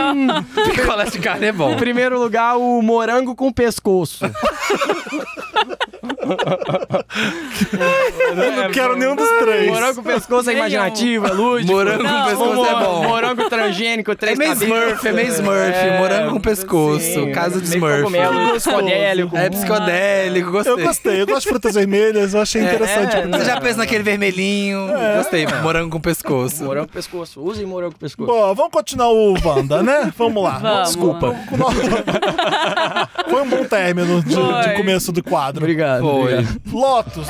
Picolé de carne é bom. Em primeiro lugar, o morango com pescoço. Eu não quero nenhum dos É, três. morango com pescoço é Nenhum. imaginativo, é lúdico. Morango com Não, pescoço é mo- bom. Morango transgênico, É três meio Smurf, é meio Smurf. Morango com pescoço. Casa de Smurf. Cogumelo, psicodélico. É psicodélico, gostei. Eu gostei. Eu gosto de frutas vermelhas. Eu achei interessante. é, Você já pensa naquele vermelhinho? Gostei, morango com pescoço. Morango com pescoço. Usem morango com pescoço. Bom, vamos continuar o Wanda, né? Vamos lá. Vamos. Desculpa. Foi um bom término de, Foi. de começo do quadro. Obrigado. Foi. obrigado. Lotus.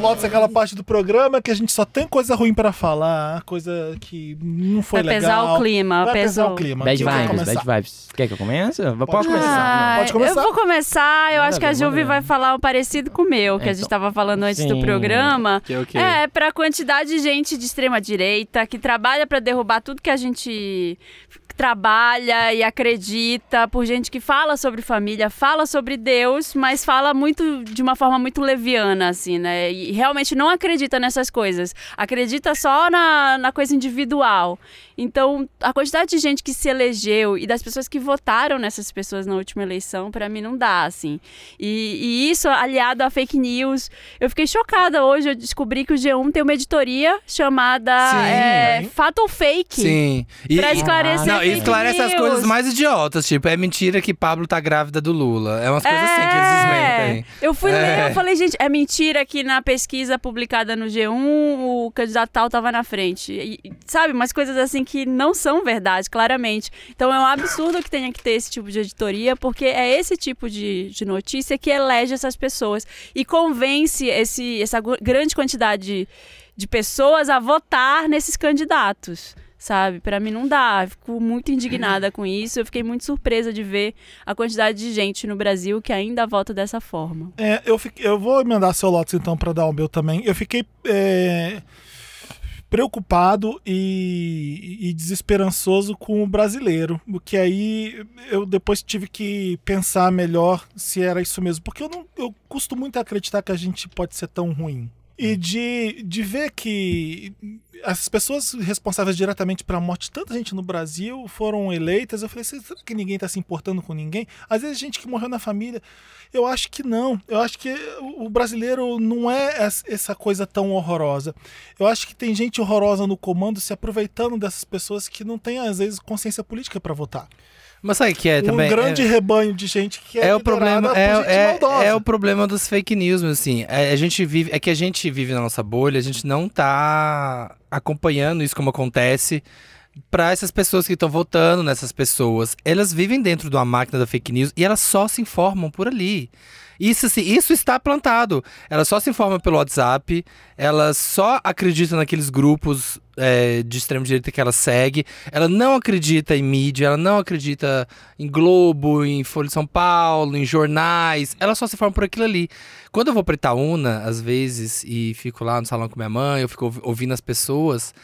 Lotus é aquela parte do programa que a gente só tem coisa ruim pra falar, coisa que não foi Vai pesar legal. o clima, Vai pesar pesou. o clima. Bad Quem quer vibes, começar? bad vibes. Quer que eu comece? Pode, Pode começar. Ah, Pode começar? Eu vou começar, eu acho que a ver, manda Juvi ver. vai falar um parecido com o meu, que a gente então. tava falando antes do Sim. programa. Ok, ok. É, pra quantidade de gente de extrema direita que trabalha pra derrubar tudo que a gente trabalha e acredita, por gente que fala sobre família, fala sobre Deus, mas fala muito de uma forma muito leviana, assim, né? E realmente não acredita nessas coisas. Acredita só na, na coisa individual. Então, a quantidade de gente que se elegeu e das pessoas que votaram nessas pessoas na última eleição, pra mim não dá, assim. E, e isso, aliado a fake news, eu fiquei chocada hoje. Eu descobri que o G1 tem uma editoria chamada Sim, é, hein? Fato ou Fake. Sim. E, Pra esclarecer Não, e fake esclarece as news. coisas mais idiotas, tipo, é mentira que Pablo tá grávida do Lula. É umas coisas assim É. que eles desmentem. Eu fui É. ler, eu falei, gente, é mentira que na pesquisa publicada no G1 o candidato tal tava na frente. E, e, sabe, umas coisas assim que não são verdade, claramente. Então é um absurdo que tenha que ter esse tipo de editoria, porque é esse tipo de, de notícia que elege essas pessoas e convence esse, essa gu- grande quantidade de, de pessoas a votar nesses candidatos. Sabe, Pra mim não dá. Eu Fico muito indignada com isso. Eu fiquei muito surpresa de ver a quantidade de gente no Brasil que ainda vota dessa forma. É, eu, fiquei- eu vou emendar seu Lotus então pra dar o meu também. Eu fiquei é, preocupado e, e desesperançoso com o brasileiro. O que aí eu depois tive que pensar melhor se era isso mesmo. Porque eu, não, eu custo muito a acreditar que a gente pode ser tão ruim. E de, de ver que as pessoas responsáveis diretamente pela morte de tanta gente no Brasil foram eleitas, eu falei, será que ninguém tá se importando com ninguém? Às vezes gente que morreu na família, eu acho que não. Eu acho que o brasileiro não é es- essa coisa tão horrorosa. Eu acho que tem gente horrorosa no comando se aproveitando dessas pessoas que não têm, às vezes, consciência política para votar. Mas sabe o que é também? um grande É- rebanho de gente que é, é o problema liderada é, por gente é- maldosa. é o problema dos fake news mesmo, assim é, a gente vive é que a gente vive na nossa bolha a gente não tá acompanhando isso como acontece pra essas pessoas que estão votando nessas pessoas elas vivem dentro de uma máquina da fake news e elas só se informam por ali isso, assim, isso está plantado. Ela só se informa pelo WhatsApp, ela só acredita naqueles grupos é, de extrema-direita que ela segue, ela não acredita em mídia, ela não acredita em Globo, em Folha de São Paulo, em jornais, ela só se forma por aquilo ali. Quando eu vou pra Itaúna, às vezes, e fico lá no salão com minha mãe, eu fico ouvi- ouvindo as pessoas,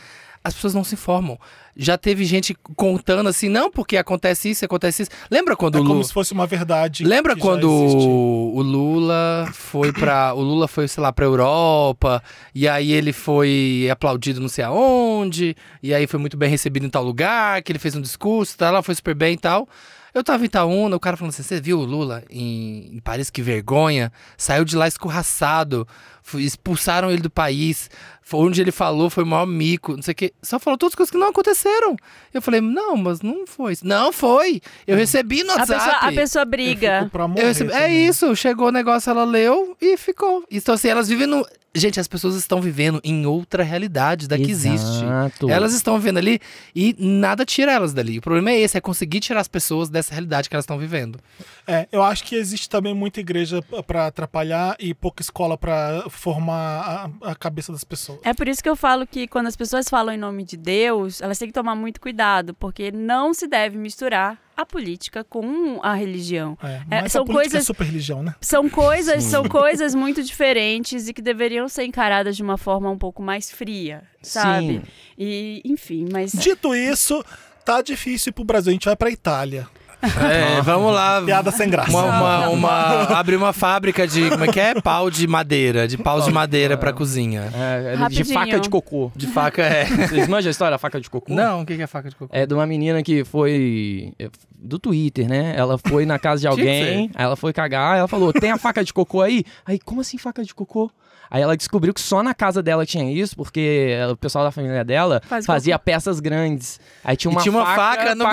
as pessoas não se informam. Já teve gente contando assim, não, porque acontece isso, acontece isso. Lembra quando É o como Lu- se fosse uma verdade. Lembra que já quando existe. o Lula foi para o Lula foi, sei lá, para Europa, e aí ele foi aplaudido não sei aonde, e aí foi muito bem recebido em tal lugar, que ele fez um discurso, tá lá, foi super bem e tal. Eu tava em Itaúna, o cara falando assim: "Você viu o Lula em, em Paris que vergonha? Saiu de lá escorraçado, foi- expulsaram ele do país. Foi onde ele falou foi o maior mico, não sei o quê. Só falou todas as coisas que não aconteceram. Eu falei: "Não, mas não foi. isso." Não foi. Eu recebi no A WhatsApp. pessoa, a pessoa Eu briga. fico pra morrer Eu recebi- É também. isso, chegou o negócio, ela leu e ficou. Então, assim, elas vivem no. Gente, as pessoas estão vivendo em outra realidade da que existe. Exato. Elas estão vivendo ali e nada tira elas dali. O problema é esse, é conseguir tirar as pessoas dessa realidade que elas estão vivendo. É, eu acho que existe também muita igreja pra atrapalhar e pouca escola pra formar a, a cabeça das pessoas. É por isso que eu falo que quando as pessoas falam em nome de Deus, elas têm que tomar muito cuidado, porque não se deve misturar a política com a religião. É, É, mas são a política é coisas- super religião, né? São coisas, são coisas muito diferentes e que deveriam ser encaradas de uma forma um pouco mais fria, sabe? Sim. E, enfim, mas Dito isso, tá difícil ir pro Brasil. A gente vai pra Itália. É, vamos lá. Ah. Piada sem graça. Uma, uma, uma- abrir uma fábrica de. Como é que é? Pau de madeira. De paus de madeira pra cozinha. É, é de Rapidinho. faca de cocô. De faca é. Vocês manjam a história da faca de cocô? Não, o que que é faca de cocô? É de uma menina que foi. é, Do Twitter, né? Ela foi na casa de Tinha que alguém, aí ela foi cagar, ela falou: tem a faca de cocô aí? Aí, como assim faca de cocô? Aí ela descobriu que só na casa dela tinha isso, porque é, o pessoal da família dela Faz fazia peças grandes. Aí tinha E uma, tinha uma faca no pra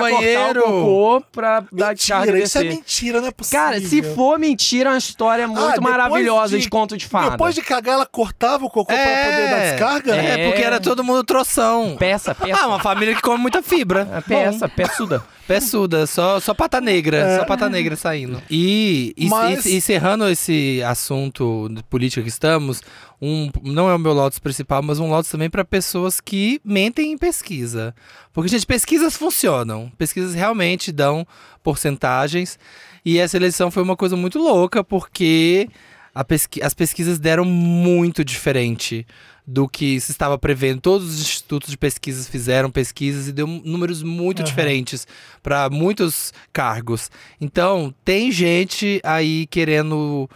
Cortar banheiro. o cocô pra dar de charge Mentira, isso é descer. mentira, não é possível. Cara, se for mentira, é uma Ah, história muito depois maravilhosa de- de... conto de fada. Depois de cagar, ela cortava o cocô É pra poder dar descarga? É, porque era todo mundo troção. Peça, peça. Ah, uma família que come muita É, fibra. Peça, peçuda. Peçuda, só, só pata negra, só pata negra saindo. E, e- Mas- e- encerrando esse assunto de política que estamos, um, não é o meu lotus principal, mas um lotus também para pessoas que mentem em pesquisa. Porque, gente, pesquisas funcionam. Pesquisas realmente dão porcentagens. E essa eleição foi uma coisa muito louca, porque a pesqui- as pesquisas deram muito diferente do que se estava prevendo. Todos os institutos de pesquisas fizeram pesquisas e deu números muito Aham. diferentes para muitos cargos. Então, tem gente aí querendo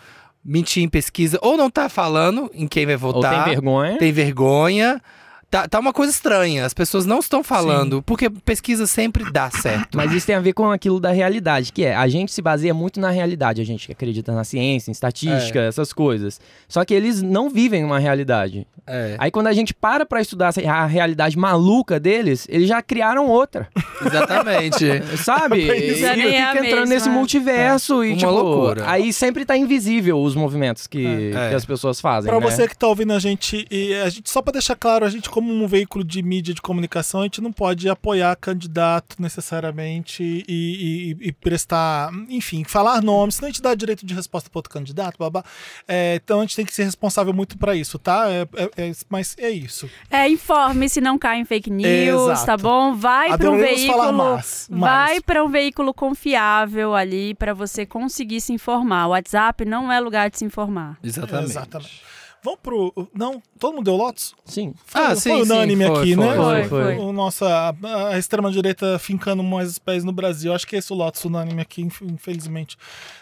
mentir em pesquisa ou não tá falando em quem vai Ou votar tem vergonha. tem vergonha. Tá, tá uma coisa estranha, as pessoas não estão falando, porque pesquisa sempre dá certo. Mas isso tem a ver com aquilo da realidade, que é a gente se baseia muito na realidade, a gente que acredita na ciência, em estatística, essas coisas. Só que eles não vivem uma realidade. É, Aí quando a gente para pra estudar essa- a realidade maluca deles, eles já criaram outra, exatamente. sabe? e Já nem é a fica entrando mesma, nesse é. multiverso e Uma tipo, loucura. aí sempre tá invisível os movimentos que, É. que as pessoas fazem, Pra né? você que tá ouvindo a gente, e a gente, só pra deixar claro, a gente, como um veículo de mídia de comunicação, a gente não pode apoiar candidato necessariamente e, e- e prestar, enfim, falar nomes, senão a gente dá direito de resposta para outro candidato, babá. É, então a gente tem que ser responsável muito pra isso, tá? É- é- é- mas é isso. é, informe-se, não caia em fake news, Exato. tá bom? Vai para um Adoramos falar veículo mais. Vai para um veículo confiável ali para você conseguir se informar. O WhatsApp não é lugar de se informar. Exatamente. Exatamente. Vamos pro. Não, todo mundo deu Lotus? Sim. Foi, Ah, foi sim, unânime sim, foi, aqui, foi, né? foi, foi. O nossa, a- a extrema-direita fincando mais os pés no Brasil. Acho que esse é o Lotus unânime aqui, inf- infelizmente.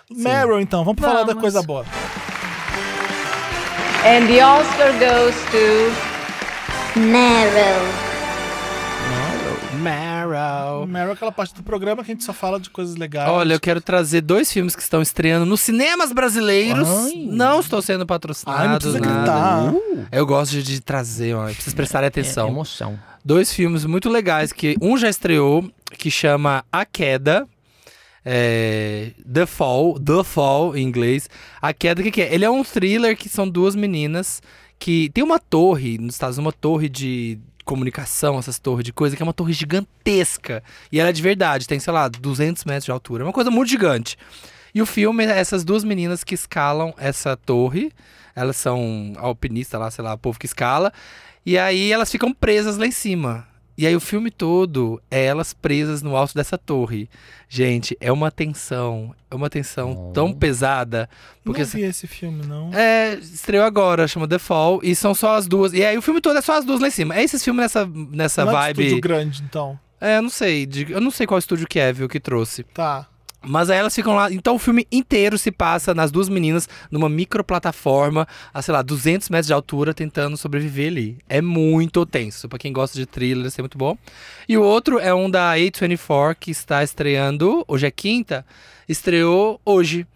Meryl, então, vamos, falar da Vamos. coisa boa. And the Oscar goes to Meryl. O Meryl. Meryl é aquela parte do programa que a gente só fala de coisas legais. Olha, eu quero trazer dois filmes que estão estreando nos cinemas brasileiros. Não estou sendo patrocinado, Ai, não precisa nada. gritar. Eu gosto de, de trazer, ó, preciso prestar Uh! É atenção. emoção. dois filmes muito legais que um já estreou que chama A Queda é, The Fall The Fall em inglês A Queda o que, que é ele é um thriller que são duas meninas que tem uma torre nos Estados Unidos uma torre de comunicação essas torres de coisa que é uma torre gigantesca e ela é de verdade tem sei lá 200 metros de altura é uma coisa muito gigante e o filme é essas duas meninas que escalam essa torre. Elas são alpinistas lá, sei lá, o povo que escala. E aí elas ficam presas lá em cima. E aí o filme todo é elas presas no alto dessa torre. Gente, é uma tensão. É uma tensão tão pesada. Porque Não vi esse filme, não. é, estreou agora, chama The Fall. E são só as duas. E aí o filme todo é só as duas lá em cima. É esses filmes nessa, nessa Não é de vibe. estúdio grande, então. É, eu não sei. de- eu não sei qual estúdio que é, viu, que trouxe. Tá. Mas aí elas ficam lá. Então o filme inteiro se passa nas duas meninas numa microplataforma, a sei lá, 200 metros de altura, tentando sobreviver ali. É muito tenso. Pra quem gosta de thrillers, é muito bom. E o outro é um da A24 que está estreando. Hoje é quinta. Estreou hoje.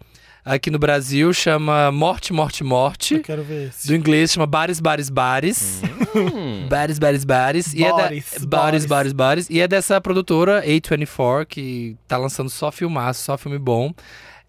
Aqui no Brasil chama Morte, Morte, Morte. Eu quero ver esse. Do inglês chama Bares, Bares, Bares. Bares, Bares, Bares. E é da... Boris, Boris. Bares, Bares, Bares. E é dessa produtora A24, que tá lançando só filmaço, só filme bom.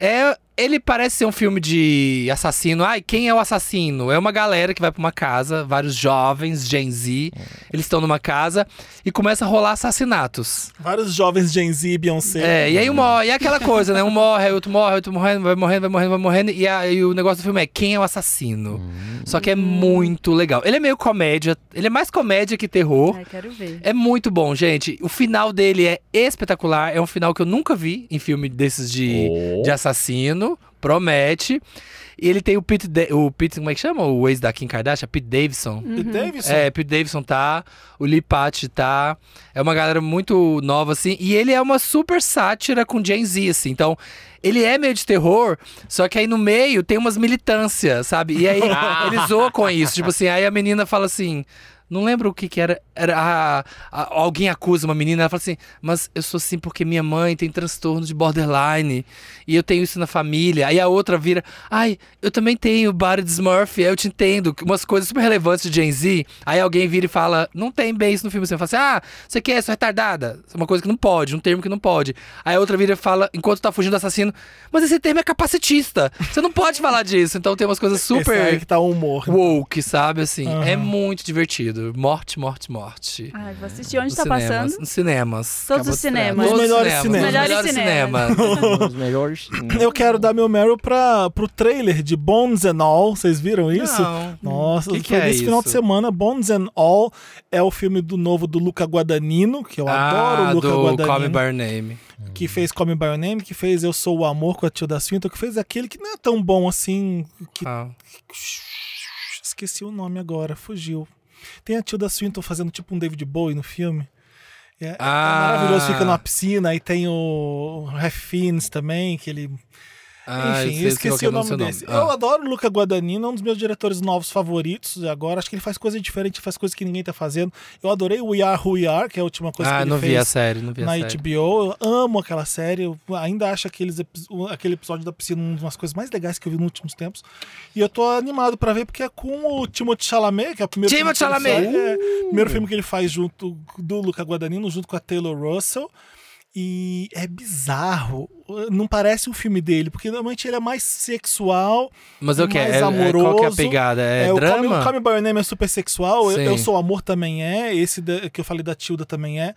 É Ele parece ser um filme de assassino. Ai, quem é o assassino? É uma galera que vai pra uma casa, vários jovens, Gen Z. Eles estão numa casa e começa a rolar assassinatos. Vários jovens Gen Z e Beyoncé. É, e aí um morre, e é aquela coisa, né? Um morre, aí outro morre, outro morrendo, vai morrendo, vai morrendo, vai morrendo. E aí o negócio do filme é quem é o assassino. Só que é muito legal. Ele é meio comédia, ele é mais comédia que Oh. terror. Ai, quero ver. É muito bom, gente. O final dele é espetacular. É um final que eu nunca vi em filme desses de, Oh. de assassino. Promete. E ele tem o Pete, Da- o Pete, como é que chama? O ex da Kim Kardashian? Pete Davidson. E Uhum. Davidson. É, Pete Davidson tá, o Lee Patti tá. É uma galera muito nova, assim. E ele é uma super sátira com Gen Z, assim. Então, ele é meio de terror, só que aí no meio tem umas militâncias, sabe? E aí ele zoa com isso. Tipo assim, aí a menina fala assim. Não lembro o que que era. era a- a- alguém acusa uma menina, ela fala assim: Mas eu sou assim porque minha mãe tem transtorno de borderline e eu tenho isso na família. Aí a outra vira: Ai, eu também tenho body dysmorphia, eu te entendo. Umas coisas super relevantes de Gen Z. Aí alguém vira e fala: Não tem bem isso no filme. Você fala assim: Ah, você quer, sou retardada. Isso é Uma coisa que não pode, um termo que não pode. Aí a outra vira e fala: Enquanto tá fugindo do assassino, mas esse termo é capacitista. Você não pode falar disso. Então tem umas coisas Esse aí super que tá o humor. woke, sabe? Assim, Aham. é muito divertido. Morte, morte, morte. É. Ai, vou assistir. Onde Nos tá cinemas, passando? Nos cinemas. Todos os de estrear. cinemas. Nos melhores Nos cinemas. Melhores melhores cinemas. Tá cinemas. Os melhores. Eu quero dar meu Meryl pra, pro trailer de Bones and All. Vocês viram isso? Não. Nossa, Que que foi é nesse final isso? de semana. Bones and All é o filme do novo do Luca Guadagnino, que eu adoro ah, o Luca do Call Me Guadagnino, By Your Name. que fez Call Me By Your Name, que fez Eu Sou o Amor com a Tilda Swinton, que fez aquele que não é tão bom assim. Que... Ah. Esqueci o nome agora, fugiu. Tem a Tilda Swinton fazendo tipo um David Bowie no filme. É, é Ah. maravilhoso, fica numa piscina. Aí tem o Ralph Fiennes também, que ele Ah, Enfim, eu sei eu qual que esqueci é o nome seu desse. Ah. Eu adoro o Luca Guadagnino, é um dos meus diretores novos favoritos agora. Acho que ele faz coisa diferente, faz coisa que ninguém tá fazendo. Eu adorei o We Are Who We Are, que é a última coisa que Ah, ele não fez vi a série, não vi a na série. HBO. Eu amo aquela série. Eu ainda acho aqueles, epi- o- aquele episódio da piscina uma das coisas mais legais que eu vi nos últimos tempos. E eu tô animado pra ver, porque é com o Timothée Chalamet, que é o primeiro, Timothée filme, que ele Chalamet! faz, Uh! é, primeiro filme que ele faz junto do Luca Guadagnino, junto com a Taylor Russell. E é bizarro. Não parece um filme dele, porque normalmente ele é mais sexual. Mas o que? mais É, é- qual que é a amoroso. pegada? É, o drama? Call Me- Call Me By Your Name é super sexual. Eu, Sim. Eu Sou Amor também é. Esse da- que eu falei da Tilda também é.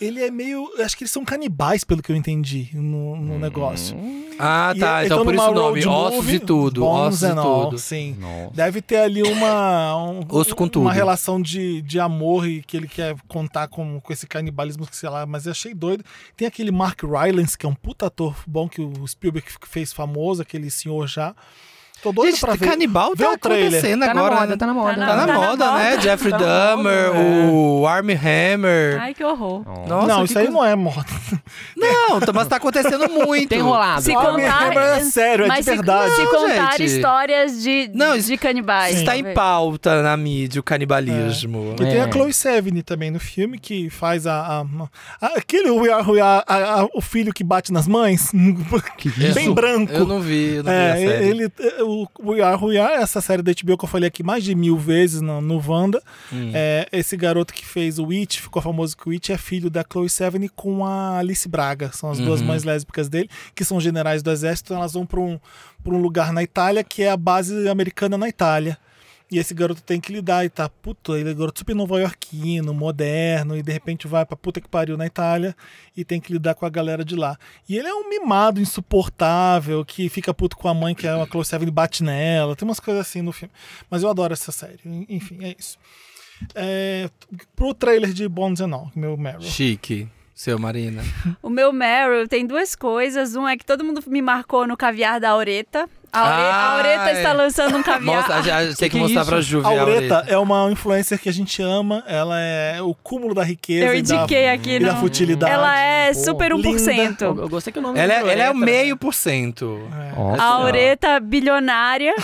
Ele é meio. Acho que eles são canibais, pelo que eu entendi, no, no negócio. Hum. Ah, E tá. eu então tô por numa isso o nome. road Ossos movie, e tudo. Bones Ossos e and all, tudo. Sim. Nossa. Deve ter ali uma. um- Osso com tudo. Uma relação de, de amor e que ele quer contar com, com esse canibalismo, sei lá, mas eu achei doido. Tem aquele Mark Rylance, que é um puta ator bom que o Spielberg fez famoso, aquele senhor já. Tô doido Gente, pra ver. canibal Vê tá o trailer. acontecendo Tá na agora. moda, né? tá na moda. Tá Tá na na moda, né? Jeffrey Tá na moda, Dahmer, é. o Armie Hammer. Ai, que horror. Nossa, não, que isso aí coisa- não é moda. Não, tá- mas tá acontecendo muito. Tem rolado. Se Olha, contar- minha câmera é sério, é de mas se- verdade. Se, Não, contar gente. histórias de, Não, de canibais. Está tá em talvez. pauta na mídia o canibalismo. E tem a É. Chloe Sevigny também no filme, que faz a... a- a- aquele We Are Who We Are, a- a- o filho que bate nas mães, bem Isso, branco. Eu não vi, eu não É, vi a série. ele, o We Are Who We Are, essa série da HBO que eu falei aqui mais de mil vezes no, no Wanda. Hum. É, esse garoto que fez o It, ficou famoso que o It é filho da Chloe Sevigny com a Alice Braga. São as Uhum. duas mães lésbicas dele, que são generais do exército. Elas vão para um, pra um lugar na Itália que é a base americana na Itália. E esse garoto tem que lidar e tá, puta, ele é garoto super nova-iorquino, moderno, e de repente vai pra puta que pariu na Itália e tem que lidar com a galera de lá. E ele é um mimado insuportável, que fica puto com a mãe, que é uma Close Seven, bate nela, tem umas coisas assim no filme. Mas eu adoro essa série, enfim, é isso. É, pro trailer de Bones and All, meu Meryl. Chique, seu Marina. O meu Meryl tem duas coisas. Um é que todo mundo me marcou no caviar da Aureta. A, Aure- a Ah, Aureta é. está lançando um caviar. Mostra, já, tem que, que é mostrar isso? pra Ju, A ver Aureta é uma influencer que a gente ama, ela é o cúmulo da riqueza Eu e da, indiquei aqui, e da não. futilidade. Ela é super linda. 1%. Eu, eu gostei que é- o nome Ela, do é- ela é o Loreta- meio por cento. Nossa. A Aureta bilionária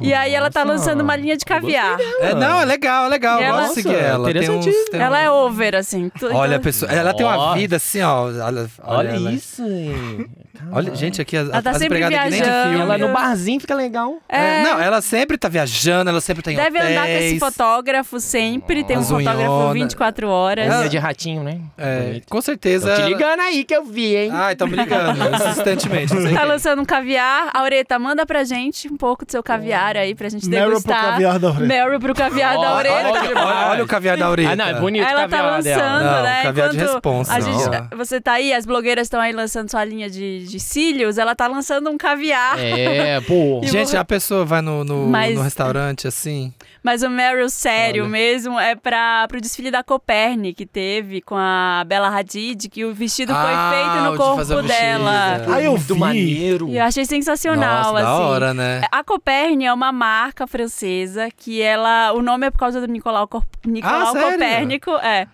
E aí ela tá lançando uma linha de caviar. É, não, é legal, é legal. Eu Ela- gosto de seguir Nossa, ela. Tem uns, interessantíssimo. tem Ela um- é over, assim. Tu- Olha, a então- pessoa, ela tem uma Nossa. vida assim, ó. Olha, olha, Olha ela- é- isso, hein? Olha, gente, aqui as, Ela tá as sempre empregadas aqui nem de viajando. filme. Ela no barzinho fica legal. É, Não, ela sempre tá viajando, ela sempre tem tá em Deve andar com esse hotéis. fotógrafo sempre. Tem um As unhona. fotógrafo 24 horas. Ela- Unha de ratinho, né? É, Bonito. com certeza. Tô te ligando aí que eu vi, hein? Ai, tá me ligando, insistentemente. não sei Tá quem. lançando um caviar. Aureta, manda pra gente um pouco do seu caviar aí pra gente Meryl pro degustar. caviar da orelha. Meryl pro caviar da Olha, orelha. olha, olha- olha o caviar da orelha. Ah, não, é bonito Ela o tá caviar dela. lançando, Não, né? caviar de Enquanto responsa, a não. gente- você tá aí, as blogueiras estão aí lançando sua linha de, de cílios, ela tá lançando um caviar. É, pô. Gente, a pessoa vai no, no, Mas- no restaurante assim. Mas o Meryl sério Olha. mesmo é para pro desfile da Coperne que teve com a Bela Hadid, que o vestido Ah, foi feito o de no fazer o corpo vestido. dela. Aí eu Muito vi. maneiro. E eu achei sensacional, Nossa, assim. da hora, né? A Coperne é uma marca francesa que ela. O nome é por causa do Nicolau, Cor- Nicolau sério? Copérnico. É.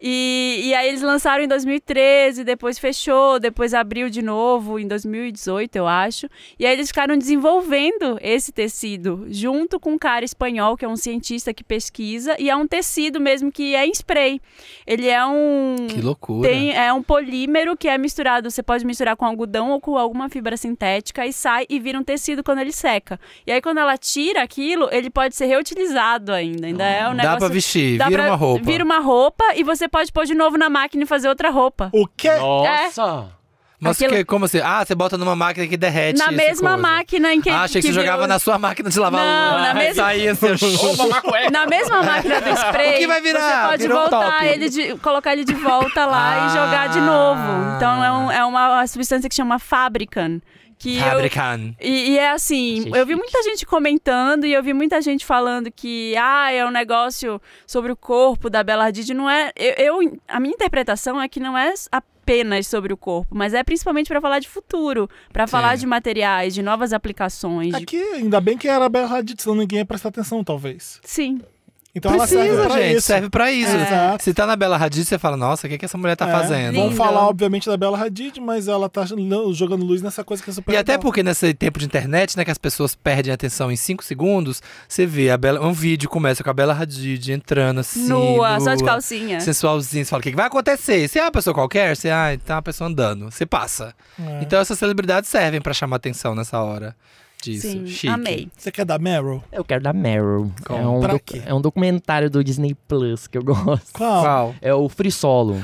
E, e aí eles lançaram em 2013, depois fechou, depois abriu de novo em 2018, eu acho. E aí eles ficaram desenvolvendo esse tecido junto com um cara espanhol, que é um cientista que pesquisa, e é um tecido mesmo que é em spray. Ele é um. Que loucura. Tem, é um polímero que é misturado. Você pode misturar com algodão ou com alguma fibra sintética e sai e vira um tecido quando ele seca. E aí, quando ela tira aquilo, ele pode ser reutilizado ainda. Ainda é um negócio. Dá pra vestir, dá vira pra- uma roupa. Vira uma roupa e você pode pôr de novo na máquina e fazer outra roupa. O que? é, Nossa. Mas aquilo- que, como assim? Ah, você bota numa máquina que derrete. na essa mesma coisa. máquina em que. Ah, achei que, você jogava virou- na sua máquina de lavar Não, louça. na Aí mesma- Saía assim, É. eu... Na mesma máquina do spray. O que vai virar? Você pode Virou um voltar top. ele de- colocar ele de volta lá Ah. e jogar de novo. Então é, um- é uma substância que chama fabrican. Que eu- Fabrican. E, e é assim, eu vi muita gente comentando e eu vi muita gente falando que ah, é um negócio sobre o corpo da Bela Hadid. Não é. Eu, eu- a minha interpretação é que não é apenas sobre o corpo, mas é principalmente para falar de futuro, para falar É. de materiais, de novas aplicações. de- Aqui, ainda bem é que era Bela Hadid, senão ninguém ia prestar atenção, talvez. Sim. Então ela serve Precisa, pra gente. isso. Serve pra isso. É. Exato. Se tá na Bela Hadid, você fala, nossa, o que, que essa mulher tá É. fazendo? Vão Lindo. falar, obviamente, da Bela Hadid, mas ela tá jogando luz nessa coisa que é super E até legal. porque nesse tempo de internet, né, que as pessoas perdem a atenção em 5 segundos, você vê a Bela, um vídeo começa com a Bela Hadid entrando assim. nua, só de nua, calcinha. Sensualzinho, você fala o que que vai acontecer. Se é uma pessoa qualquer, você ah, tá uma pessoa andando, você passa. É. Então essas celebridades servem pra chamar atenção nessa hora disso. Sim, Chique. amei. Você quer dar Meryl? Eu quero da Meryl. Como? É um, Pra doc- quê? é um documentário do Disney Plus que eu gosto. Qual? Qual? É o Free Solo.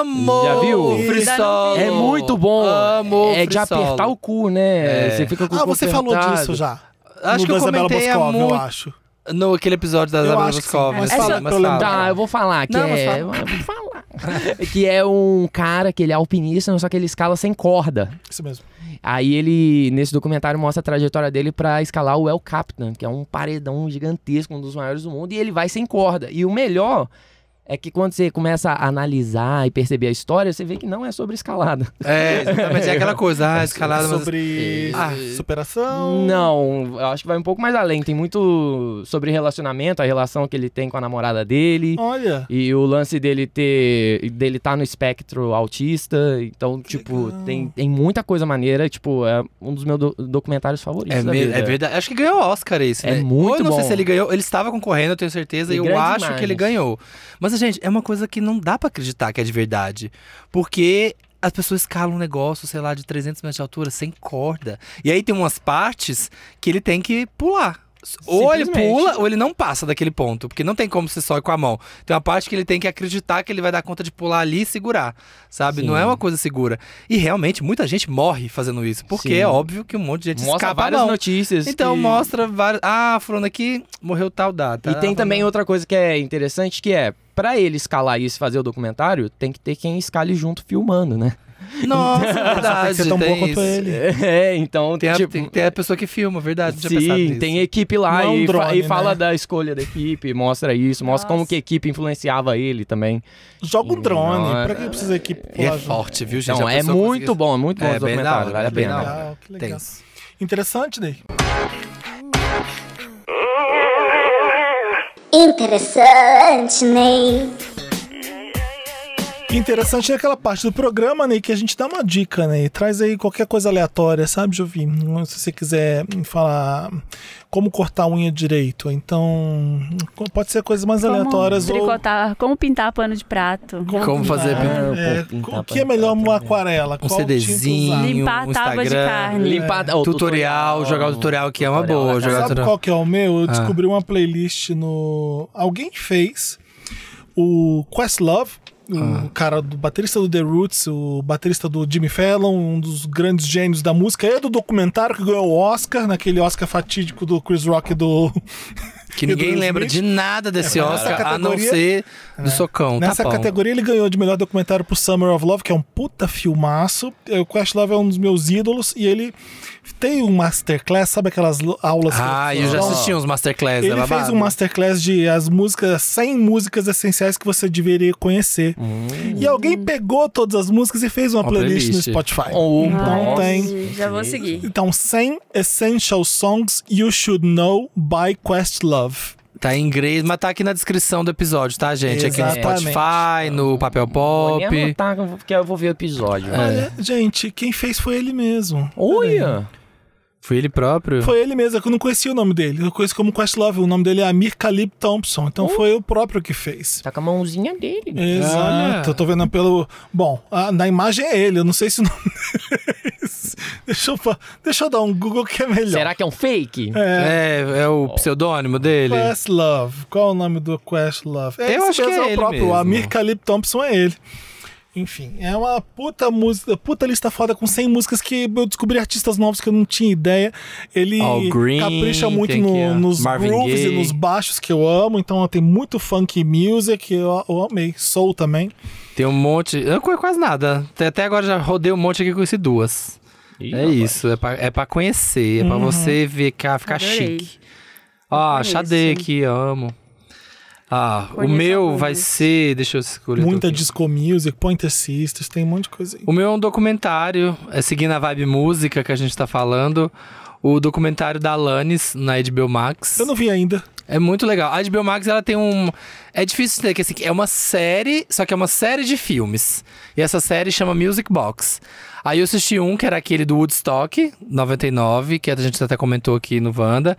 Amo! Já viu? o Free Ainda Solo. É muito bom. Amo! o é de Free Solo. apertar o cu, né? É. Você fica com o Ah, cu você falou apertado. disso já. Acho no que eu da Isabela comentei há Boscov, muito. eu acho. No aquele episódio da Eu Isabela acho que sim, Boscov. mas fala, fala, mas eu fala. lembro. Tá, eu vou falar que Não, mas é. fala. eu vou falar. que é um cara que ele é alpinista, só que ele escala sem corda. Isso mesmo. Aí ele, nesse documentário, mostra a trajetória dele pra escalar o El Capitan, que é um paredão gigantesco, um dos maiores do mundo, e ele vai sem corda. E o melhor é que quando você começa a analisar e perceber a história, você vê que não é sobre escalada. É, exatamente. É aquela coisa, ah, escalada, mas... Sobre Ah, superação. Não, eu acho que vai um pouco mais além. Tem muito sobre relacionamento, a relação que ele tem com a namorada dele. Olha. E o lance dele ter. dele tá no espectro autista. Então, tipo, legal. tem, tem muita coisa maneira. Tipo, é um dos meus do- documentários favoritos. É, da me- vida. é verdade. Acho que ganhou o Oscar esse, É né? muito Ou eu não sei bom. se ele ganhou, ele estava concorrendo, eu tenho certeza, E e eu grandes acho imagens. que ele ganhou. Mas, gente, é uma coisa que não dá pra acreditar que é de verdade. Porque as pessoas escalam um negócio, sei lá, de 300 metros de altura, sem corda. E aí tem umas partes que ele tem que pular. Ou ele Simplesmente. pula, ou ele não passa daquele ponto. Porque não tem como você só ir com a mão. Tem uma parte que ele tem que acreditar que ele vai dar conta de pular ali e segurar. Sabe? Não é Sim. uma coisa segura. E realmente, muita gente morre fazendo isso. Porque Sim. é óbvio que um monte de gente Mostra escapa a várias mão. notícias. Então que- mostra vários. Ah, fulano aqui morreu tal data. E tem Ah, também fulano- outra coisa que é interessante, que é, pra ele escalar isso e fazer o documentário, tem que ter quem escale junto filmando, né? Nossa, Tem verdade. que ser é tão tem boa quanto isso. ele. É, então, Tem a, tipo... tem, tem a pessoa que filma, verdade. Não tinha pensado Sim, nisso. tem equipe lá Não é um e, fa- drone, e fala né? da escolha da equipe, mostra isso, mostra como Nossa. que a equipe influenciava ele também. Joga um drone. Não, é- pra que precisa equipe E é pular junto? forte, viu, gente? Então, A é pessoa muito conseguir- bom, é muito bom É, o bem da documentário, hora, vale a bem pena. da hora. Legal, que legal. Tenso. Interessante, Ney. Interessante, Ney. Que interessante é aquela parte do programa, Ney, que a gente dá uma dica, Ney. Traz aí qualquer coisa aleatória, sabe, Jovi? Se você quiser hum, falar como cortar a unha direito. Então, pode ser coisas mais aleatórias como ou... tricotar, como pintar pano de prato. Como fazer Ah, pin- tá, é, pô, pintar O que é pra- melhor pra- uma aquarela? um Qual tinta usar? CDzinho, Limpar um a tábua de Instagram, carne. Limpar. ó, o tutorial, jogar o tutorial aqui é uma Tutorial boa. na Jogar o Sabe tutorial. qual que é o meu? Eu Ah. descobri uma playlist no. Alguém fez o Questlove, o Ah. cara do baterista do The Roots, o baterista do Jimmy Fallon, um dos grandes gênios da música, e do documentário que ganhou o Oscar, naquele Oscar fatídico do Chris Rock e do. Que ninguém Will lembra Smith. de nada desse Oscar, a não categoria- É. ser do socão. Tá Nessa tapão. categoria ele ganhou de melhor documentário pro Summer of Love, que é um puta filmaço. O Questlove é um dos meus ídolos e ele tem um masterclass, sabe aquelas lo- aulas que Ah, eu já dão? assisti uns Masterclass. é assim, Ele fez babado. um masterclass de as músicas, 100 músicas essenciais que você deveria conhecer. Hum. E alguém pegou todas as músicas e fez uma, Uma playlist, no playlist. Spotify. Oh, Então nossa. tem. Já vou seguir. Então, 100 Essential Songs You Should Know by Questlove. Tá em inglês, mas tá aqui na descrição do episódio, tá, gente? Aqui no Exatamente. Spotify, no Papel Vou nem Pop. anotar, que eu vou- porque eu vou ver o episódio. Olha, gente, quem fez foi ele mesmo. É. Olha! Foi ele próprio? Foi ele mesmo, é que eu não conhecia o nome dele. Eu conheço como Questlove, o nome dele é Amir Khalib Thompson. Então foi o próprio que fez. Tá com a mãozinha dele. Exato, Ah, eu tô vendo pelo. Bom, a- na imagem é ele, eu não sei se o nome dele é esse. deixa, eu, fa- deixa eu dar um Google que é melhor. Será que é um fake? É, é o pseudônimo dele? Quest Love. Qual é o nome do Quest Love? Eu acho que é o ele próprio. mesmo. O Amir Khalib Thompson é ele. Enfim, é uma puta música, puta lista foda com 100 músicas que eu descobri artistas novos que eu não tinha ideia. Ele All Green, capricha muito tem no- aqui, ó, nos Marvin grooves Gaye. e nos baixos que eu amo, então ó, tem muito funk music, eu, eu amei. Soul também. Tem um monte. Eu não conheço quase nada. Até- Até agora já rodei um monte aqui, conheci duas. é isso, é pra, é pra conhecer, é Uhum. pra você ver, cá, ficar Adorei. chique. Ó, Conheço. Xadê aqui, ó, amo. Ah, o Conheço meu vai algumas. ser. Deixa eu escolher. Muita tudo aqui. disco music, Pointer Sisters, tem um monte de coisa aí. O meu é um documentário, é seguindo a vibe música que a gente tá falando. O documentário da Alanis na HBO Max. Eu não vi ainda. É muito legal. A HBO Max, ela tem um... É difícil entender que assim, é uma série, só que é uma série de filmes. E essa série chama Music Box. Aí eu assisti um, que era aquele do Woodstock, 99, que a gente até comentou aqui no Wanda.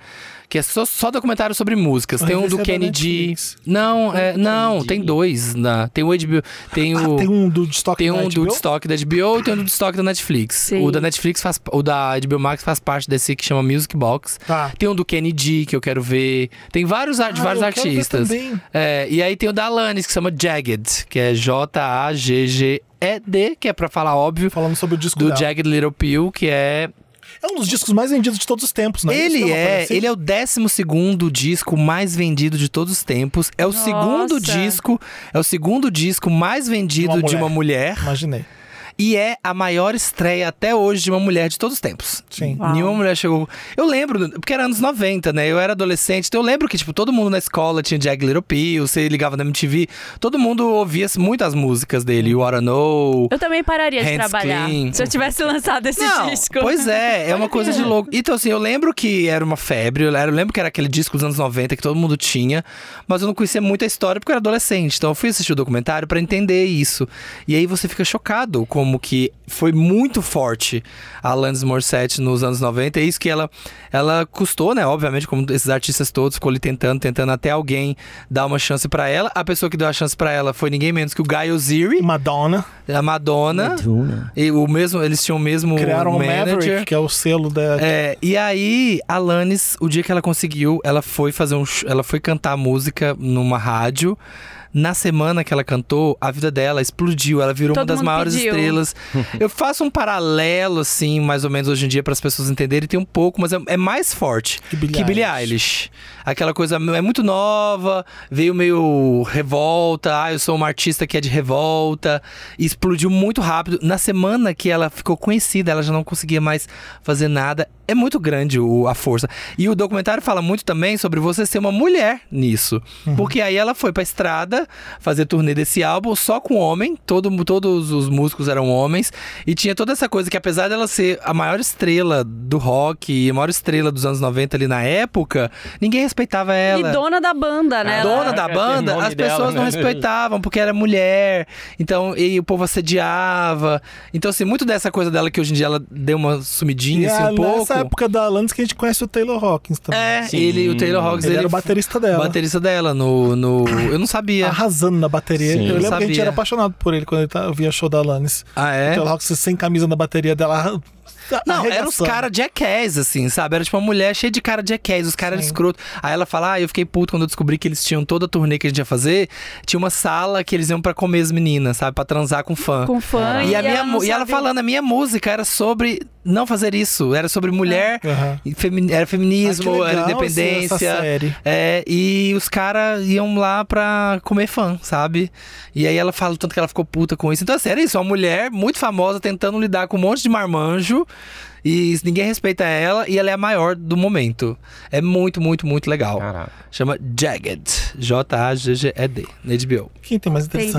Que é só, só documentário sobre músicas. Tem um Esse do é da Kennedy... Netflix. Não, é- não, tem dois. Na, tem o HBO... Tem Ah, o... tem um do estoque Tem um do do estoque da HBO e tem um do estoque da Netflix. Sim. O da Netflix faz. O da HBO Max faz parte desse que chama Music Box. Tá. Tem um do Kennedy que eu quero ver. Tem vários, ar- de Ah, vários eu quero ver artistas. também. É, e aí tem o da Alanis, que chama Jagged, que é J-A-G-G-E-D, que é pra falar óbvio. Falando sobre o disco Do dela. Jagged Little Pill, que é. É um dos discos mais vendidos de todos os tempos, né? Isso ele não é. parece? Ele é o 12 disco mais vendido de todos os tempos. É o Nossa. segundo disco. É o segundo disco mais vendido Uma de uma mulher. Imaginei. E é a maior estreia até hoje de uma mulher de todos os tempos. Sim. Uau. Nenhuma mulher chegou. Eu lembro, porque era anos 90, né? Eu era adolescente, então eu lembro que, tipo, todo mundo na escola tinha Jack Little Pill, você ligava na MTV, todo mundo ouvia muito as músicas dele, o Wanna Know. Eu também pararia de Hands trabalhar clean. se eu tivesse lançado esse Não, disco. pois é, é uma coisa de louco. Então, assim, eu lembro que era uma febre, eu era- eu lembro que era aquele disco dos anos 90 que todo mundo tinha, mas eu não conhecia muito a história porque eu era adolescente. Então, eu fui assistir o documentário pra entender isso. E aí você fica chocado como que foi muito forte a Alanis Morissette nos anos 90. É isso que ela, ela custou, né? Obviamente, como esses artistas todos, ficou ali tentando, tentando até alguém dar uma chance pra ela. A pessoa que deu a chance pra ela foi ninguém menos que o Guy Oziri, Madonna. a Madonna. E o mesmo, eles tinham o mesmo Criaram o manager. Maverick, que é o selo da. É, e aí, a Lannis, o dia que ela conseguiu, ela foi fazer um. sh- Ela foi cantar música numa rádio. Na semana que ela cantou, a vida dela explodiu. Ela virou Todo uma das mundo maiores pediu. estrelas. Eu faço um paralelo, assim, mais ou menos hoje em dia, para as pessoas entenderem. Tem um pouco, mas é, é mais forte Que Billie Eilish. Aquela coisa é muito nova, veio meio revolta. Ah, eu sou uma artista que é de revolta. E explodiu muito rápido. Na semana que ela ficou conhecida, ela já não conseguia mais fazer nada. É muito grande o- a força. Uhum. E o documentário fala muito também sobre você ser uma mulher nisso. Porque aí ela foi pra estrada América fazer turnê desse álbum só com homem. Todo, todos os músicos eram homens. E tinha toda essa coisa que, apesar dela ser a maior estrela do rock e a maior estrela dos anos 90 ali na época, ninguém respeitava ela. E dona da banda, né? Ela- é, É, Dona da Caraca, tem banda, nome as pessoas dela, não né? respeitavam porque era mulher, então e o povo assediava. Então, assim, muito dessa coisa dela que hoje em dia ela deu uma E sumidinha assim, é um pouco. nessa época da Alanis que a gente conhece o Taylor Hawkins também. É, Sim. ele, o Taylor Hawkins, Ele ele, era o baterista dela. baterista dela no, no. Eu não sabia. Arrasando na bateria. Sim. eu lembro que a gente Sabia. era apaixonado por ele quando ele tá, via show da Alanis. Ah, é? Taylor Hawkins sem camisa na bateria dela. arra- Não, Então, arregaçando. eram os caras jackass, assim, sabe? Era tipo uma mulher cheia de cara jackass, os caras Sim. escroto. Aí ela fala, ah, eu fiquei puto quando eu descobri que eles tinham toda a turnê que a gente ia fazer, tinha uma sala que eles iam pra comer as meninas, sabe? Pra transar com fã. Com fã. E, a minha, ela mu- não e ela sabe- falando, a minha música era sobre não fazer isso, era sobre mulher, Aham. e femi- era feminismo, É. Ah, que legal era essa- essa independência. série. É, e os caras iam lá pra comer fã, sabe? E aí ela fala o tanto que ela ficou puta com isso. Então, assim, era isso, uma mulher muito famosa tentando lidar com um monte de marmanjo. E ninguém respeita ela e ela é a maior do momento. É muito, muito, muito legal. Caraca. Chama Jagged. J-A-G-G-E-D. Na HBO. Que tem mais Que interessante.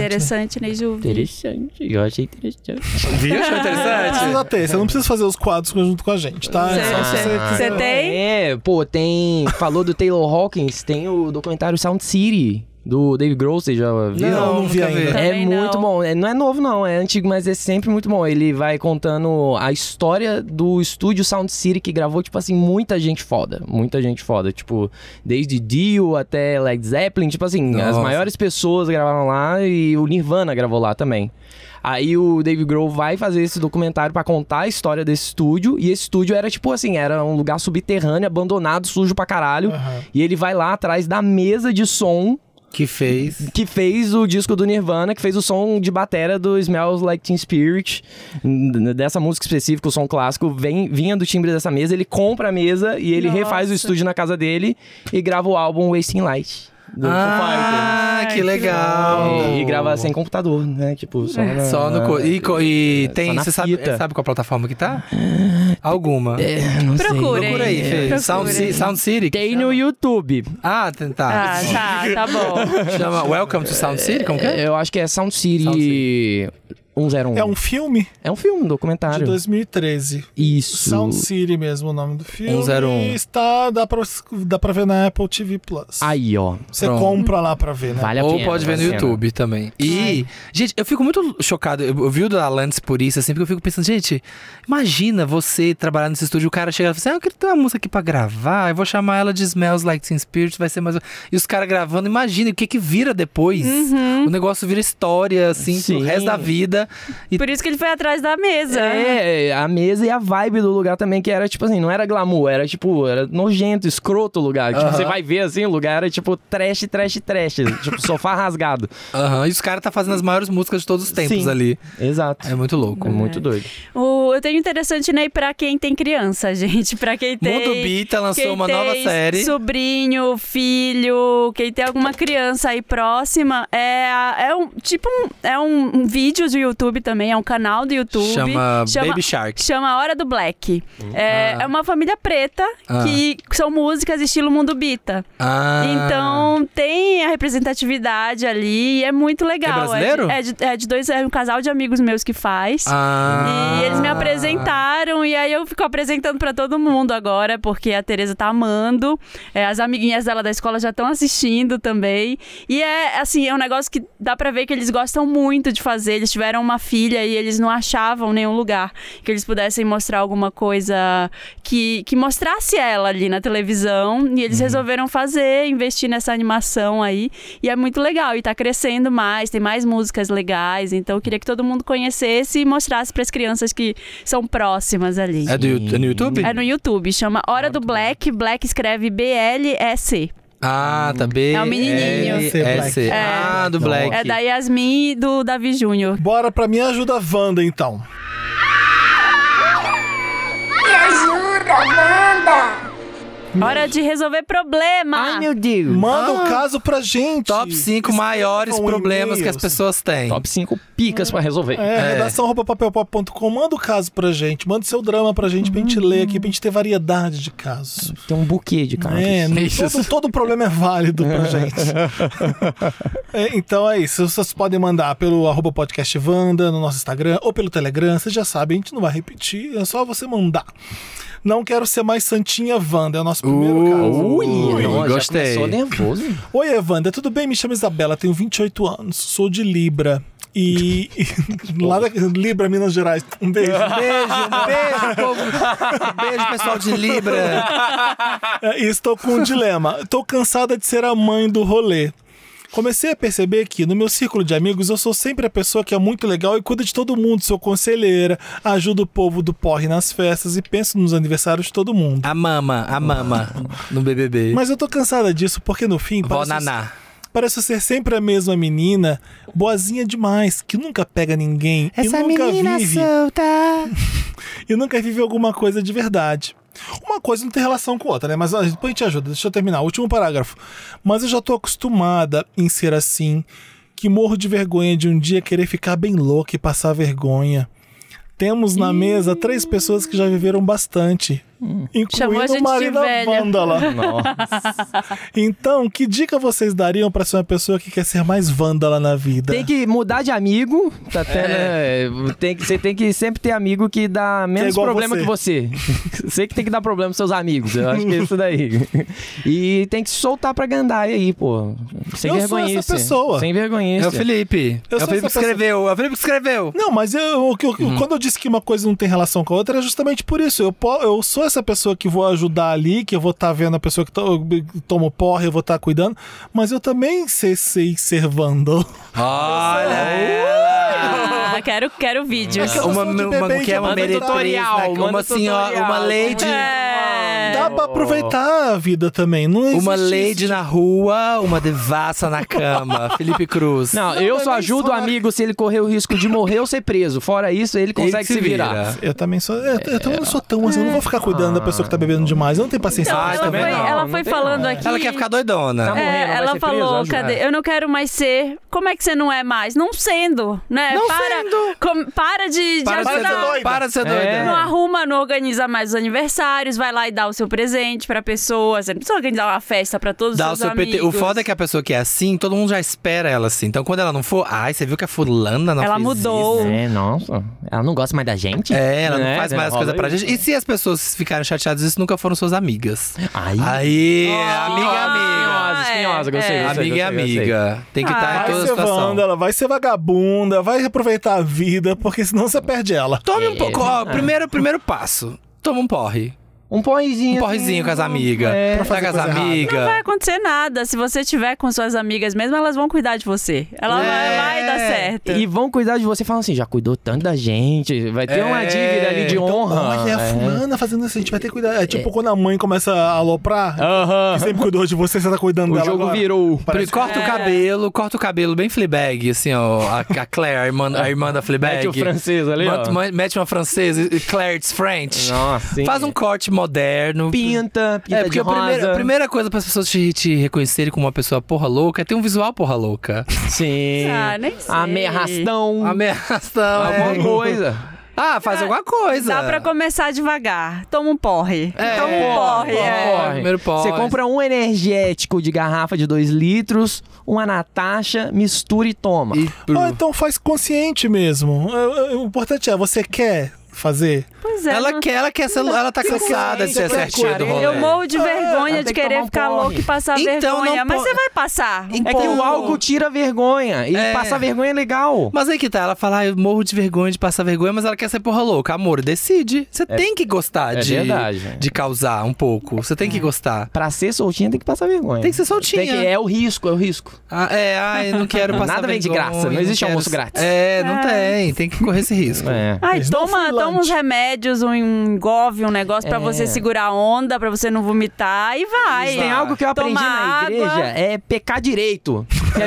interessante, né, Ju? Interessante, eu achei interessante. Viu? Achou Não precisa ter, você não precisa fazer os quadros junto com a gente, tá? É só Você- você- você- Você tem? É, pô, tem. Falou do Taylor Hawkins, tem o documentário Sound City, do Dave Grohl, você já viu? Não, não vi nunca ainda. vi. É Também não. muito bom. É, não é novo, não. É antigo, mas é sempre muito bom. Ele vai contando a história do estúdio Sound City, que gravou, tipo assim, muita gente foda. Muita gente foda. Tipo, desde Dio até Led Zeppelin. Tipo assim, as Nossa. maiores pessoas gravaram lá e o Nirvana gravou lá também. Aí o Dave Grohl vai fazer esse documentário pra contar a história desse estúdio. E esse estúdio era tipo assim, era um lugar subterrâneo, abandonado, sujo pra caralho. Aham. E ele vai lá atrás da mesa de som Que fez. que fez o disco do Nirvana, que fez o som de batera do Smells Like Teen Spirit, n- dessa música específica, o som clássico, vem, vinha do timbre dessa mesa, ele compra a mesa e ele refaz Nossa. o estúdio na casa dele e grava o álbum Wasting Light. Do Ah, que legal. E, e grava sem computador, né? Tipo, só, na- É. Só no. na- co- E, co- e Só tem. na Você sabe, fita. sabe qual plataforma que tá? Alguma. É, não sei. Procura. Procura aí, Fê. Procura. Sound, Ci- Sound City. Tem no YouTube. Ah, tem- Ah, tá. tá, tá bom. Chama Welcome to Sound City? Como que é? Eu acho que é Sound City, Sound 101. É um filme é um filme, um de documentário. 2013. Isso. Sound City mesmo o nome do filme. 101. Está, dá pra, dá pra ver na Apple TV Plus. Aí, ó. Você Pronto. compra lá pra ver, né? Vale a Ou pena. pode ver no vale a pena. YouTube também. E, gente, eu fico muito chocado. Eu, eu vi o da Lance por isso, assim, porque eu fico pensando, gente, imagina você trabalhar nesse estúdio, o cara chega e fala assim: ah, eu queria ter uma música aqui pra gravar, eu vou chamar ela de Smells Like Teen Spirit, vai ser mais. uma." E os caras gravando, imagina o que que vira depois. O negócio vira história, assim, pro Uhum. Sim. resto da vida. E Por isso que ele foi atrás da mesa. É, a mesa e a vibe do lugar também, que era tipo assim, não era glamour, era tipo, era nojento, escroto o lugar. Tipo, você vai ver assim, o lugar era tipo trash, trash, trash. tipo, sofá rasgado. Aham, e os caras tá fazendo as maiores músicas de todos os tempos Sim. ali. Exato. É muito louco. É muito doido. O, eu tenho interessante, né, pra quem tem criança, gente. Pra quem tem. Mundo Bita lançou quem uma tem nova série. Sobrinho, filho, quem tem alguma criança aí próxima, é, a- é um tipo um, é um, um vídeo do YouTube também, é um canal do YouTube. Chama Baby Shark. Chama Hora do Black. É, Ah. é uma família preta Ah. que são músicas estilo Mundo Bita. Ah. Então tem a representatividade ali e é muito legal. É brasileiro? É de, é de- é de dois, é um casal de amigos meus que faz. Ah. E eles me apresentaram, e aí eu fico apresentando pra todo mundo agora, porque a Tereza tá amando. É, as amiguinhas dela da escola já estão assistindo também. E é assim, é um negócio que dá pra ver que eles gostam muito de fazer. Eles tiveram uma filha e eles não achavam nenhum lugar que eles pudessem mostrar alguma coisa que, que mostrasse ela ali na televisão. E eles resolveram fazer, investir nessa animação aí. E é muito legal, e tá crescendo mais, tem mais músicas legais. Então eu queria que todo mundo conhecesse e mostrasse pras crianças que são próximas ali. É, do, Yu- é no YouTube? É no YouTube, chama Hora do Black. Black escreve B-L-E-C. Ah, tá bem. É o menininho. É, é, Black. Ah, do Black. É da Yasmin e do Davi Júnior. Bora pra minha ajuda Wanda, então. Me ajuda, Wanda! Hora de resolver problema. Ai, meu Deus. Manda o caso pra gente. Top 5 Escrevam maiores problemas que as e-mails. pessoas têm. Top 5 picas pra resolver. É, redação arroba papelpop.com. Manda o caso pra gente. Manda o seu drama pra gente, pra gente ler aqui, pra gente ter variedade de casos. Tem um buquê de caras. É, não- Ah, Isso. todo, todo problema é válido pra gente. É, então é isso. Vocês podem mandar pelo arroba podcast Wanda, no nosso Instagram, ou pelo Telegram. Vocês já sabem, a gente não vai repetir. É só você mandar. Não quero ser mais Santinha Wanda. É o nosso primeiro Uh, caso. ui. Ui, não, gostei. Já começou nervoso. Oi, Evandra, tudo bem? Me chamo Isabela, tenho 28 anos, sou de Libra. E e lá da Libra, Minas Gerais. Um beijo. Beijo, beijo, povo. Beijo, pessoal de Libra. É, e estou com um dilema. Estou cansada de ser a mãe do rolê. Comecei a perceber que no meu círculo de amigos eu sou sempre a pessoa que é muito legal e cuida de todo mundo, sou conselheira, ajudo o povo do porre nas festas e penso nos aniversários de todo mundo. A mama, a mama no BBB. Mas eu tô cansada disso porque no fim Vó parece, Naná. parece ser sempre a mesma menina, boazinha demais, que nunca pega ninguém e nunca vive. solta. e nunca vive alguma coisa de verdade. Uma coisa não tem relação com outra, né? Mas ó, depois a gente ajuda. Deixa eu terminar. Último parágrafo. Mas eu já tô acostumada em ser assim, que morro de vergonha de um dia querer ficar bem louca e passar vergonha. Temos na mesa três pessoas que já viveram bastante, Hum. Chamou a incluindo gente o de marido da velha. Vândala. Nossa. Então, que dica vocês dariam pra ser uma pessoa que quer ser mais Vândala na vida? Tem que mudar de amigo. Tá até, É. né, tem que, você tem que sempre ter amigo que dá menos igual problema você. que você. Você que tem que dar problema pros seus amigos. Eu acho que é isso daí. E tem que se soltar pra gandaia aí, pô. Sem Eu sou vergonhice. essa pessoa. Sem vergonhice. É o Felipe. Eu é sou o Felipe que essa pessoa. escreveu. É o Felipe que escreveu. Não, mas eu, o que eu- Uhum. quando eu disse que uma coisa não tem relação com a outra, é justamente por isso. Eu, po- eu sou essa pessoa que vou ajudar ali, que eu vou estar vendo a pessoa que to- toma o porra, eu vou estar cuidando, mas eu também sei, sei ser vândalo. Olha Ah, quero, quero vídeos. Mas eu Uma, sou de uma, uma, bebê, que é uma manda meretriz, tutorial, né? manda Uma senhora, tutorial. uma lady... É. Dá pra aproveitar a vida também. Não Uma existe lady na rua, uma devassa na cama. Felipe Cruz. Não, Não, é eu mas só nem ajudo o fora. amigo se ele correr o risco de morrer ou ser preso. Fora isso, ele consegue se Ele virar. isso. Eu também sou. Eu, eu também não sou tão assim. Eu não vou ficar cuidando da pessoa que tá bebendo demais. Eu não tenho paciência. Então, Ah, ela, também foi, não, ela não foi tem falando não. aqui. Ela quer ficar doidona. Tá É, morrendo, vai ela ser falou, preso, cadê? ajuda. Eu não quero mais ser. Como é que você não é mais? Não sendo, né? Não para, com- para de, de Para de ser ajudar. doida. Para de ser doida. É. Não arruma, não organiza mais os aniversários, vai lá e dá o seu presente pra pessoa. Você não precisa organizar uma festa pra todos Dá o os seus seu amigos. PT. O foda é que a pessoa que é assim, todo mundo já espera ela assim. Então quando ela não for, ai, você viu que a fulana não Ela fez mudou. isso?" né? É, nossa. Ela não gosta mais da gente? É, ela não É, faz né? mais as coisas Rola pra isso. gente. E se as pessoas ficarem chateadas, isso nunca foram suas amigas. Aí. Aí, amiga, é Ah, amiga. Espinhosa, espinhosa, é, gostei, é. gostei, Amiga é gostei, gostei. amiga. Tem que estar Ah. em Vai toda ser situação. vândala, vai ser vagabunda, vai aproveitar a vida, porque senão você perde ela. Tome É. um pouco. Ah. Ó, primeiro, primeiro passo. Toma um porre. Um porrezinho. Um assim, porrezinho com as amigas. É. Pra fazer com as coisa errada. amigas. Não vai acontecer nada. Se você tiver com suas amigas mesmo, elas vão cuidar de você. Ela É. vai, vai dar certo. E vão cuidar de você falando assim, já cuidou tanto da gente, vai ter É, uma dívida ali de então, honra. É. Olha, a fulana fazendo isso, a gente vai ter que cuidar. É Ah. tipo quando a mãe começa a aloprar, Aham. que sempre cuidou de você, você tá cuidando O dela jogo agora. virou. Pri- Parece- É. corta o cabelo, corta o cabelo bem Fleabag, assim, ó. A, a Claire, a irmã, a irmã da Fleabag. Ah. Mete o francês ali, ó. Mata- ma- Mete uma francesa, e- e Claire's French. Nossa, sim. Faz um corte moderno. pinta, pinta É, porque de a primeira, rosa. a primeira coisa para as pessoas te, te reconhecerem como uma pessoa porra louca é ter um visual porra louca. Sim. Ah, nem sei. Ameação. Ameaça. Alguma é. coisa. Ah, faz alguma coisa. Dá é. pra começar devagar. Toma um porre. É. Toma um porre. é. porre. Primeiro porre. Você compra um energético de garrafa de 2 litros, uma Natasha, mistura e toma. E pro- Ou então faz consciente mesmo. É, é, O importante é, você quer fazer? Pois é. ela não- quer, ela quer ser, ela tá cansada de ser Exatamente, certinha do rolê. Eu morro de É, vergonha tem de que tomar querer um ficar porre. louco e passar Então, não vergonha. Mas po- você vai passar. um É que o pouco. álcool tira a vergonha. E É. passar vergonha é legal. Mas aí que tá, ela fala, ah, eu morro de vergonha de passar vergonha, mas ela quer ser porra louca. Amor, decide. Você tem que gostar é de, verdade, né? de causar um pouco. Você tem que gostar. Pra ser soltinha tem que passar vergonha. Tem que ser soltinha. Tem que- é o risco, é o risco. Ah, é, ai, não quero passar Nada vem de vergonha, graça, não existe quero- almoço grátis. É, não tem. Tem que correr esse risco. É. Ai, Eles não toma, fui lá toma uns antes. remédios, um engove, um negócio pra É. você segurar a onda, pra você não vomitar e vai. Tem algo que eu aprendi Toma na igreja, água. é pecar direito. Quer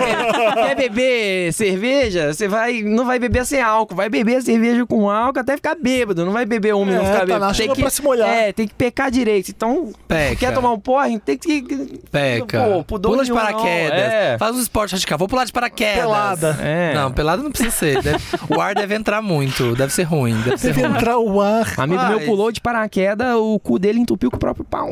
beber, quer beber cerveja? Você vai, não vai beber sem álcool. Vai beber a cerveja com álcool até ficar bêbado. Não vai beber uma e não É, ficar tá bêbado. na chuva pra se molhar. É, tem que pecar direito. Então, Peca. quer tomar um porre? Tem que... Peca. Pô, pudor Pula de nenhum, paraquedas. não. É. Faz um esporte radical. Vou pular de paraquedas. Pelada. É. Não, pelada não precisa ser. Deve- o ar deve entrar muito. Deve ser ruim. Deve ser Deve ruim. entrar o ar. Amigo Mas- meu pulou de paraquedas, o cu dele entupiu com o próprio pau.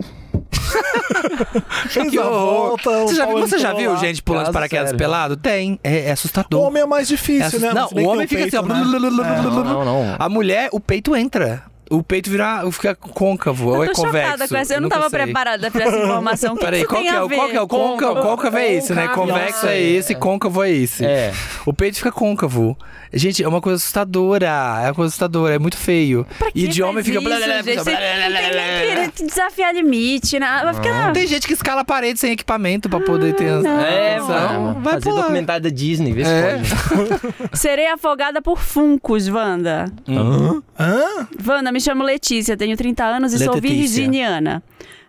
Fez Que a horror. volta. o Você já pau viu, você já entrou viu lá. gente pulando de Caso paraquedas sério. pelado? Tem. É, é O assustador. homem é mais É difícil, assust- né? Não, Se bem o que homem tem fica assim, ó. peito, né? Não, não. A mulher, o peito entra. O peito vira, fica côncavo, ou Eu é tô convexo. chocada com essa. Eu não nunca tava sei. preparada pra essa informação. O que Peraí, isso qual tem que, é, a o- ver? qual que é o côncavo? Côncavo. Côncavo é esse, né? Côncavo. Convexo é esse, côncavo é esse. É. O peito fica côncavo. Gente, é uma coisa assustadora. É uma coisa assustadora, é muito feio. e de homem fica. blá, blá, blá, blá, blá, blá, blá, blá, blá. Tem que desafiar limite, né? Vai ficar... Tem gente que escala a parede sem equipamento pra poder ter. as- É, Não, mano. vai fazer pular. documentário da Disney, vê se É. pode. né? Serei afogada por funcos, Wanda. Hum. Hã? Wanda, me chamo Letícia, tenho 30 anos e sou Letetícia. virginiana.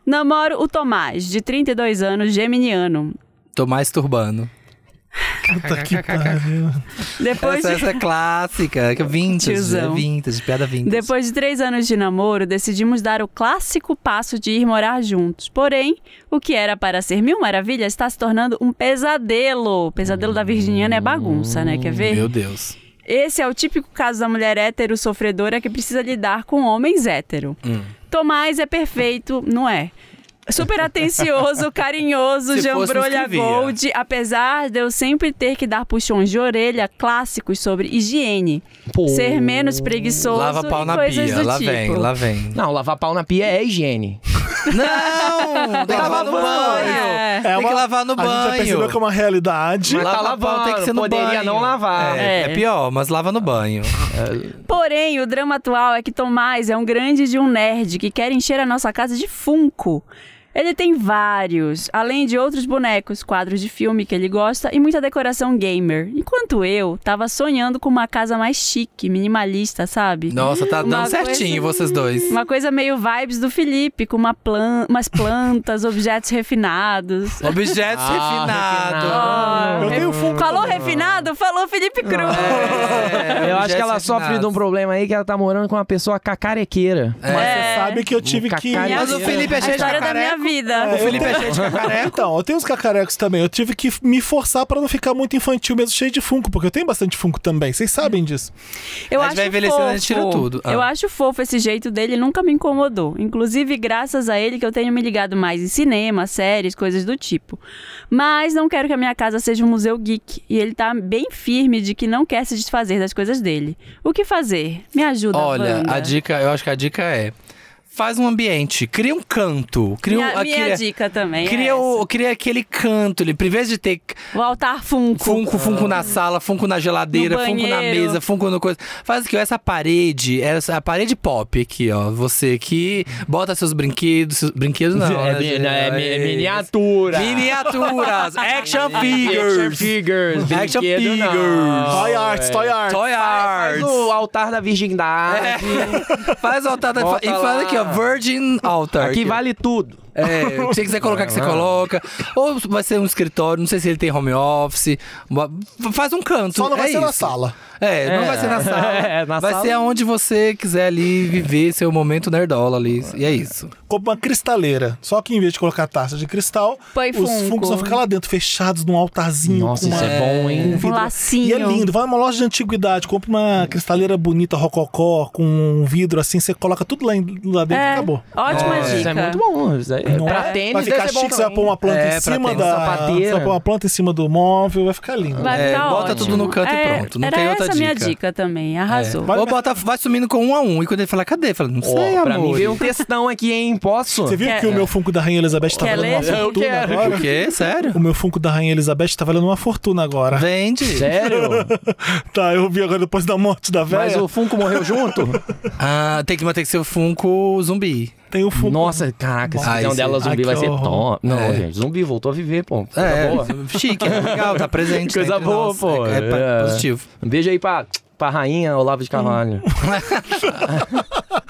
Namoro o Tomás, de 32 anos, geminiano. Tô mais turbano. Puta que pariu. Depois Essa, de... essa é clássica, que é vintage, é Tiozão. vintage, piada vintage. Depois de três anos de namoro, decidimos dar o clássico passo de ir morar juntos. Porém, o que era para ser mil maravilhas está se tornando um pesadelo. O pesadelo da virginiana é bagunça, né? Quer ver? Meu Deus. Esse é o típico caso da mulher hétero sofredora que precisa lidar com homens hétero. Hum. Tomás é perfeito, não é? Super atencioso, carinhoso, Se fosse, não jambrolha escrevia. gold, apesar de eu sempre ter que dar puxões de orelha clássicos sobre higiene, ser menos preguiçoso Lava pau e na coisas pia, do lá tipo. vem, lá vem. Não, lavar pau na pia é higiene. Não! Tem que lavar no banho! É. Tem que lavar no A gente já percebeu banho. que é uma realidade. Mas tá Lava pau, lavando, poderia não lavar. É, é É. pior, mas lava no banho. Porém, o drama atual é que Tomás é um grande de um nerd que quer encher a nossa casa de funko. Ele tem vários, além de outros bonecos, quadros de filme que ele gosta e muita decoração gamer. Enquanto eu tava sonhando com uma casa mais chique, minimalista, sabe? Nossa, tá Uma dando certinho coisa- vocês dois. Uma coisa meio vibes do Felipe, com uma plan umas plantas, objetos refinados. Objetos refinados. Ah, Eu tenho funko Falou refinado? Falou Felipe Cruz. É, eu acho objetos que ela sofre refinados. de um problema aí que ela tá morando com uma pessoa cacarequeira. Ah, é. Mas você sabe É. que eu tive Um que. cacareco. Mas o Felipe é É. A cheio de história da minha cacareco. vida. É, eu Felipe é tenho- cheio de cacareco. Então, eu tenho os cacarecos também. Eu tive que me forçar pra não ficar muito infantil mesmo, cheio de funko, porque eu tenho bastante funko também. Vocês sabem disso. Eu A gente acho vai envelhecendo, a gente fofo. tira tudo. Ah. Eu acho fofo esse jeito dele, nunca me incomodou. Inclusive, graças a ele que eu tenho me ligado mais em cinema, séries, coisas do tipo. Mas não quero que a minha casa seja um museu geek. E ele tá bem firme de que não quer se desfazer das coisas dele. O que fazer? Me ajuda, Olha, Wanda. a dica, eu acho que a dica é. Faz um ambiente, cria um canto. Cria um- minha, a- minha cria- dica também. é Cria, o- cria aquele canto ali. Em vez de ter essa. O altar Funko. funko, funko Ah. na sala, funko na geladeira, No funko na banheiro. mesa, funko no coisa. Faz aqui, ó, essa parede, essa, a parede pop aqui, ó. Você aqui, bota seus brinquedos. seus- brinquedos não. né, mi- gente? é mi- É miniatura. Miniaturas, action Action figures, figures. Action brinquedo não. figures. Toy arts, toy arts. toy Faz arts. o altar da virgindade. Faz o altar da- Bota e faz lá. aqui, ó, virgin altar. Aqui vale tudo. É, o que você quiser colocar, que você coloca. Ou vai ser um escritório, não sei se ele tem home office. Ba- Faz um canto. Só não vai é ser na isso. sala. É, não É. vai ser na sala. É, na vai sala- ser aonde você quiser ali viver seu momento nerdola ali. E é isso. Como uma cristaleira. Só que em vez de colocar taça de cristal, Põe os funko. funkos vão ficar lá dentro, fechados num altarzinho. Nossa, com isso uma- é bom, hein? Um vidro. lacinho. E é lindo, vai numa loja de antiguidade, compra uma cristaleira bonita, rococó, com um vidro assim, você coloca tudo lá, em- lá dentro e É, acabou. Ótima Nossa, dica. Isso é muito bom. Isso é, Não pra é? tênis, vai ficar deve ser chique, bom você vai pôr também. uma planta É, em pra cima tênis, da. sapateira. Você vai pôr uma planta em cima do móvel, vai ficar lindo. Vai É, ficar bota ótimo. tudo no canto e É, pronto, não era tem outra essa minha dica. É. dica também. Arrasou. Vai- Ou bota, vai sumindo com um a um. E quando ele falar, cadê? Fala, não Ó, sei, pra amor. mim veio um textão aqui, hein? Posso? Você viu Quer- que o meu funko da Rainha Elizabeth tá Quer valendo uma ler? Eu fortuna quero. agora? O quê? Sério? O meu funko da Rainha Elizabeth tá valendo uma fortuna agora. Vende. Sério? Tá, eu vi agora depois da morte da Mas velha. o Funko morreu junto? Ah, tem que manter que ser o Funko zumbi. Tem o funko. Nossa, caraca, se Ah, fizer um esse- dela zumbi ah, vai que ser horror. top. Não, É. gente, zumbi voltou a viver, pô. Coisa é, boa. chique, legal, tá presente. Coisa tá entre boa, nós. pô. É, é, É. positivo. Um beijo aí pra pra rainha Olavo de Hum. Carvalho.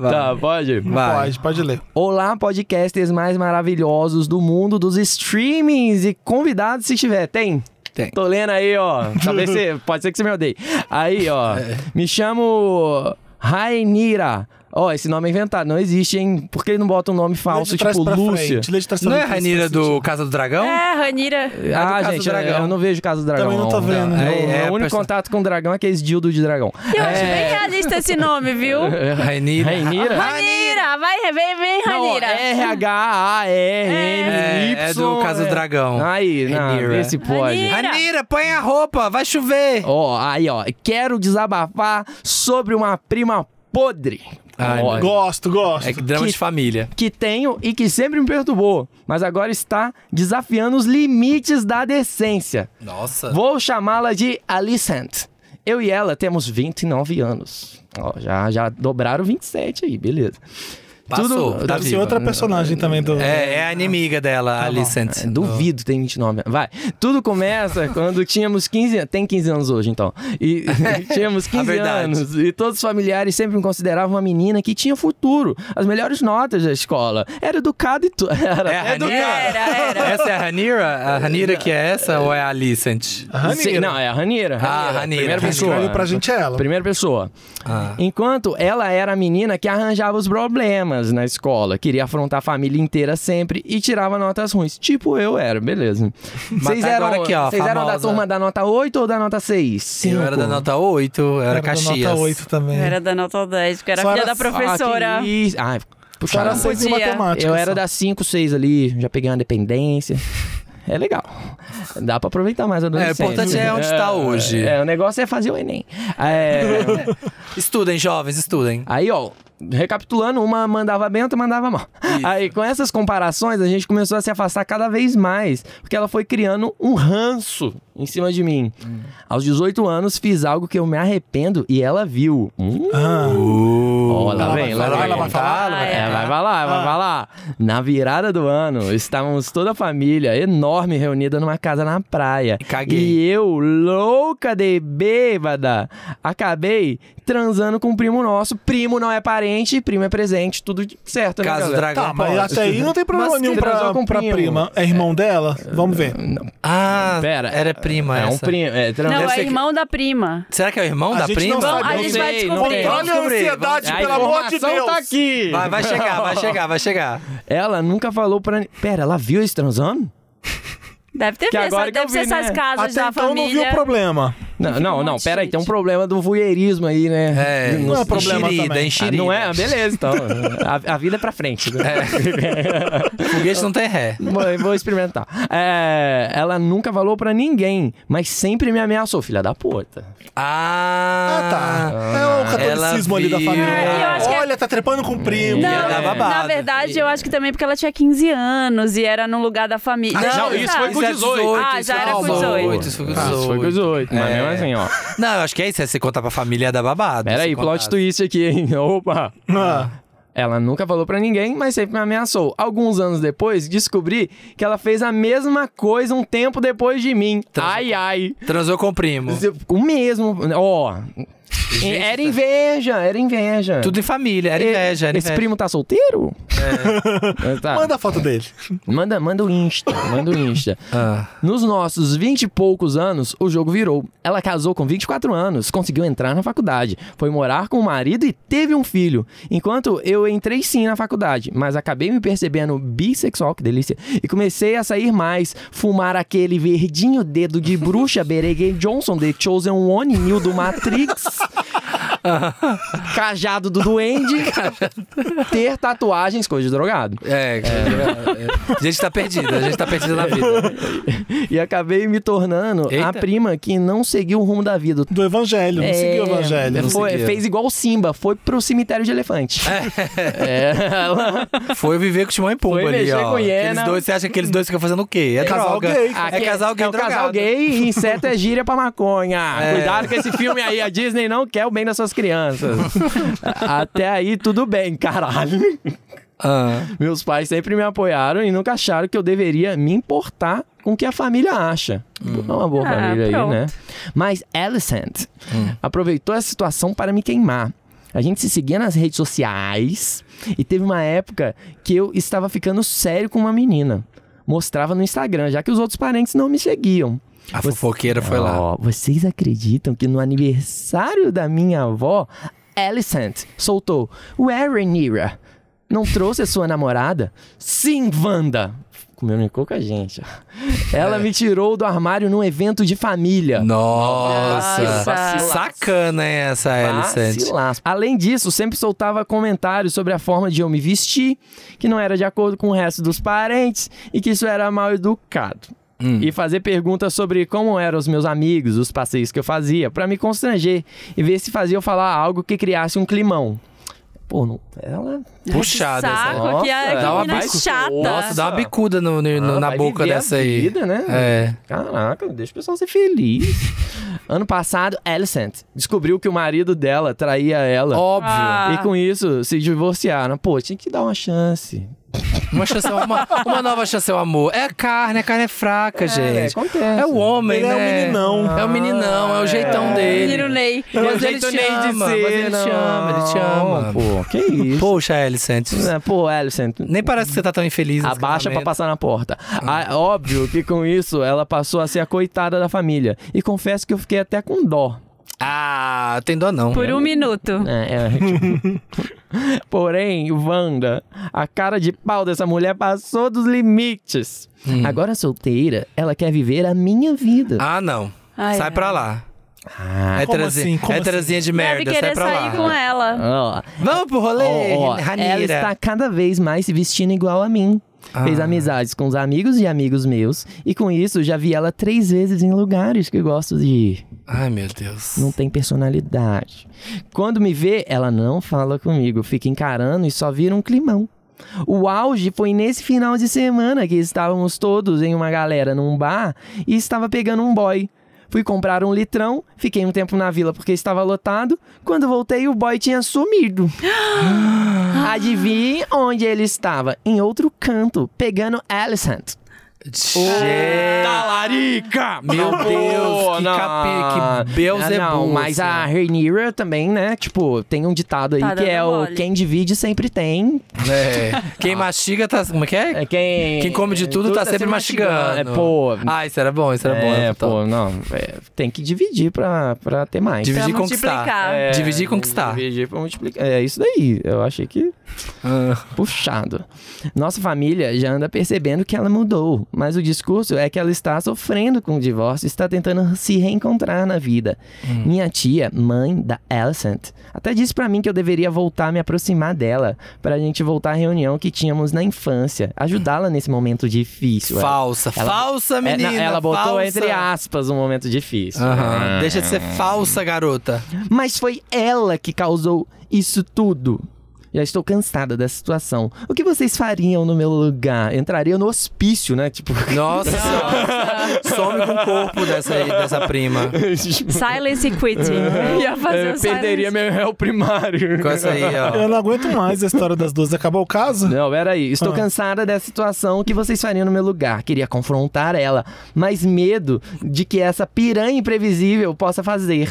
tá, pode? Vai. Pode, pode ler. Olá, podcasters mais maravilhosos do mundo dos streamings e convidados se tiver. Tem? Tem. Tô lendo aí, ó. Talvez você, pode ser que você me odeie. Aí, ó. Me chamo Rainira. Ó, esse nome é inventado, não existe, hein? Por que ele não bota um nome Lê de falso, trás tipo pra Lúcia? frente. Lê de trás pra Não é a frente, Rainira faz sentido. do Casa do Dragão? É, Ranira. Ah, Casa do gente, eu- Dragão. eu não vejo Casa do Dragão. Também não tô vendo. É, É, o é, único pessoa- contato com o dragão é aqueles dildo de dragão. Eu acho bem realista esse nome, viu? Rainira. Rainira? Ranira, vai, vem, vem, Não, é Ranira. R-H-A-E-N-Y. É, é do Casa do Dragão. Aí, não, Rainira. esse pode. Rainira. Rainira, põe a roupa, vai chover. Ó, aí, ó. Quero desabafar sobre uma prima podre. Ai, Ó, Gosto, gosto. É que drama Que- de família. que tenho e que sempre me perturbou, mas agora está desafiando os limites da decência. Nossa. Vou chamá-la de Alicent. Eu e ela temos 29 anos. Ó, já, já dobraram 27 aí, beleza. Passou, Tudo- tá deve Deve ser viva. outra Tá personagem também do. É, é a inimiga dela, a É, Alicent. Duvido, tem 29 anos. Vai. Tudo começa quando tínhamos 15 anos. Tem 15 anos hoje, então. E tínhamos A 15 verdade. anos. E todos os familiares sempre me consideravam uma menina que tinha futuro. As melhores notas da escola. Era educada e tudo. Era, É educada. a Ranira? Era, era. Essa é a Ranira? A Ranira que é essa ou é a Alicent? A Rainira. Sim, não, é a Ranira. Ah, Ranira. Primeira Quem Quem escreveu pessoa. pra gente é ela. tá Primeira pessoa. Ah. Enquanto ela era a menina que arranjava os problemas na escola, queria afrontar a família inteira sempre e tirava notas ruins. Tipo eu era, beleza. Vocês tá eram, agora aqui, ó, vocês eram da famosa. turma da nota 8 ou da nota 6? Eu era da nota 8, eu era, Era da Caxias. nota 8 também. Era da nota 10, porque era Só filha era- da professora. Ah, que isso. Ah, Só puxaram era a 6 em Podia. matemática. Eu era só. da 5, 6 ali, já peguei uma dependência. É legal. Dá pra aproveitar mais a adolescência. importante é onde tá hoje. É, o negócio é fazer o Enem. É, Estudem, jovens, Ah, estudem. Aí, ó, recapitulando, uma mandava bem, outra mandava mal. Aí, com essas comparações, a gente começou a se afastar cada vez mais, porque ela foi criando um ranço em cima de mim. Hum. Aos 18 anos, fiz algo que eu me arrependo e ela viu. Hum. Ah, Ó, lá Ela vem, vai lá falar, vem. ela vai Tá, falar? ela vai- Ah, é. é, vai falar, vai falar. Na virada do ano, estávamos toda a família enorme reunida numa casa na praia. Caguei. E eu, louca de bêbada, acabei transando com um primo nosso. Primo não é parente, primo é presente, tudo certo, né, Caso do galera? dragão. tá, mas até aí não tem problema Mas nenhum que pra, transou com pra primo. prima. É irmão dela? Vamos ver. Ah, Pera, era prima é essa. um primo, é, trans- Não, deve é ser- irmão da prima. Será que é o irmão A da gente prima? não sabe, a não gente sei. vai sei, não descobrir. tem. Olha a descobrir, ansiedade, A pelo amor de informação Deus. tá aqui. Vai, vai chegar, vai chegar, vai chegar. Ela nunca falou pra... ni- Pera, ela viu eles transando? Deve ter Que visto, agora que deve eu ser vi, né? essas casas Até da então não viu família. o problema. Não, não, um não, monte de pera aí, tem um gente. problema do voyeurismo aí, né? É, Não é problema enxerida, também. Ah, enxerida. não é? Beleza, então. A, a vida é pra frente. né? É. Foguete não tem ré. Vou, vou experimentar. É, ela nunca falou pra ninguém, mas sempre me ameaçou, filha da puta. Ah, Ah, tá. é o catolicismo ela ali da viu. família. É, eu acho que é- Olha, tá trepando com o primo. Não, Ia dar babado. na verdade, eu acho que também porque ela tinha 15 anos e era num lugar da família. Ah, não, isso foi com era 18. Ah, já era com isso 18. Isso foi com Ah, 18. isso foi com 18, mas É. mesmo assim, ó. Não, eu acho que é isso. É você contar pra família da babado. Pera aí, Você plot contar. twist aqui, hein? Opa! Ah, Ela nunca falou pra ninguém, mas sempre me ameaçou. Alguns anos depois, descobri que ela fez a mesma coisa um tempo depois de mim. Ai, ai. Transou com o primo. O mesmo, ó. Era inveja, era inveja. tá- Tudo em família. Era inveja, era Esse inveja. primo tá solteiro? É. tá. Manda a foto dele. Manda, manda o Insta, manda o Insta. Ah. Nos nossos 20 e poucos anos, o jogo virou. Ela casou com 24 anos, conseguiu entrar na faculdade, foi morar com o marido e teve um filho. Enquanto eu entrei sim na faculdade, mas acabei me percebendo bissexual, que delícia, e comecei a sair mais, fumar aquele verdinho dedo de bruxa Bereguei Johnson The Chosen One New do Matrix. Cajado do Duende. ter tatuagens, coisa de drogado. É, é. a gente tá perdida, a gente tá perdida na vida. E acabei me tornando Eita. a prima que não seguiu o rumo da vida. Do evangelho. Não É, seguiu o evangelho. É, foi- seguiu. fez igual o Simba, foi pro cemitério de elefante. É, ela- Foi viver com o Timão e Pumba Foi ali, mexer ó. com hiena. Aqueles dois, você acha que aqueles dois ficam fazendo o quê? É Casal droga. gay. É casal gay É o casal drogado. gay e inseto é gíria pra maconha. É. Cuidado com esse filme aí, a Disney não quer o bem das suas crianças. Até aí, tudo bem, caralho. Ah. Meus pais sempre me apoiaram e nunca acharam que eu deveria me importar com o que a família acha. É uma boa Ah, família aí, pronto. né? Mas Alicent aproveitou essa situação para me queimar. A gente se seguia nas redes sociais e teve uma época que eu estava ficando sério com uma menina. Mostrava no Instagram, já que os outros parentes não me seguiam. A fofoqueira foi lá. Ó, vocês acreditam que no aniversário da minha avó, Alicent soltou Where Nira? Não trouxe a sua namorada? Sim, Wanda! Comunicou com a gente. Ela me tirou do armário num evento de família. Nossa. Nossa. Sacana hein, essa Alicent. Vacilaço. Além disso, sempre soltava comentários sobre a forma de eu me vestir, que não era de acordo com o resto dos parentes e que isso era mal educado. Hum. E fazer perguntas sobre como eram os meus amigos, os passeios que eu fazia, pra me constranger e ver se fazia eu falar algo que criasse um climão. Pô, não, ela Puxada essa aí. Saco, que, a, Nossa, que dá uma menina é bico- chata. Nossa, dá uma bicuda no- no- Ah, na vai boca viver a dessa aí. vida, né? É. Caraca, deixa o pessoal ser feliz. ano passado, Alicent descobriu que o marido dela traía ela. Óbvio. Ah. E com isso, se divorciaram. Pô, tinha que dar uma chance. Uma, chance, uma, uma nova chance ao amor. É a carne, a carne é fraca, gente. acontece. É o homem, Ele é o né? meninão. É o meninão, é Ah. o jeitão dele. Menino Ney. Mas ele te ama, mas ele te ama, ele te ama. Pô, que isso. Poxa, Alicent. É, Pô, Alicent. Nem parece que você tá tão infeliz. nesse Abaixa pra casamento. passar na porta. Ah, óbvio que com isso ela passou a ser a coitada da família. E confesso que eu fiquei até com dó. Ah, tem dó não. Por um minuto. É, é, tipo- Porém, Wanda, a cara de pau dessa mulher passou dos limites. Hum. Agora solteira, ela quer viver a minha vida. Ah, não. Ai, sai ai. pra lá. Ah, é Como trazinha, assim? Como é trazinha de merda, Deve querer sai pra sair lá. com Ah. ela. Ó, Vamos pro rolê, ó, ó, É, Ranira. ela está cada vez mais se vestindo igual a mim. Fez Ah. amizades com os amigos e amigos meus. E com isso, já vi ela três vezes em lugares que eu gosto de ir. Ai, meu Deus. Não tem personalidade. Quando me vê, ela não fala comigo, fica encarando e só vira um climão. O auge foi nesse final de semana que estávamos todos em uma galera num bar e estava pegando um boy. Fui comprar um litrão, fiquei um tempo na vila porque estava lotado. Quando voltei, o boy tinha sumido. Adivinhe onde ele estava? Em outro canto, pegando Alicent. Tá Gente. Talarica! Meu Deus, que capi, que Beelzebub, Não, mas a assim. Rhaenyra também, né? Tipo, tem um ditado aí Tá que é dando o mole. quem divide sempre tem. É. Quem mastiga tá. Como é que é? É quem... Quem come de tudo, tá, sempre mastigando. É, pô... Ah, isso era bom, isso era bom. então. é, era top. pô, não. é, tem que dividir pra, pra ter mais. Dividir e Pra conquistar. multiplicar. É, Dividir e conquistar. Dividir pra multiplicar. É isso daí. Eu achei que Ah. Puxado. Nossa família já anda percebendo que ela mudou, mas o discurso é que ela está sofrendo com o divórcio e está tentando se reencontrar na vida. Hum. Minha tia, mãe da Alicent, até disse pra mim que eu deveria voltar a me aproximar dela, pra gente voltar à reunião que tínhamos na infância, ajudá-la nesse momento difícil. Falsa, Ela- falsa, É, menina. na- ela botou falsa. entre aspas um momento difícil. Aham. Deixa de ser falsa, garota. Mas foi ela que causou isso tudo. Já estou cansada dessa situação. O que vocês fariam no meu lugar? Entrariam no hospício, né? Tipo. Nossa, some com o corpo dessa, aí, dessa prima. Silence e quit. Ia fazer o Eu perderia silence. meu réu primário. Com essa aí, Eu é ó. não aguento mais a história das duas. Acabou o caso? Não, peraí. Estou Ah. cansada dessa situação. O que vocês fariam no meu lugar? Queria confrontar ela, mas medo de que essa piranha imprevisível possa fazer.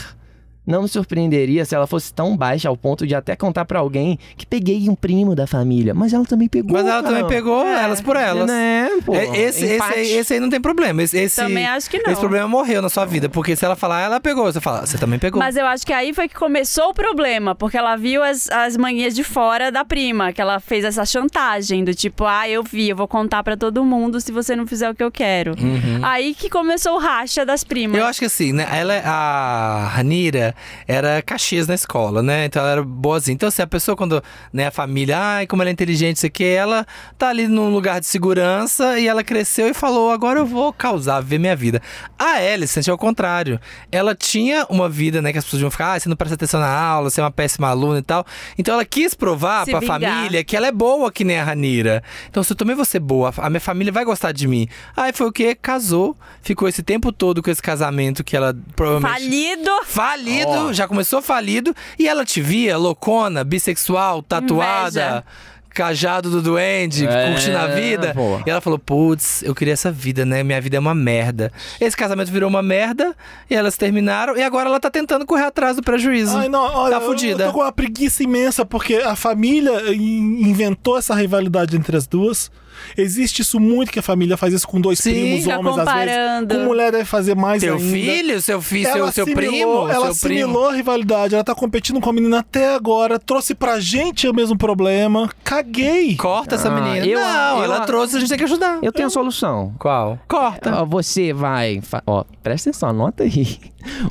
Não me surpreenderia se ela fosse tão baixa ao ponto de até contar pra alguém que peguei um primo da família. Mas ela também pegou. Mas ela também caramba. pegou É. elas por elas. Né, pô. É, esse, esse, Empate. aí- esse aí não tem problema. Esse, esse- Também acho que não. Esse problema morreu na sua vida. Porque se ela falar, ela pegou. Você fala, "Ah, você também pegou. Mas eu acho que aí foi que começou o problema, porque ela viu as, as manhinhas de fora da prima, que ela fez essa chantagem do tipo, ah, eu vi, eu vou contar pra todo mundo se você não fizer o que eu quero. Aí que começou o racha das primas. Uhum. Eu acho que assim, né? Ela, a Ranira era Caxias na escola, né? Então ela era boazinha. Então, assim, a pessoa, quando, né, a família, ai, como ela é inteligente, isso aqui, ela tá ali num lugar de segurança e ela cresceu e falou: agora eu vou causar, viver minha vida. A Alicent é o contrário. Ela tinha uma vida, né, que as pessoas iam ficar, ah, você não presta atenção na aula, você é uma péssima aluna e tal. Então ela quis provar Se pra vingar. família que ela é boa que nem a Ranira. Então, se eu também vou ser boa, a minha família vai gostar de mim. Aí foi o que? Casou. Ficou esse tempo todo com esse casamento que ela provavelmente. Falido. Falido, já começou falido. E ela te via loucona, bissexual, tatuada. cajado do duende, É, curte na vida. pô. E ela falou: putz, eu queria essa vida, né? Minha vida é uma merda. Esse casamento virou uma merda, e elas terminaram, e agora ela tá tentando correr atrás do prejuízo. Ai, não, olha, tá fudida. Eu tô com uma preguiça imensa, porque a família in- inventou essa rivalidade entre as duas. Existe isso muito que a família faz isso com dois Sim. primos, Fica homens às vezes. comparando. Com mulher deve fazer mais Teu ainda. filho, seu filho, Ela seu, seu assimilou- primo, ela seu primo. assimilou a rivalidade, ela tá competindo com a menina até agora, trouxe pra gente o mesmo problema. Caguei! Corta essa Ah, menina. eu- não, eu- ela trouxe, a gente tem que ajudar. Eu tenho a solução. Qual? Corta. Ó, Você vai. fa- Ó, presta atenção, anota aí.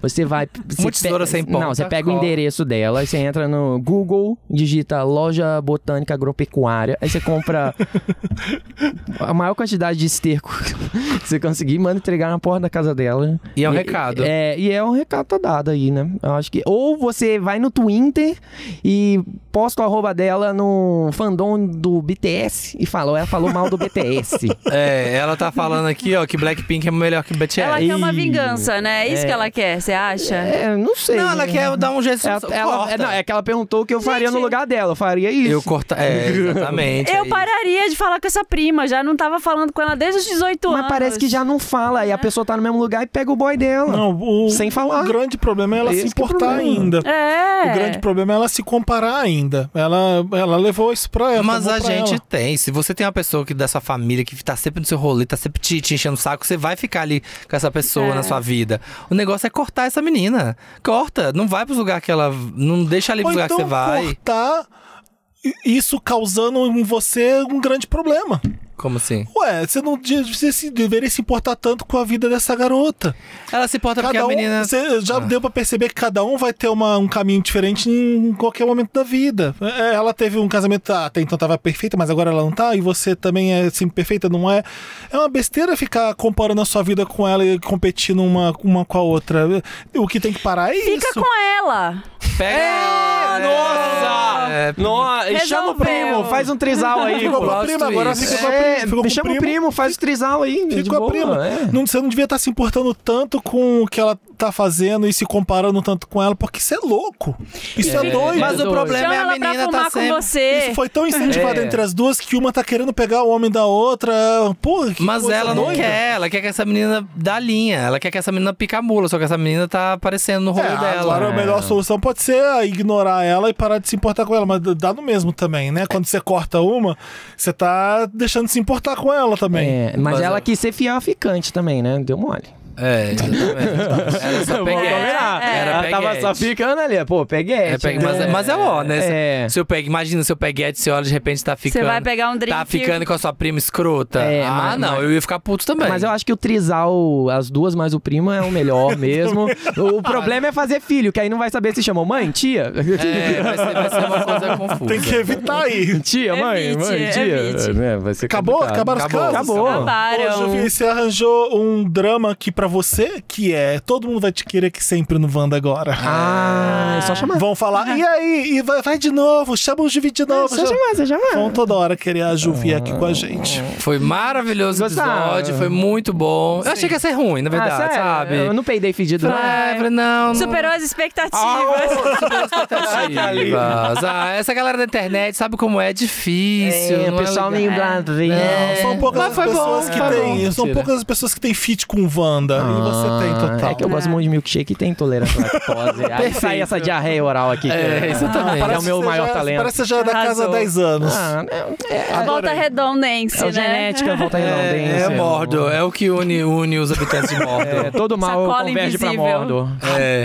Você vai. você tesoura sem ponta, Não, você pega o cola. endereço dela, aí você entra no Google, digita loja botânica agropecuária, aí você compra a maior quantidade de esterco que você conseguir, manda entregar na porta da casa dela. E é um recado. É, e é um recado tá dado aí, né? Eu acho que. Ou você vai no Twitter e posta o arroba dela no fandom do BTS e fala, ela falou mal do BTS. É, ela tá falando aqui, ó, que Blackpink é melhor que BTS. Ela quer um uma Ei. vingança, né? É isso que ela quer, você acha? É, não sei. Não, né? ela quer dar um jeito. Ela, ela- Corta. é, não, é que ela perguntou o que eu faria no lugar dela. Eu faria isso. Eu corta. É, exatamente. é Eu isso. pararia de falar com essa prima, já não tava falando com ela desde os 18 Mas anos. parece que já não fala. Né? E a pessoa tá no mesmo lugar e pega o boy dela. Não, o, Sem falar. o grande problema é ela se Esse que é o importar problema. ainda. É. O grande problema é ela se comparar ainda. Ela, ela levou isso pra ela. É, Mas tomou a pra gente ela. tem. Se você tem uma pessoa que da sua família que tá sempre no seu rolê, tá sempre te, te enchendo o saco, você vai ficar ali com essa pessoa É. na sua vida. O negócio é cortar essa menina. Corta. Não vai pros lugares que ela. Não deixa ali Ou pros lugares então que você vai. cortar i- isso causando em você um grande problema. Como assim? Ué, você não de- você se, deveria se importar tanto com a vida dessa garota. Ela se importa porque Cada a um, menina. você Ah. já deu pra perceber que cada um vai ter uma- um caminho diferente em qualquer momento da vida. É, Ela teve um casamento, ah, até então tava perfeita, mas agora ela não tá, e você também é sempre perfeita, não é? É uma besteira ficar comparando a sua vida com ela e competindo uma, uma com a outra. O que tem que parar é Fica isso. com ela. Pega. É, nossa! É, Nossa, chama o primo, Resolveu. faz um trisal aí. Ficou com a gosto prima, agora disso. fica com a É, prima. Ficou com chama o primo, faz o trisal aí. de Fica com a boa, prima. é. Não, você não devia estar se importando tanto com o que ela tá fazendo e se comparando tanto com ela, porque isso é louco. Isso é, doido. Mas o doido. problema Chama é a ela pra menina fumar tá com sempre. você. Isso foi tão incentivado É. entre as duas que uma tá querendo pegar o homem da outra. Pô, que Mas coisa ela não doida. quer, ela quer que essa menina dá linha, ela quer que essa menina pica a mula, só que essa menina tá aparecendo no rolê É, dela. né? agora a melhor solução pode ser ah, ignorar ela e parar de se importar com ela, mas dá no mesmo também, né? Quando você corta uma, você tá deixando de se importar com ela também. É, mas, Mas ela é- quis ser fiel à ficante também, né? Deu mole. É, exatamente. Era só Vamos peguete. combinar. Era Ela tava peguete. só ficando ali, pô, peguete. É, pegue- mas, mas é ó, né? Se- É. Se eu pegue, imagina se eu peguete, se olha de repente tá ficando. Você vai pegar um drink. Tá ficando com a sua prima escrota. É, ah, mas- não, mas- eu ia ficar puto também. Mas eu acho que o trisal, as duas mais o primo, é o melhor mesmo. o problema é fazer filho, que aí não vai saber se chamou mãe, tia. É, vai ser, vai ser uma coisa confusa. Tem que evitar aí. Tia, mãe, Evite, mãe, tia. evite. É, vai ser Acabou? complicado. Acabaram Acabou. os casos? Acabou. Ô, Juvi, Acabaram. você arranjou um drama aqui pra você, que é Todo Mundo Vai Te Querer Que Sempre no Wanda agora. Ah, é só chamar. Vão falar, e aí? E vai, vai de novo, chama o Juvi de novo. Só chama- chamar, só chamar. Vão toda hora querer a Juvi aqui com a gente. Foi maravilhoso o Gostaram? episódio, foi muito bom. Eu achei que ia ser ruim, na Ah, verdade, sério? sabe? Eu não peidei fedido, não. Ah, eu falei, não, não. Superou as expectativas. tá expectativas. Ah, essa galera da internet sabe como é difícil. É, não o legal. pessoal meio bladrinho. É. São poucas Mas as foi bom, pessoas que foi têm. bom. São Mentira. poucas as pessoas que têm feat com Wanda. e você tem total. É que eu gosto muito de milkshake e tem intolerância à lactose. aí sai essa diarreia oral aqui. que É, exatamente. que é o Parece meu que você maior já- talento. Parece que você já é da casa há Arrasou. 10 anos. Ah, é, é, Volta redondense, é o né? genética, volta É, redondência. é Mordo, é o que une, une os habitantes de Mordo. É, todo mal Sacola converge pra invisível. Mordo. É.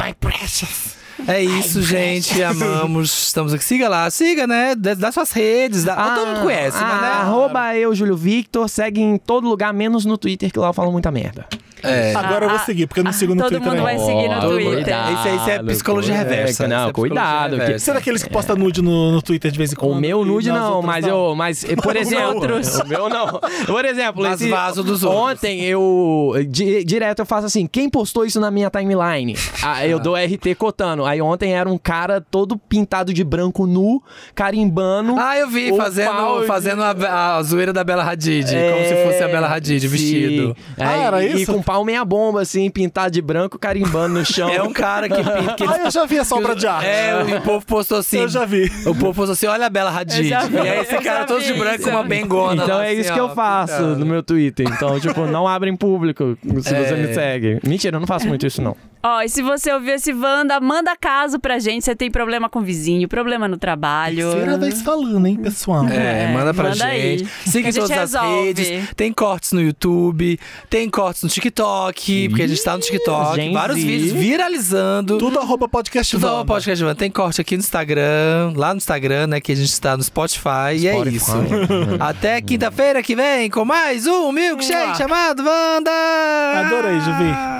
É isso, gente. Amamos. Estamos aqui. Siga lá, siga, né? Dá dá suas redes. Dá... todo mundo conhece, ah, mas né? Arroba eu, Júlio Victor. Segue em todo lugar, menos no Twitter, que lá eu falo muita merda. É. Agora eu vou seguir, porque eu não sigo no Todo Twitter mundo vai É ainda. seguir no Todo mundo Twitter. dá. Isso, é- isso é Ah, psicologia loucura. reversa. É, não, Isso é psicologia cuidado, que- reversa. Você é daqueles que posta nude no, no Twitter de vez em O quando? meu E nude nas não, outras mas não? eu, mas eh, por exemplo, o meu não. Por exemplo, Mas esse- vaso dos outros. ontem eh, eu di- direto eu faço assim, quem postou isso na minha timeline? Ah, eu dou RT cotando. Aí Aí ontem era um cara todo pintado de branco nu, carimbando. Ah, eu vi, O fazendo, pau de- É, fazendo a, a zoeira da Bela Hadid. Como se fosse a Bela Hadid eh, Sim. vestido. Aí, Ah, era E isso? com pau meia bomba, assim, pintado de branco, carimbando no chão. É um cara que pinta. que Ah, eu já vi essa obra de arte. É, o povo postou assim. Eu já vi. O povo postou assim: olha a Bela Hadid. E já vi, aí esse eu cara já todo vi de branco com uma isso. bengona. Então lá, é isso assim, que ó, eu faço pintando. no meu Twitter. Então, tipo, não abre em público se É. você me segue. Mentira, eu não faço muito isso, não. Ó, e se você ouviu esse Wanda, manda caso pra gente. Você tem problema com vizinho, problema no trabalho. Terceira vez falando, hein, pessoal? É, É, manda pra manda aí. gente. Siga A em gente todas as resolve. redes. Tem cortes no YouTube, tem cortes no TikTok, porque a gente tá no TikTok. Gen vários Z. vídeos viralizando. Tudo arroba podcast Tudo é Wanda. um podcast, Wanda. Tem corte aqui no Instagram, lá no Instagram, né? Que a gente tá no Spotify. E é Spotify. isso. Até quinta-feira que vem com mais um milkshake Mua. chamado Wanda! Adorei, Juvi.